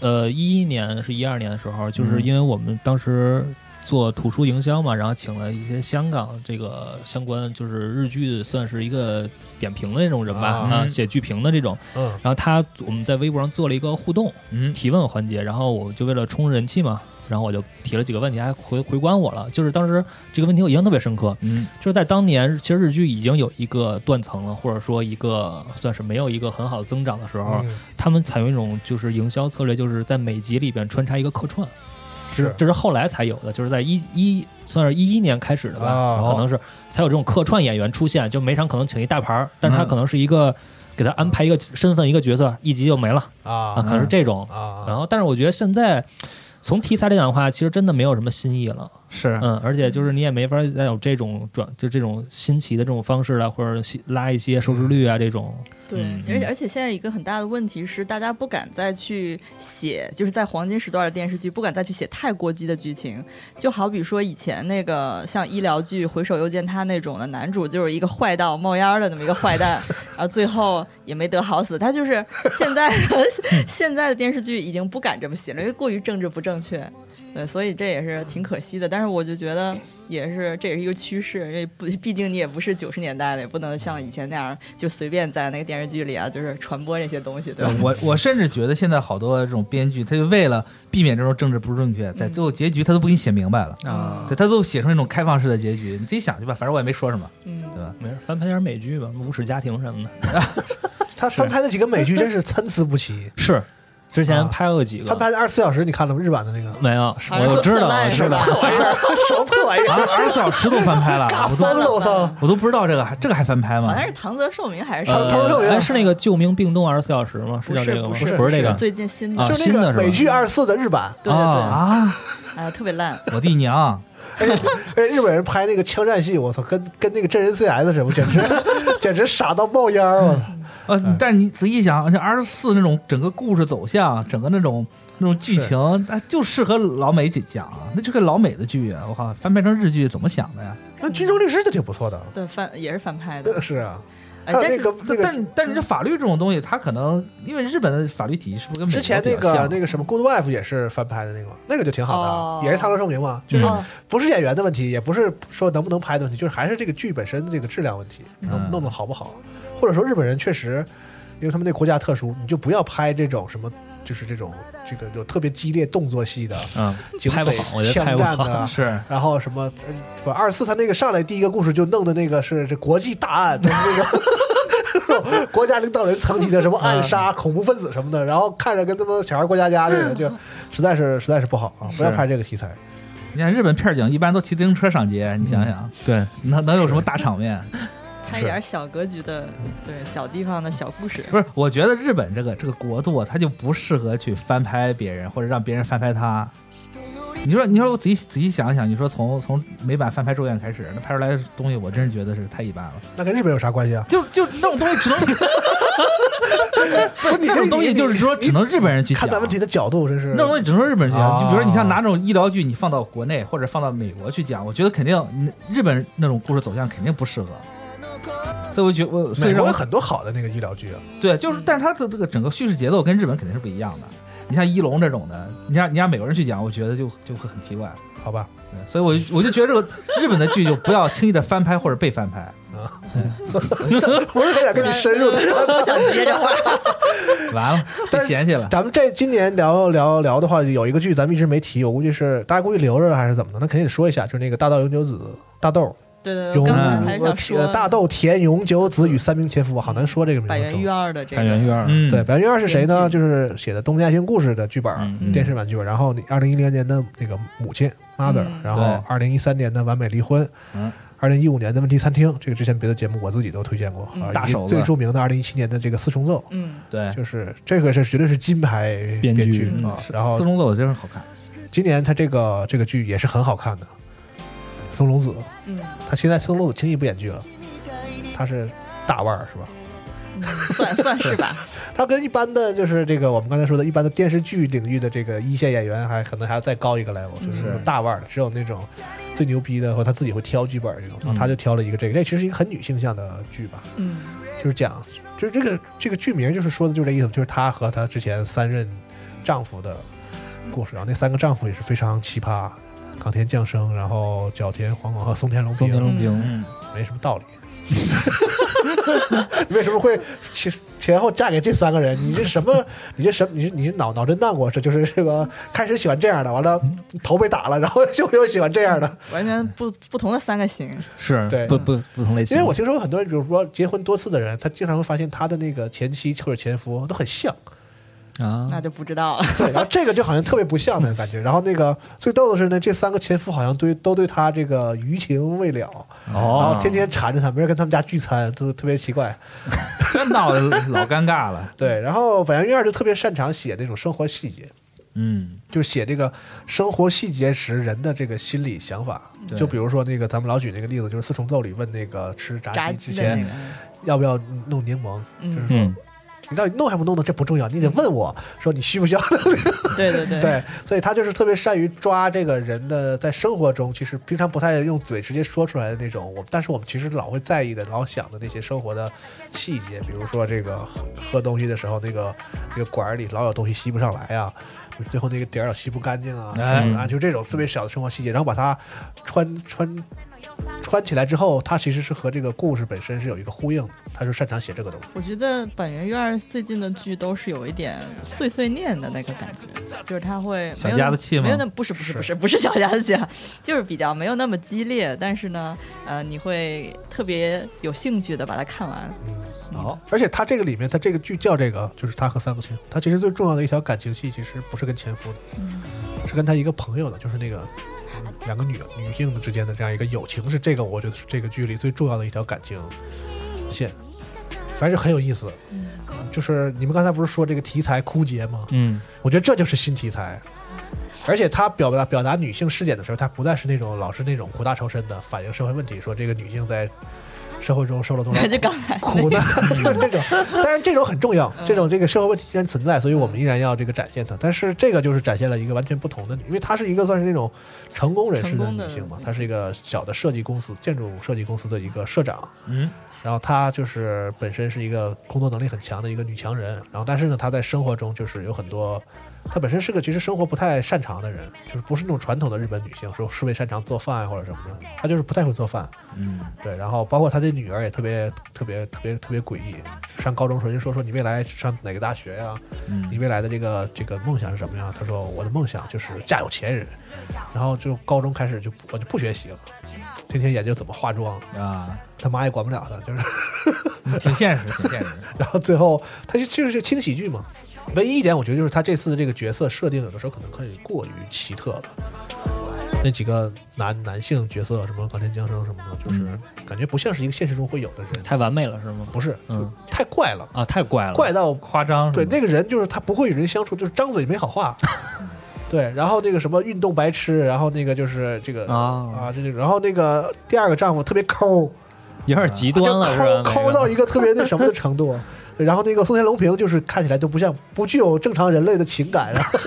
Speaker 5: 呃一一年是一二年的时候，就是
Speaker 3: 嗯
Speaker 5: 因为我们当时。做图书营销嘛，然后请了一些香港这个相关，就是日剧算是一个点评的那种人吧，
Speaker 2: 啊
Speaker 5: 啊，写剧评的这种。
Speaker 2: 嗯
Speaker 5: 然后他我们在微博上做了一个互动，
Speaker 3: 嗯，
Speaker 5: 提问环节，然后我就为了冲人气嘛，然后我就提了几个问题，还回回关我了。就是当时这个问题我印象特别深刻，
Speaker 3: 嗯，
Speaker 5: 就是在当年，其实日剧已经有一个断层了，或者说一个算是没有一个很好的增长的时候，
Speaker 2: 嗯
Speaker 5: 他们采用一种就是营销策略，就是在每集里边穿插一个客串。
Speaker 2: 是
Speaker 5: 这是后来才有的，就是在一一算是一一年开始的吧，
Speaker 2: 啊
Speaker 5: 可能是才有这种客串演员出现，就每场可能请一大牌儿，但是他
Speaker 3: 嗯
Speaker 5: 可能是一个、给他安排一个身份一个角色，一集就没了啊，
Speaker 2: 啊
Speaker 5: 可能是这种，然
Speaker 2: 啊
Speaker 5: 后，但是我觉得现在从题材来讲的话，其实真的没有什么新意了，
Speaker 3: 是
Speaker 5: 嗯，而且就是你也没法再有这种转，就这种新奇的这种方式了，或者吸拉一些收视率啊这种，
Speaker 4: 对
Speaker 5: 嗯，
Speaker 4: 而且而且现在一个很大的问题是，大家不敢再去写，就是在黄金时段的电视剧不敢再去写太过激的剧情。就好比说以前那个像医疗剧《回首又见他》那种的，男主就是一个坏到冒烟儿的那么一个坏蛋，然后最后也没得好死。他就是现在现在的电视剧已经不敢这么写了，因为过于政治不正确。对，所以这也是挺可惜的。但是我就觉得也是，这也是一个趋势，因为不，毕竟你也不是九十年代了，也不能像以前那样就随便在那个电视剧里啊，就是传播这些东西，对吧？
Speaker 3: 呃我我甚至觉得现在好多这种编剧，他就为了避免这种政治不正
Speaker 2: 嗯
Speaker 3: 确，在最后结局他都不给你写明白了
Speaker 5: 啊
Speaker 3: 对他最后写成一种开放式的结局，你自己想去吧，反正我也没说什么。
Speaker 4: 嗯，
Speaker 5: 没事，翻拍点美剧吧，《无耻家庭》什么的。
Speaker 2: 他翻拍的几个美剧真是参差不齐，
Speaker 5: 是，之前
Speaker 2: 啊
Speaker 5: 拍过几个，
Speaker 2: 翻拍的二啊十四小时你看了吗？日版的那 个
Speaker 5: 没有，
Speaker 4: 还是
Speaker 5: 我我知道，
Speaker 4: 贺
Speaker 5: 我
Speaker 4: 烂
Speaker 5: 知道
Speaker 4: 吧，
Speaker 2: 破玩意儿，什么破玩意
Speaker 3: 啊，
Speaker 2: 儿，
Speaker 3: 二十四小时都翻
Speaker 5: 啊
Speaker 3: 拍了，
Speaker 2: 尬
Speaker 3: 我都
Speaker 2: 翻了，我
Speaker 4: 翻
Speaker 2: 操
Speaker 4: 了！
Speaker 3: 我都不知道这个还这个还翻拍吗
Speaker 4: 好？像是唐泽寿明还是
Speaker 2: 唐
Speaker 4: 什
Speaker 5: 呃
Speaker 4: 么
Speaker 2: 唐泽寿明
Speaker 5: 哎是那个《救命病动二十四小时》吗？是
Speaker 4: 不
Speaker 5: 叫这
Speaker 4: 是
Speaker 5: 个吗？
Speaker 4: 是
Speaker 5: 不
Speaker 4: 不
Speaker 5: 是这个，
Speaker 4: 最近新
Speaker 5: 啊
Speaker 2: 就
Speaker 4: 的，
Speaker 5: 新的
Speaker 2: 那
Speaker 5: 是
Speaker 2: 个
Speaker 5: 吧
Speaker 2: 美剧二十四的日版，
Speaker 4: 对对对，
Speaker 3: 啊，
Speaker 4: 啊，特别烂。
Speaker 3: 我的娘！
Speaker 2: 哎，日本人拍那个枪战戏，我操，跟跟那个真人 CS 什么，简 直简直傻到冒烟儿，我操！
Speaker 3: 呃，但是你仔细想，这二十四那种整个故事走向，整个那种那种剧情，那就适合老美去讲啊。那这个老美的剧啊，我靠，翻拍成日剧怎么想的呀？
Speaker 2: 那《军中律师》就挺不错的，
Speaker 4: 对翻也是翻拍
Speaker 2: 这
Speaker 4: 的，
Speaker 2: 是啊，还
Speaker 4: 哎，
Speaker 2: 有那个那
Speaker 3: 但
Speaker 4: 但是
Speaker 2: 个
Speaker 3: 是但是这法律这种东西，它可能因为日本的法律体系是不是
Speaker 5: 嗯
Speaker 3: 跟美
Speaker 2: 之
Speaker 3: 国
Speaker 2: 前那
Speaker 3: 比较
Speaker 2: 个
Speaker 3: 像
Speaker 2: 那个什么《Good Wife》也是翻拍的那个，那个就挺好的，啊
Speaker 4: 哦
Speaker 2: 也是唐人证明嘛，就是
Speaker 4: 哦
Speaker 2: 不是演员的问题，也不是说能不能拍的问题，就是还是这个剧本身的这个质量问题，弄
Speaker 3: 嗯
Speaker 2: 弄得好不好，或者说日本人确实，因为他们那国家特殊，你就不要拍这种什么，就是这种这个有特别激烈动作戏的
Speaker 5: 嗯，
Speaker 2: 警
Speaker 5: 拍不
Speaker 2: 匪
Speaker 5: 好，我觉得
Speaker 2: 枪
Speaker 5: 拍不
Speaker 2: 战
Speaker 5: 好
Speaker 2: 的。
Speaker 3: 是
Speaker 2: 然后什么，呃不二四他那个上来第一个故事就弄的那个是这国际大案，就是那个 国家领导人层级的什么暗
Speaker 3: 啊
Speaker 2: 杀、恐怖分子什么的，然后看着跟他妈小孩过家家似的，就实在是实在是不好啊！不要
Speaker 3: 嗯是
Speaker 2: 拍这个题材。
Speaker 3: 你看日本片警一般都骑自行车上街，你想想，
Speaker 5: 对，
Speaker 3: 能能有什么大场面？
Speaker 4: 拍一点小格局的，对小地方的小故事。
Speaker 3: 不是，我觉得日本这个这个国度啊，它就不适合去翻拍别人，或者让别人翻拍它。你说，你说我仔细仔细想想，你说从从美版翻拍《咒怨》开始，那拍出来的东西，我真是觉得是太一般了。
Speaker 2: 那跟日本有啥关系啊？
Speaker 3: 就就这种东西只能，
Speaker 2: 不是你
Speaker 3: 这种东西
Speaker 2: 你
Speaker 3: 就是说只能日本人去
Speaker 2: 看咱
Speaker 3: 讲
Speaker 2: 问题的角度，真是
Speaker 3: 那种东西只能日本人去讲。
Speaker 2: 啊
Speaker 3: 就比如说你像拿这种医疗剧，你放到国内或者放到美国去讲，我觉得肯定嗯日本那种故事走向肯定不适合。所以我觉得我所以
Speaker 2: 美
Speaker 3: 让
Speaker 2: 国
Speaker 3: 我
Speaker 2: 有很多好的那个医疗剧啊，
Speaker 3: 对，就是，但是它的这个整个叙事节奏跟日本肯定是不一样的。你像一龙这种的，你让你让美国人去讲，我觉得就就会很奇怪。
Speaker 2: 好 吧？
Speaker 3: 对所以我就我就觉得这个日本的剧就不要轻易的翻拍或者被翻拍。
Speaker 2: 我是很想跟你深入的
Speaker 4: 不想接着话，
Speaker 3: 完 了，被嫌弃了。
Speaker 2: 咱们这今年聊聊聊的话，有一个剧咱们一直没提，我估计是大家估计留着了还是怎么的？那肯定得说一下，就是那个大道永久子大豆
Speaker 4: 对对对，
Speaker 2: 永
Speaker 4: 我刚
Speaker 3: 嗯
Speaker 4: 才还是
Speaker 2: 呃
Speaker 4: 想
Speaker 2: 铁
Speaker 4: 说
Speaker 2: 大豆田永久子与三名前夫，好难说这个名
Speaker 4: 百
Speaker 2: 字
Speaker 4: 元
Speaker 2: 中
Speaker 4: 育。二的这
Speaker 5: 看圆
Speaker 4: 个，
Speaker 5: 月儿，
Speaker 3: 嗯，
Speaker 2: 对，，白元二是谁呢？
Speaker 4: 编剧
Speaker 2: 就是写的《东家新故事》的剧本，
Speaker 5: 嗯
Speaker 2: 电视版剧本。然后你二零一零年的那个母亲 Mother，、
Speaker 4: 嗯
Speaker 2: 然后二零一三年的完美离婚，
Speaker 3: 嗯，
Speaker 2: 二零一五年的问题餐厅，这个之前别的节目我自己都推荐过，
Speaker 4: 嗯
Speaker 2: 啊
Speaker 3: 大
Speaker 2: 以及
Speaker 3: 手哎子
Speaker 2: 最著名的二零一七年的这个四重奏，
Speaker 4: 嗯，
Speaker 3: 对，
Speaker 2: 就是这个是绝对是金牌
Speaker 5: 编剧
Speaker 2: 剧
Speaker 4: 嗯
Speaker 2: 啊。
Speaker 3: 是
Speaker 2: 然后
Speaker 3: 四重奏真是好看。
Speaker 2: 今年他这个这个剧也是很好看的，松隆子，
Speaker 4: 嗯，
Speaker 2: 他现在松隆子轻易不演剧了，他是大腕儿是吧？
Speaker 4: 嗯算算是吧，
Speaker 2: 他跟一般的就是这个我们刚才说的一般的电视剧领域的这个一线演员还可能还要再高一个 level，就是大腕儿的，只有那种最牛逼的或者他自己会挑剧本儿这种，然后他就挑了一个这个，这其实是一个很女性向的剧吧，
Speaker 4: 嗯
Speaker 2: 就是讲就是这个这个剧名就是说的就是这意思，就是她和她之前三任丈夫的故事，然后那三个丈夫也是非常奇葩，冈田将生，然后角田黄广和松田龙
Speaker 5: 宋
Speaker 2: 平
Speaker 5: 德，龙
Speaker 4: 嗯
Speaker 5: 平，
Speaker 3: 嗯，
Speaker 2: 没什么道理。 你为什么会前前后嫁给这三个人？你这什么？你这什么？你这你这脑脑震荡过？这就是这个开始喜欢这样的，完了头被打了，然后 就又喜欢这样的。
Speaker 4: 完全不不同的三个型，
Speaker 5: 是
Speaker 2: 嗯对
Speaker 5: 不不不同类
Speaker 2: 因
Speaker 5: 型，
Speaker 2: 为我听说有很多人，比如说结婚多次的人，他经常会发现他的那个前妻或者前夫都很像。 嗯
Speaker 5: 啊，
Speaker 4: 那就不知道了。
Speaker 2: 对，然后这个就好像特别不像那个感觉。然后那个最逗的是呢，这三个前夫好像对都对他这个余情未了，然
Speaker 3: 哦
Speaker 2: 后天天缠着他，没人跟他们家聚餐，都特别奇怪。
Speaker 3: 这闹得 老尴尬了。
Speaker 2: 对，然后板垣瑞二就特别擅长写那种生活细节，
Speaker 3: 嗯，
Speaker 2: 就是写这个生活细节时人的这个心理想法。
Speaker 3: 对
Speaker 2: 就比如说那个咱们老举那个例子，就是四重奏里问那个吃炸
Speaker 4: 炸
Speaker 2: 鸡之
Speaker 4: 鸡的那
Speaker 2: 前
Speaker 4: 个，
Speaker 2: 要不要弄柠檬，就是
Speaker 4: 嗯，
Speaker 2: 说
Speaker 5: 嗯，
Speaker 2: 你到底弄还不弄呢？这不重要，你得问我说你需不需要。
Speaker 4: 对对对，
Speaker 2: 对，所以他就是特别善于抓这个人的在生活中，其实平常不太用嘴直接说出来的那种，我但是我们其实老会在意的、老想的那些生活的细节，比如说这个喝喝东西的时候，那个那个管儿里老有东西吸不上来啊。就最后那个碟儿老吸不干净啊什么的啊，就这种特别小的生活细节，然后把它穿穿穿起来之后，它其实是和这个故事本身是有一个呼应的。他就擅长写这个东西。
Speaker 4: 我觉得板垣院最近的剧都是有一点碎碎念的那个感觉，就是他会
Speaker 3: 小
Speaker 4: 没有那
Speaker 3: 家
Speaker 4: 么
Speaker 3: 子气吗
Speaker 4: 没有那么不是不是不是不是小家子气啊，就是比较没有那么激烈，但是呢，呃，你会特别有兴趣的把它看完。
Speaker 3: 好，
Speaker 2: 而且他这个里面，他这个剧叫这个，就是他和三个前夫，他其实最重要的一条感情戏，其实不是跟前夫的，是跟他一个朋友的，就是那个、嗯两个女女性之间的这样一个友情，是这个我觉得是这个剧里最重要的一条感情线，反正就很有意思。就是你们刚才不是说这个题材枯竭吗？
Speaker 5: 嗯，
Speaker 2: 我觉得这就是新题材。而且他表达表达女性视点的时候，他不再是那种老是那种苦大仇深的反映社会问题，说这个女性在社会中受了多少苦
Speaker 4: 就刚才
Speaker 2: 苦难， 就是这种。但是这种很重要，
Speaker 4: 嗯
Speaker 2: 这种这个社会问题依然存在，所以我们依然要这个展现它。但是这个就是展现了一个完全不同的女，因为她是一个算是那种成功人士的
Speaker 4: 成功
Speaker 2: 女
Speaker 4: 的嗯
Speaker 2: 性嘛，
Speaker 4: 女
Speaker 2: 她是一个小的设计公司、建筑设计公司的一个社长。
Speaker 3: 嗯，
Speaker 2: 然后她就是本身是一个工作能力很强的一个女强人，然后但是呢，她在生活中就是有很多。她本身是个其实生活不太擅长的人，就是不是那种传统的日本女性，说是会擅长做饭啊或者什么的，她就是不太会做饭。
Speaker 3: 嗯，
Speaker 2: 对，然后包括他的女儿也特别特别特别特别诡异，上高中时候就说说你未来上哪个大学呀、
Speaker 3: 嗯
Speaker 2: 你未来的这个这个梦想是什么呀？他说我的梦想就是嫁有钱人，然后就高中开始就我就不学习了，天天研究怎么化妆，
Speaker 3: 啊，
Speaker 2: 他妈也管不了他，就是。
Speaker 3: 挺现实，挺现实。
Speaker 2: 然后最后他就就是轻喜剧嘛。唯一一点，我觉得就是他这次的这个角色设定，有的时候可能可以过于奇特了。那几个男男性角色，什么冈田将生什么的，就是感觉不像是一个现实中会有的人，
Speaker 5: 太完美了是吗？
Speaker 2: 不是，
Speaker 5: 嗯
Speaker 2: 就太怪了，
Speaker 5: 啊，太怪了，
Speaker 2: 怪到
Speaker 3: 夸张
Speaker 2: 对
Speaker 3: 是吗
Speaker 2: 那个人就是他不会与人相处，就是张嘴没好 话。对，然后那个什么运动白痴，然后那个就是这个
Speaker 5: 啊，
Speaker 2: 啊，这个，然后那个第二个丈夫特别抠，
Speaker 5: 有点极端了是吧？
Speaker 2: 啊抠抠到
Speaker 5: 每
Speaker 2: 一
Speaker 5: 个
Speaker 2: 个特别那什么的程度。 对然后那个松田龙平就是看起来都不像不具有正常人类的情感，然后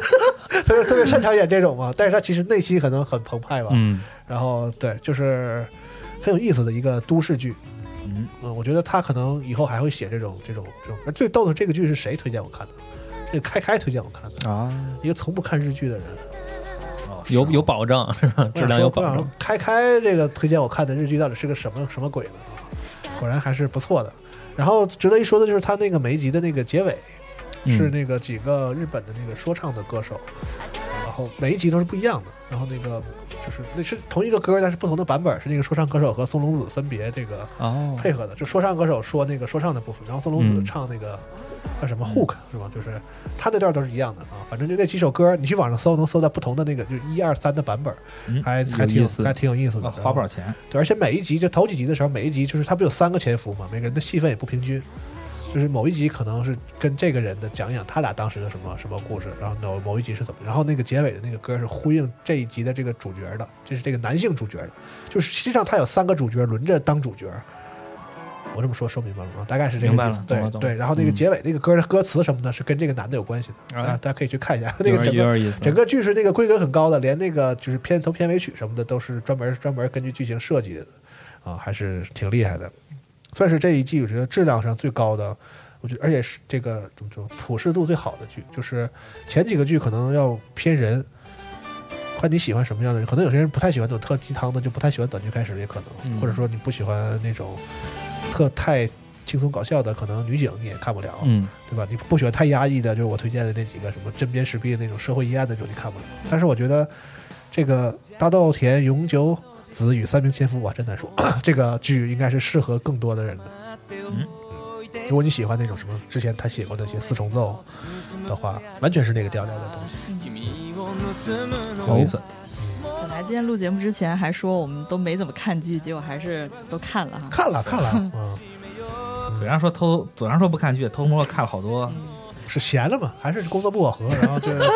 Speaker 2: 他就特别擅长演这种嘛，但是他其实内心可能很澎湃吧。
Speaker 5: 嗯，
Speaker 2: 然后对，就是很有意思的一个都市剧。呃
Speaker 3: 嗯
Speaker 2: 我觉得他可能以后还会写这种这种这种。而最逗的这个剧是谁推荐我看的？这个开开推荐我看的，
Speaker 5: 啊，
Speaker 2: 一个从不看日剧的人。
Speaker 3: 哦是
Speaker 5: 有
Speaker 3: 吗
Speaker 5: 有保障是吧？
Speaker 2: 我
Speaker 5: 质
Speaker 2: 想
Speaker 5: 量
Speaker 2: 说
Speaker 5: 有
Speaker 2: 我
Speaker 5: 保
Speaker 2: 想
Speaker 5: 障
Speaker 2: 说，开开这个推荐我看的日剧到底是个什么什么鬼呢？果然还是不错的。然后值得一说的就是他那个每一集的那个结尾，
Speaker 5: 嗯
Speaker 2: 是那个几个日本的那个说唱的歌手，然后每一集都是不一样的。然后那个就是那是同一个歌，但是不同的版本，是那个说唱歌手和松隆子分别这个
Speaker 5: 哦，
Speaker 2: 配合的。就说唱歌手说那个说唱的部分，然后松隆子
Speaker 5: 嗯
Speaker 2: 唱那个叫什么 hook 是吧？就是他那段都是一样的啊。反正就那几首歌，你去网上搜能搜到不同的那个，就一二三的版本。
Speaker 3: 嗯
Speaker 2: 还
Speaker 5: 有
Speaker 2: 还挺
Speaker 5: 意
Speaker 2: 有
Speaker 5: 思
Speaker 2: 还挺有意思的。
Speaker 3: 啊花不少钱，
Speaker 2: 对，而且每一集就头几集的时候，每一集就是他不有三个潜伏嘛，每个人的戏份也不平均，就是某一集可能是跟这个人的讲讲他俩当时的什么什么故事，然后某某一集是怎么，然后那个结尾的那个歌是呼应这一集的这个主角的，这是这个男性主角的，就是实际上他有三个主角轮着当主角。我这么说说明白了吗？大概是这个
Speaker 3: 明白
Speaker 2: 意思
Speaker 3: 了。懂
Speaker 2: 对
Speaker 3: 了懂了
Speaker 2: 对，然后那个
Speaker 5: 嗯
Speaker 2: 结尾那个歌的歌词什么的，是跟这个男的有关系的
Speaker 5: 哎
Speaker 2: 啊，大家可以去看一下那
Speaker 5: 有
Speaker 2: 个
Speaker 5: 点
Speaker 2: 整个
Speaker 5: 有点意思，
Speaker 2: 整个剧是那个规格很高的，连那个就是片头片尾曲什么的都是专门专门根据剧情设计的，啊，还是挺厉害的，算是这一季我觉得质量上最高的，我觉得而且是这个怎么说普适度最好的剧，就是前几个剧可能要偏人，看你喜欢什么样的人，可能有些人不太喜欢那种特鸡汤的，就不太喜欢短剧开始也可能，
Speaker 5: 嗯
Speaker 2: 或者说你不喜欢那种特太轻松搞笑的，可能女警你也看不了，
Speaker 5: 嗯
Speaker 2: 对吧？你不喜欢太压抑的，就是我推荐的那几个什么针砭时弊那种社会阴暗的那种，你看不了。但是我觉得这个大豆田永久子与三名千夫，哇，真难说。 这个剧应该是适合更多的人的。
Speaker 3: 嗯
Speaker 2: 如果你喜欢那种什么之前他写过那些四重奏的话，完全是那个调调的东西。哦
Speaker 3: 有意思。
Speaker 4: 本来今天录节目之前还说我们都没怎么看剧，结果还是都看了哈。
Speaker 2: 看了看了，嗯，
Speaker 3: 嘴上说偷，嘴上说不看剧，偷摸看了好多。
Speaker 2: 是闲着嘛，还是工作不饱和，然后就是对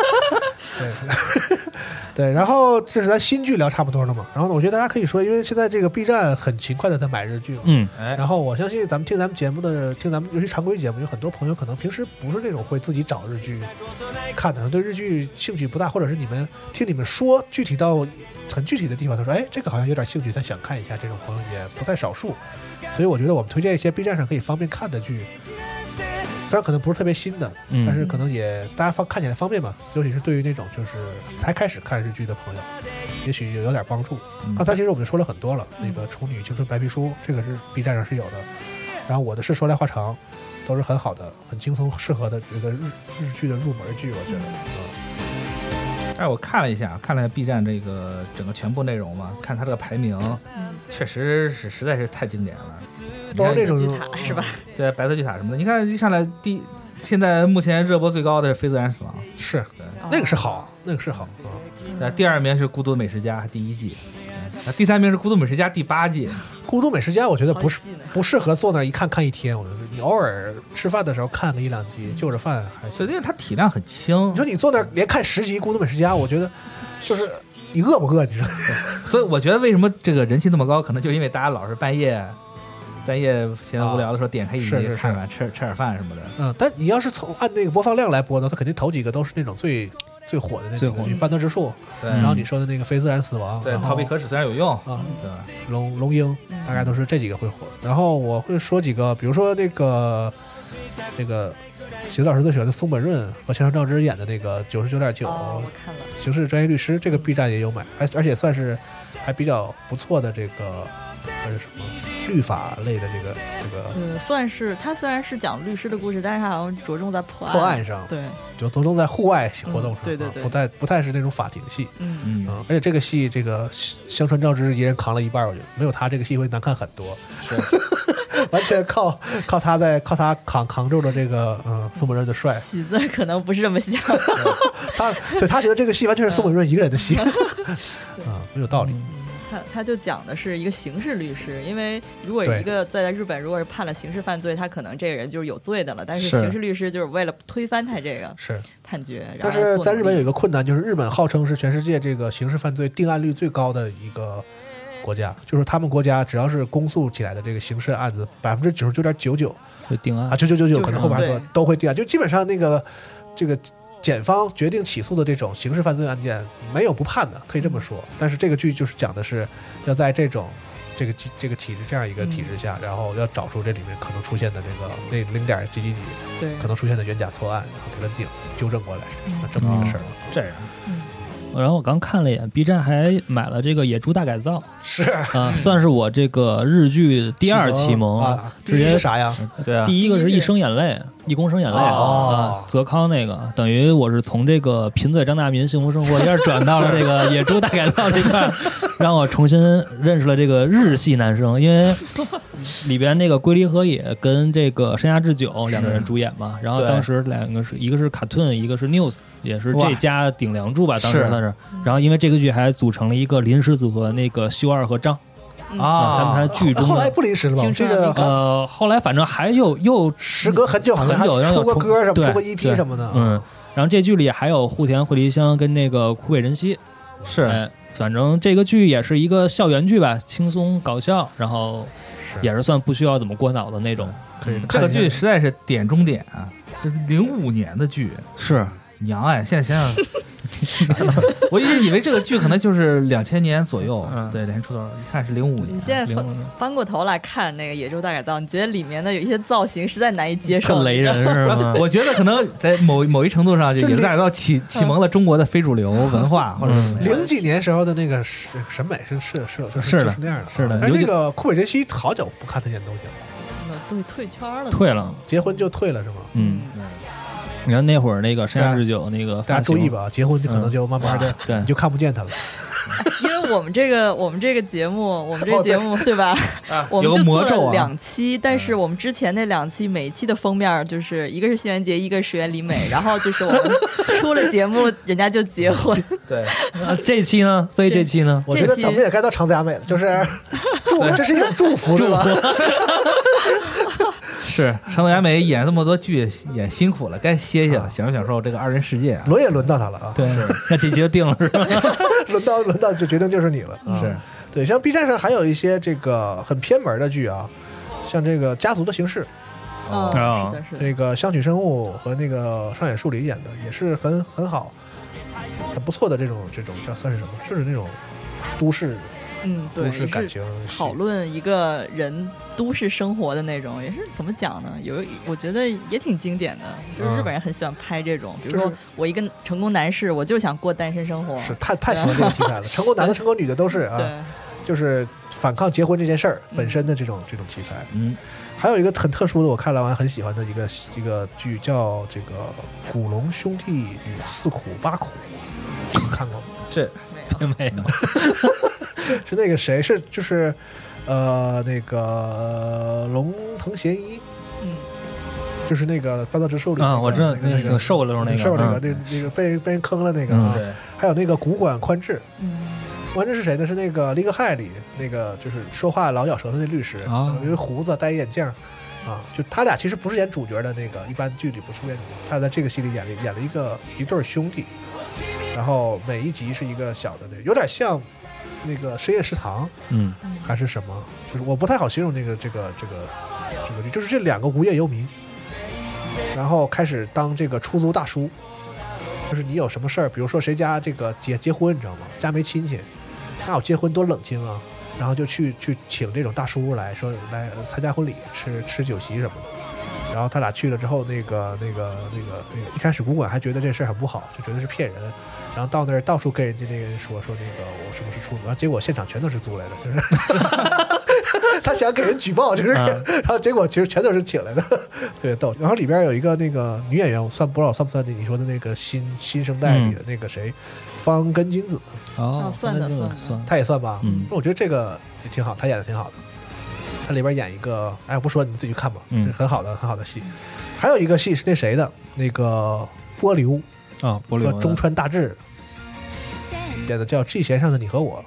Speaker 2: 对，然后这是咱新剧聊差不多了嘛。然后呢，我觉得大家可以说，因为现在这个 B 站很勤快的在买日剧嘛。
Speaker 5: 嗯，
Speaker 3: 哎，
Speaker 2: 然后我相信咱们听咱们节目的，听咱们尤其常规节目，有很多朋友可能平时不是那种会自己找日剧看的，对日剧兴趣不大，或者是你们听你们说具体到很具体的地方，他说哎这个好像有点兴趣，他想看一下，这种朋友也不在少数。所以我觉得我们推荐一些 B 站上可以方便看的剧，虽然可能不是特别新的，
Speaker 5: 嗯
Speaker 2: 但是可能也大家方看起来方便嘛，尤其是对于那种就是才开始看日剧的朋友，也许有点帮助。刚才其实我们说了很多了，那个《处女青春白皮书》这个是 B 站上是有的，然后我的是说来话长，都是很好的、很轻松、适合的，觉得日日剧的入门剧，我觉得。嗯
Speaker 3: 哎，我看了一下，看了 B 站这个整个全部内容嘛，看它这个排名，确实是实在是太经典了。
Speaker 2: 嗯都是那种
Speaker 4: 白色巨塔是吧？
Speaker 3: 对，白色巨塔什么的，你看一上来第，现在目前热播最高的是《非自然死亡
Speaker 2: 嗯是
Speaker 4: 哦
Speaker 2: 那个是好，那个是好啊。
Speaker 4: 嗯》，
Speaker 3: 那第二名是《孤独美食家》第一季，那第三名是《孤独美食家》第八季。
Speaker 2: 孤独美食家，我觉得不是
Speaker 4: 好几季呢
Speaker 2: 不适合坐那儿一看看一天。我觉得你偶尔吃饭的时候看个一两集，就着饭还行。
Speaker 3: 所以因为它体量很轻
Speaker 2: 你，说你坐那儿连看十集《孤独美食家》，我觉得 就是你饿不饿？你说
Speaker 3: 所以我觉得为什么这个人气那么高，可能就因为大家老是半夜。半夜闲得无聊的时候，点开一集
Speaker 2: 啊是是是
Speaker 3: 看看，吃吃点饭什么的。
Speaker 2: 嗯， 但你要是从按那个播放量来播的，它肯定头几个都是那种最最火的那几
Speaker 5: 最
Speaker 2: 个，
Speaker 5: 火
Speaker 2: 就是半泽直树，
Speaker 3: 对，
Speaker 2: 然后你说的那个非自然死亡，
Speaker 3: 嗯对
Speaker 2: 然后
Speaker 3: 逃避可耻虽然有用，
Speaker 2: 啊，
Speaker 3: 对吧？
Speaker 2: 龙龙樱，
Speaker 4: 嗯
Speaker 2: 大概都是这几个会火。然后我会说几个，比如说那个这个邢老师最喜欢的松本润和千山照之演的那个九十九点九
Speaker 4: 哦，我看了，
Speaker 2: 刑事专业律师，这个 B 站也有买，而而且算是还比较不错的这个还是什么律法类的这个这个
Speaker 4: 嗯，算是他虽然是讲律师的故事，但是他好像着重在破案。
Speaker 2: 破案上，
Speaker 4: 对，
Speaker 2: 就着重在户外活动上啊，
Speaker 4: 嗯对对对
Speaker 2: 不太不太是那种法庭戏
Speaker 4: 嗯，
Speaker 3: 嗯，
Speaker 2: 啊。而且这个戏，这个香川照之一人扛了一半，我觉得没有他这个戏会难看很多， 完全靠靠他在靠他扛扛住了这个嗯松本润的 帅，
Speaker 4: 喜字可能不是这么想。
Speaker 2: 他对他觉得这个戏完全是宋伟润一个人的戏，啊、
Speaker 4: 嗯
Speaker 2: 很有道理。
Speaker 4: 他他就讲的是一个刑事律师，因为如果
Speaker 2: 对
Speaker 4: 一个在日本如果是判了刑事犯罪，他可能这个人就是有罪的了，但是
Speaker 3: 是
Speaker 4: 刑事律师就是为了推翻他这个
Speaker 2: 是，
Speaker 4: 判决，然后
Speaker 2: 但是
Speaker 4: 做
Speaker 2: 在
Speaker 4: 努
Speaker 2: 日本有
Speaker 4: 力
Speaker 2: 一个困难，就是日本号称是全世界这个刑事犯罪定案率最高的一个国家，就是他们国家只要是公诉起来的这个刑事案子，百分之九十九点九九
Speaker 5: 会定案
Speaker 2: 啊，。九九九
Speaker 4: 就
Speaker 2: 九，
Speaker 4: 是
Speaker 2: 可能后面还多
Speaker 4: 对
Speaker 2: 都会定案，就基本上那个这个。检方决定起诉的这种刑事犯罪案件，没有不判的，可以这么说。但是这个剧就是讲的是要在这种这个机这个体制这样一个体制下，然后要找出这里面可能出现的这个那零点几几几
Speaker 4: 对
Speaker 2: 可能出现的冤假错案，然后给它拧纠正过来，是这么一个事儿。
Speaker 3: 这样
Speaker 5: 然后我刚看了一眼，B 站还买了这个《野猪大改造》
Speaker 2: 是
Speaker 5: 啊，算是我这个日剧第二启蒙。
Speaker 2: 啊，第
Speaker 5: 直
Speaker 2: 一
Speaker 5: 接
Speaker 2: 是啥呀？
Speaker 3: 对啊，
Speaker 5: 第一个是一生眼泪，一公升眼泪
Speaker 2: 哦
Speaker 5: 啊，泽康那个，等于我是从这个贫嘴张大民幸福生活一下转到了这个野猪大改造这块儿， 让我重新认识了这个日系男生，因为里边那个龟梨和也跟这个山下智久两个人主演嘛，然后
Speaker 3: 对
Speaker 5: 当时两个是一个是 Cartoon，一个是 News，也是
Speaker 3: 哇
Speaker 5: 这家顶梁柱吧，当时
Speaker 3: 是
Speaker 5: 算是，然后因为这个剧还组成了一个临时组合，那个修二和张
Speaker 3: 啊
Speaker 5: 咱们他剧中
Speaker 2: 后来
Speaker 5: 的。
Speaker 2: 不临时了吧？我
Speaker 4: 青
Speaker 2: 记
Speaker 4: 春
Speaker 2: 得
Speaker 5: 呃，后来反正还有又
Speaker 2: 时隔很久，好像还
Speaker 5: 很久然后
Speaker 2: 出过
Speaker 5: 重
Speaker 2: 歌什么，
Speaker 5: 对
Speaker 2: 出过 EP
Speaker 5: 对
Speaker 2: 什么的。
Speaker 5: 嗯，然后这剧里还有户田惠梨香跟那个枯北真希，
Speaker 3: 是
Speaker 5: 哎，反正这个剧也是一个校园剧吧，轻松搞笑，然后
Speaker 2: 是
Speaker 5: 也是算不需要怎么过脑的那种。
Speaker 2: 可以
Speaker 3: 这
Speaker 2: 看
Speaker 3: 个
Speaker 2: 一下
Speaker 3: 剧实在是点中点啊，这是零五年的剧，
Speaker 5: 是，
Speaker 3: 娘哎！现在想想，我一直以为这个剧可能就是两千年左右，
Speaker 5: 嗯
Speaker 3: 对，两千出头，一看是零五年。
Speaker 4: 你现在
Speaker 3: 05
Speaker 4: 翻
Speaker 3: 年
Speaker 4: 翻过头来看那个《野猪大改造》，你觉得里面的有一些造型实在难以接受，
Speaker 5: 很雷人是吗？
Speaker 3: 我觉得可能在某某一程度上，就
Speaker 2: 这
Speaker 3: 有
Speaker 2: 零
Speaker 3: 点到启启蒙了中国的非主流文化，或者是什么样
Speaker 2: 零几年时候的那个审审美是是是是
Speaker 5: 是的
Speaker 2: 就是那样的啊。
Speaker 5: 是的
Speaker 2: 但
Speaker 5: 尤
Speaker 2: 那
Speaker 5: 其
Speaker 2: 个库北真希好久不看他演东西了，
Speaker 4: 嗯对，退圈了，
Speaker 5: 退了，
Speaker 2: 结婚就退了是吗？
Speaker 5: 嗯。你看那会儿那个山下智久那个，
Speaker 2: 大家注意，吧，结婚就可能就慢慢的
Speaker 5: 对
Speaker 2: 你 就看不见他了。
Speaker 4: 因为我们这个我们这个节 目，我们这
Speaker 2: 哦
Speaker 4: 个
Speaker 2: 对
Speaker 4: 节目、对吧？ 我们
Speaker 3: 有
Speaker 4: 就
Speaker 3: 个魔
Speaker 4: 做
Speaker 3: 咒
Speaker 4: 了
Speaker 3: 啊
Speaker 4: 两期，但是我们之前那两期每一期的封面就是一个是新垣结衣，一个是石原里美，然后就是我们出了节目，人家就结婚，
Speaker 3: 对，
Speaker 5: 啊这期呢，所以这期呢，
Speaker 2: 我觉得
Speaker 4: 这期
Speaker 2: 咱们也该到长子雅美了，就是 祝这是一种祝福对吧？
Speaker 3: 是长泽雅美演这么多剧，演辛苦了，该歇歇了，享受享受这个二人世界啊！
Speaker 2: 轮也轮到他了啊，
Speaker 5: 对，那这期就定了是吧？
Speaker 2: 轮到轮到就决定就是你了啊。
Speaker 3: 是，
Speaker 2: 对，像 B 站上还有一些这个很偏门的剧啊，像这个《家族的形式》，
Speaker 4: 嗯，
Speaker 5: 哦
Speaker 4: 是的，是的，
Speaker 2: 这个香取慎吾和那个上野树里演的，也是很很好、很不错的这种这种叫算是什么？就是那种都市
Speaker 4: 嗯，对，
Speaker 2: 都市
Speaker 4: 也
Speaker 2: 感
Speaker 4: 是
Speaker 2: 情戏
Speaker 4: 讨论一个人都市生活的那种，也是怎么讲呢？有我觉得也挺经典的，就是
Speaker 2: 嗯
Speaker 4: 日本人很喜欢拍这种，比
Speaker 2: 就
Speaker 4: 如
Speaker 2: 是
Speaker 4: 说我一个成功男士，我就想过单身生活，
Speaker 2: 是太太喜欢这个题 材了，成功男的、成功女的都是啊，
Speaker 4: 对，嗯
Speaker 2: 就是反抗结婚这件事儿本身的这种这种题材。
Speaker 3: 嗯，
Speaker 2: 还有一个很特殊的，我看了完很喜欢的一个一个剧叫这个《古龙兄弟与四苦八苦》，看过吗？
Speaker 3: 这
Speaker 4: 没有
Speaker 5: 没 有，
Speaker 2: 是那个谁是就是，呃，那个龙腾贤一，
Speaker 4: 嗯，
Speaker 2: 就是那个《半岛直树》里
Speaker 5: 啊，我知道
Speaker 2: 那个
Speaker 5: 那个瘦了时候那个，
Speaker 2: 瘦那个
Speaker 5: 嗯
Speaker 2: 那那个被被人坑了那个
Speaker 5: 嗯
Speaker 2: 啊，
Speaker 3: 对，
Speaker 2: 还有那个古馆宽治，
Speaker 4: 嗯。
Speaker 2: 宽治是谁呢？是那个《利个害》里那个就是说话老咬舌头那律师，
Speaker 5: 啊
Speaker 2: 有一个胡子戴一眼镜儿。啊，就他俩其实不是演主角的那个，一般剧里不是演主角，他在这个戏里演了演了一个一对儿兄弟，然后每一集是一个小的那，有点像那个深夜食堂，
Speaker 5: 嗯，
Speaker 2: 还是什么，就是我不太好形容这个这个这个这个剧，就是这两个无业游民，然后开始当这个出租大叔，就是你有什么事儿，比如说谁家这个结结婚，你知道吗？家没亲戚，那我结婚多冷清啊，然后就去去请这种大叔来说来呃参加婚礼，吃吃酒席什么的。然后他俩去了之后，那个那个那个那个，一开始古管还觉得这事儿很不好，就觉得是骗人，然后到那儿到啊处跟人家那个人说说那个我什么是出租，然后结果现场全都是租来的，就是 他想给人举报，就是，
Speaker 5: 啊
Speaker 2: 然后结果其实全都是请来的，特别逗。然后里边有一个那个女演员，我算不知道算不算你说的那个新新生代里的那个谁，方根金子，
Speaker 5: 哦
Speaker 4: 哦算的
Speaker 5: 那就
Speaker 4: 算的
Speaker 5: 算的，
Speaker 2: 她也算吧。
Speaker 5: 嗯
Speaker 2: 那我觉得这个也挺好，她演的挺好的。她里边演一个，哎，我不说你们自己去看吧，
Speaker 5: 嗯
Speaker 2: 这很好的很好的戏。还有一个戏是那谁的，那个波流
Speaker 5: 啊，柏
Speaker 2: 和
Speaker 5: 林
Speaker 2: 中川大志演的叫《G 弦上的你和我》。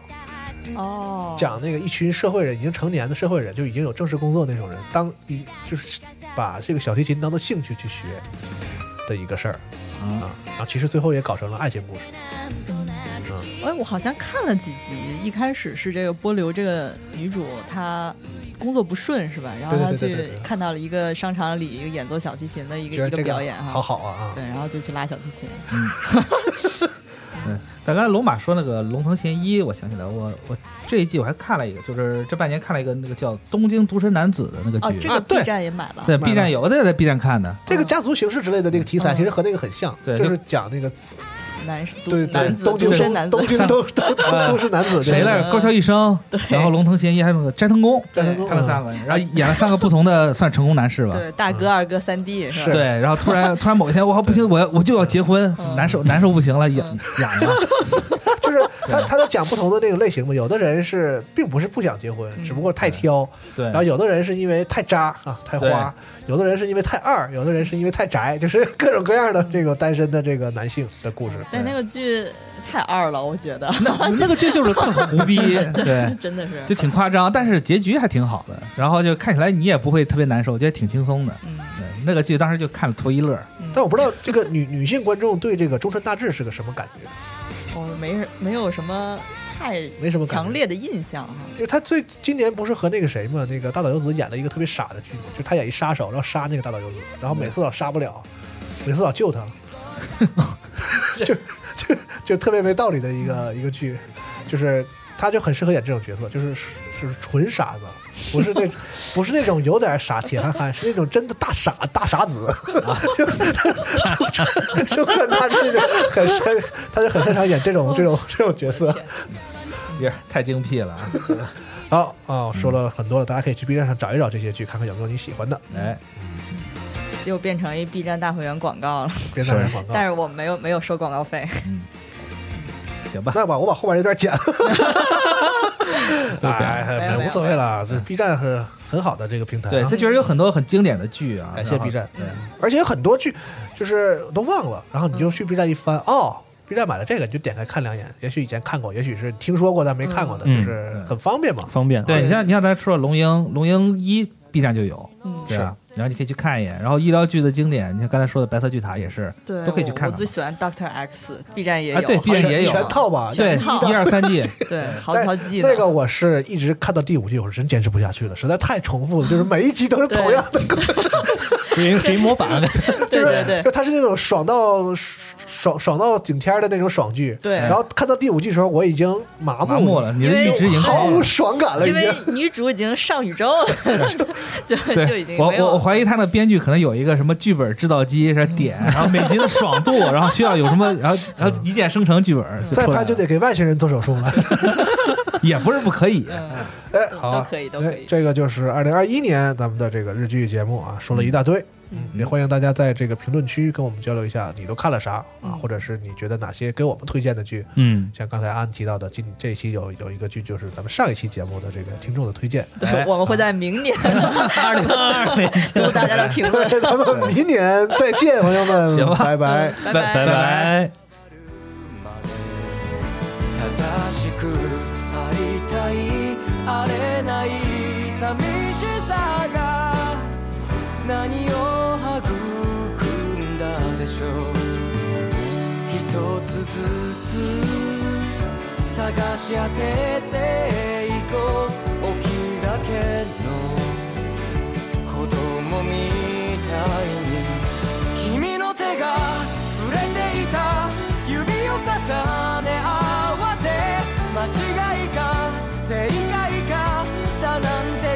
Speaker 4: 哦，
Speaker 2: 讲那个一群社会人，已经成年的社会人，就已经有正式工作那种人，当一就是把这个小提琴当做兴趣去学的一个事儿
Speaker 3: 嗯
Speaker 2: 啊。然后其实最后也搞成了爱情故事。嗯
Speaker 4: 哎，我好像看了几集，一开始是这个波流这个女主她。工作不顺是吧？然后她
Speaker 2: 对对对对
Speaker 4: 去
Speaker 2: 对对
Speaker 4: 看到了一个商场里一个演奏小提琴的一
Speaker 2: 觉
Speaker 4: 个
Speaker 2: 得
Speaker 4: 一
Speaker 2: 这个
Speaker 4: 个表演哈，
Speaker 2: 好好啊
Speaker 4: 对，然后就去拉小提琴。
Speaker 3: 嗯，但刚才龙马说那个《龙腾贤一》，我想起来，我我这一季我还看了一个，就是这半年看了一个那个叫《东京独身男子》的那个
Speaker 4: 哦，
Speaker 3: 剧，
Speaker 4: 这
Speaker 2: 啊
Speaker 4: 个
Speaker 2: 对
Speaker 4: B 站也买了。
Speaker 3: 对
Speaker 2: 买了
Speaker 3: B 站有，我在在 B 站看的。
Speaker 2: 啊！这个家族形式之类的那个题材，
Speaker 4: 嗯
Speaker 2: 其实和那个很像，
Speaker 3: 对
Speaker 2: 就是讲那个
Speaker 4: 男是独
Speaker 2: 对对
Speaker 4: 男子
Speaker 2: 东京
Speaker 4: 独身
Speaker 2: 都
Speaker 4: 男
Speaker 2: 东
Speaker 4: 子，
Speaker 2: 京 都都都是男子
Speaker 3: 谁来着？
Speaker 4: 嗯
Speaker 3: 高桥一生，然后龙腾贤一，还有那个斋藤工，
Speaker 2: 斋藤工
Speaker 3: 他们三个，然后演了三个不同的算成功男士吧。
Speaker 4: 对大
Speaker 2: 嗯
Speaker 4: 哥、二哥、三弟是吧？
Speaker 3: 对，然后突然突然某一天，我不行，我要我就要结婚，
Speaker 4: 嗯
Speaker 3: 难受难受不行了，痒痒 了。
Speaker 2: 嗯就是他他都讲不同的那个类型嘛。有的人是并不是不想结婚，只不过太挑，
Speaker 3: 对，
Speaker 2: 然后有的人是因为太渣啊，太花；有的人是因为太二，有的人是因为太宅，就是 各种各样的这个单身的这个男性的故事。
Speaker 4: 但那个剧太二了，我觉得
Speaker 3: 那个剧就是特胡逼， 对。
Speaker 4: 真的是
Speaker 3: 就。挺夸张，但是结局还挺好的，然后就看起来你也不会特别难受，我觉得挺轻松的。
Speaker 4: 嗯，
Speaker 3: 对，那个剧当时就看了图一乐。
Speaker 2: 但我不知道这个女女性观众对这个中村大志是个什么感觉，
Speaker 4: 我没没有什么太
Speaker 2: 没什么感觉
Speaker 4: 强烈的印象哈。
Speaker 2: 就是他最今年不是和那个谁嘛，那个大岛由子演了一个特别傻的剧嘛，就是他演一杀手，然后杀那个大岛由子，然后每次老杀不了，每次老救他，就就就特别没道理的一个一个剧，就是他就很适合演这种角色，就是就是纯傻子，不是那不是那种有点傻铁憨憨，是那种真的大傻大傻子， 就就就算他是很擅，他就很擅长演这种这种这种角色。
Speaker 3: 也太精辟了啊！
Speaker 2: 好啊、我说了很多了，大家可以去 B 站上找一找这些剧，看看有没有你喜欢的。
Speaker 3: 哎，
Speaker 4: 结果变成一 B 站大会员广告了，
Speaker 2: 别打人广告
Speaker 4: 但。是我没有没有收广告费。
Speaker 3: 行吧，
Speaker 2: 那把我把后边这段 剪了，哎，
Speaker 4: 没有
Speaker 2: 没
Speaker 4: 没有
Speaker 2: 无所谓了。这 B 站是很好的这个平台啊，
Speaker 3: 对，他确实有很多很经典的剧啊，
Speaker 2: 感谢
Speaker 3: 然后
Speaker 2: B 站
Speaker 3: 对，
Speaker 2: 嗯而且有很多剧就是都忘了，然后你就去 B 站一翻，哦，B 站买了这个，你就点开看两眼，也许以前看过，也许是听说过但没看过的，
Speaker 5: 嗯
Speaker 2: 就是很方便嘛。
Speaker 5: 方便啊，
Speaker 3: 对你像你像咱说的《龙樱》，《龙樱一》B 站就有，
Speaker 4: 嗯，
Speaker 3: 对啊吧？然后你可以去看一眼。然后医疗剧的经典，你像刚才说的《白色巨塔》也是，
Speaker 4: 对，
Speaker 3: 都可以去看
Speaker 4: 我。我
Speaker 3: 看
Speaker 4: 最喜欢 Doctor X，B 站也
Speaker 3: 啊
Speaker 4: 有，
Speaker 3: 对，B 站也有
Speaker 2: 全套吧？
Speaker 3: 对，
Speaker 4: 全套
Speaker 3: 一二三季，
Speaker 4: 对，好
Speaker 2: 但
Speaker 4: 好记
Speaker 2: 那个我是一直看到第五季，我是真坚持不下去了，实在太重复了，就是每一集都是同样的
Speaker 5: 谁谁 模板
Speaker 4: 对对对
Speaker 2: 就，它是那种爽到爽爽到顶天儿的那种爽剧。
Speaker 4: 对
Speaker 2: 然后看到第五季的时候，我已经麻
Speaker 3: 麻
Speaker 2: 木
Speaker 3: 木
Speaker 2: 了，
Speaker 3: 了，你的
Speaker 4: 因为
Speaker 3: 阈值已经
Speaker 2: 毫
Speaker 3: 高
Speaker 2: 无
Speaker 3: 了。
Speaker 2: 爽感了，已
Speaker 4: 因为
Speaker 2: 经。
Speaker 4: 女主已经上宇宙了， 就 就
Speaker 3: 对
Speaker 4: 已经，
Speaker 3: 我
Speaker 4: 没
Speaker 3: 我我
Speaker 4: 有。
Speaker 3: 怀疑他那编剧可能有一个什么剧本制造机，是点，
Speaker 4: 嗯
Speaker 3: 然后每集的爽度，然后需要有什么，然后然后一键生成剧本，
Speaker 2: 再
Speaker 3: 出来
Speaker 2: 拍
Speaker 3: 了
Speaker 2: 就得给外星人做手术 了。
Speaker 3: 也不是不可以。啊
Speaker 4: 嗯，
Speaker 2: 哎，好啊，
Speaker 4: 都可以都可以
Speaker 2: 哎这个就是二零二一年咱们的这个日剧节目啊，说了一大堆。嗯，也欢迎大家在这个评论区跟我们交流一下，你都看了啥
Speaker 4: 嗯
Speaker 2: 啊？或者是你觉得哪些给我们推荐的剧？
Speaker 5: 嗯，
Speaker 2: 像刚才安提到的，今这一期有有一个剧，就是咱们上一期节目的这个听众的推荐，
Speaker 3: 哎
Speaker 4: 对，我们会在明年
Speaker 3: 啊
Speaker 5: 二零二二年见，
Speaker 4: 读大家的评论。
Speaker 2: 咱们明年再见，朋友们，
Speaker 3: 行吧
Speaker 2: 拜拜。
Speaker 4: 拜
Speaker 5: 拜拜拜。
Speaker 1: まで正しくありたいあれない寂しさが何を育んだでしょう一つずつ探し当てていこうお気だけの子供みたいに君の手が触れていた指を重ね合わせ間違いか正解かだなんて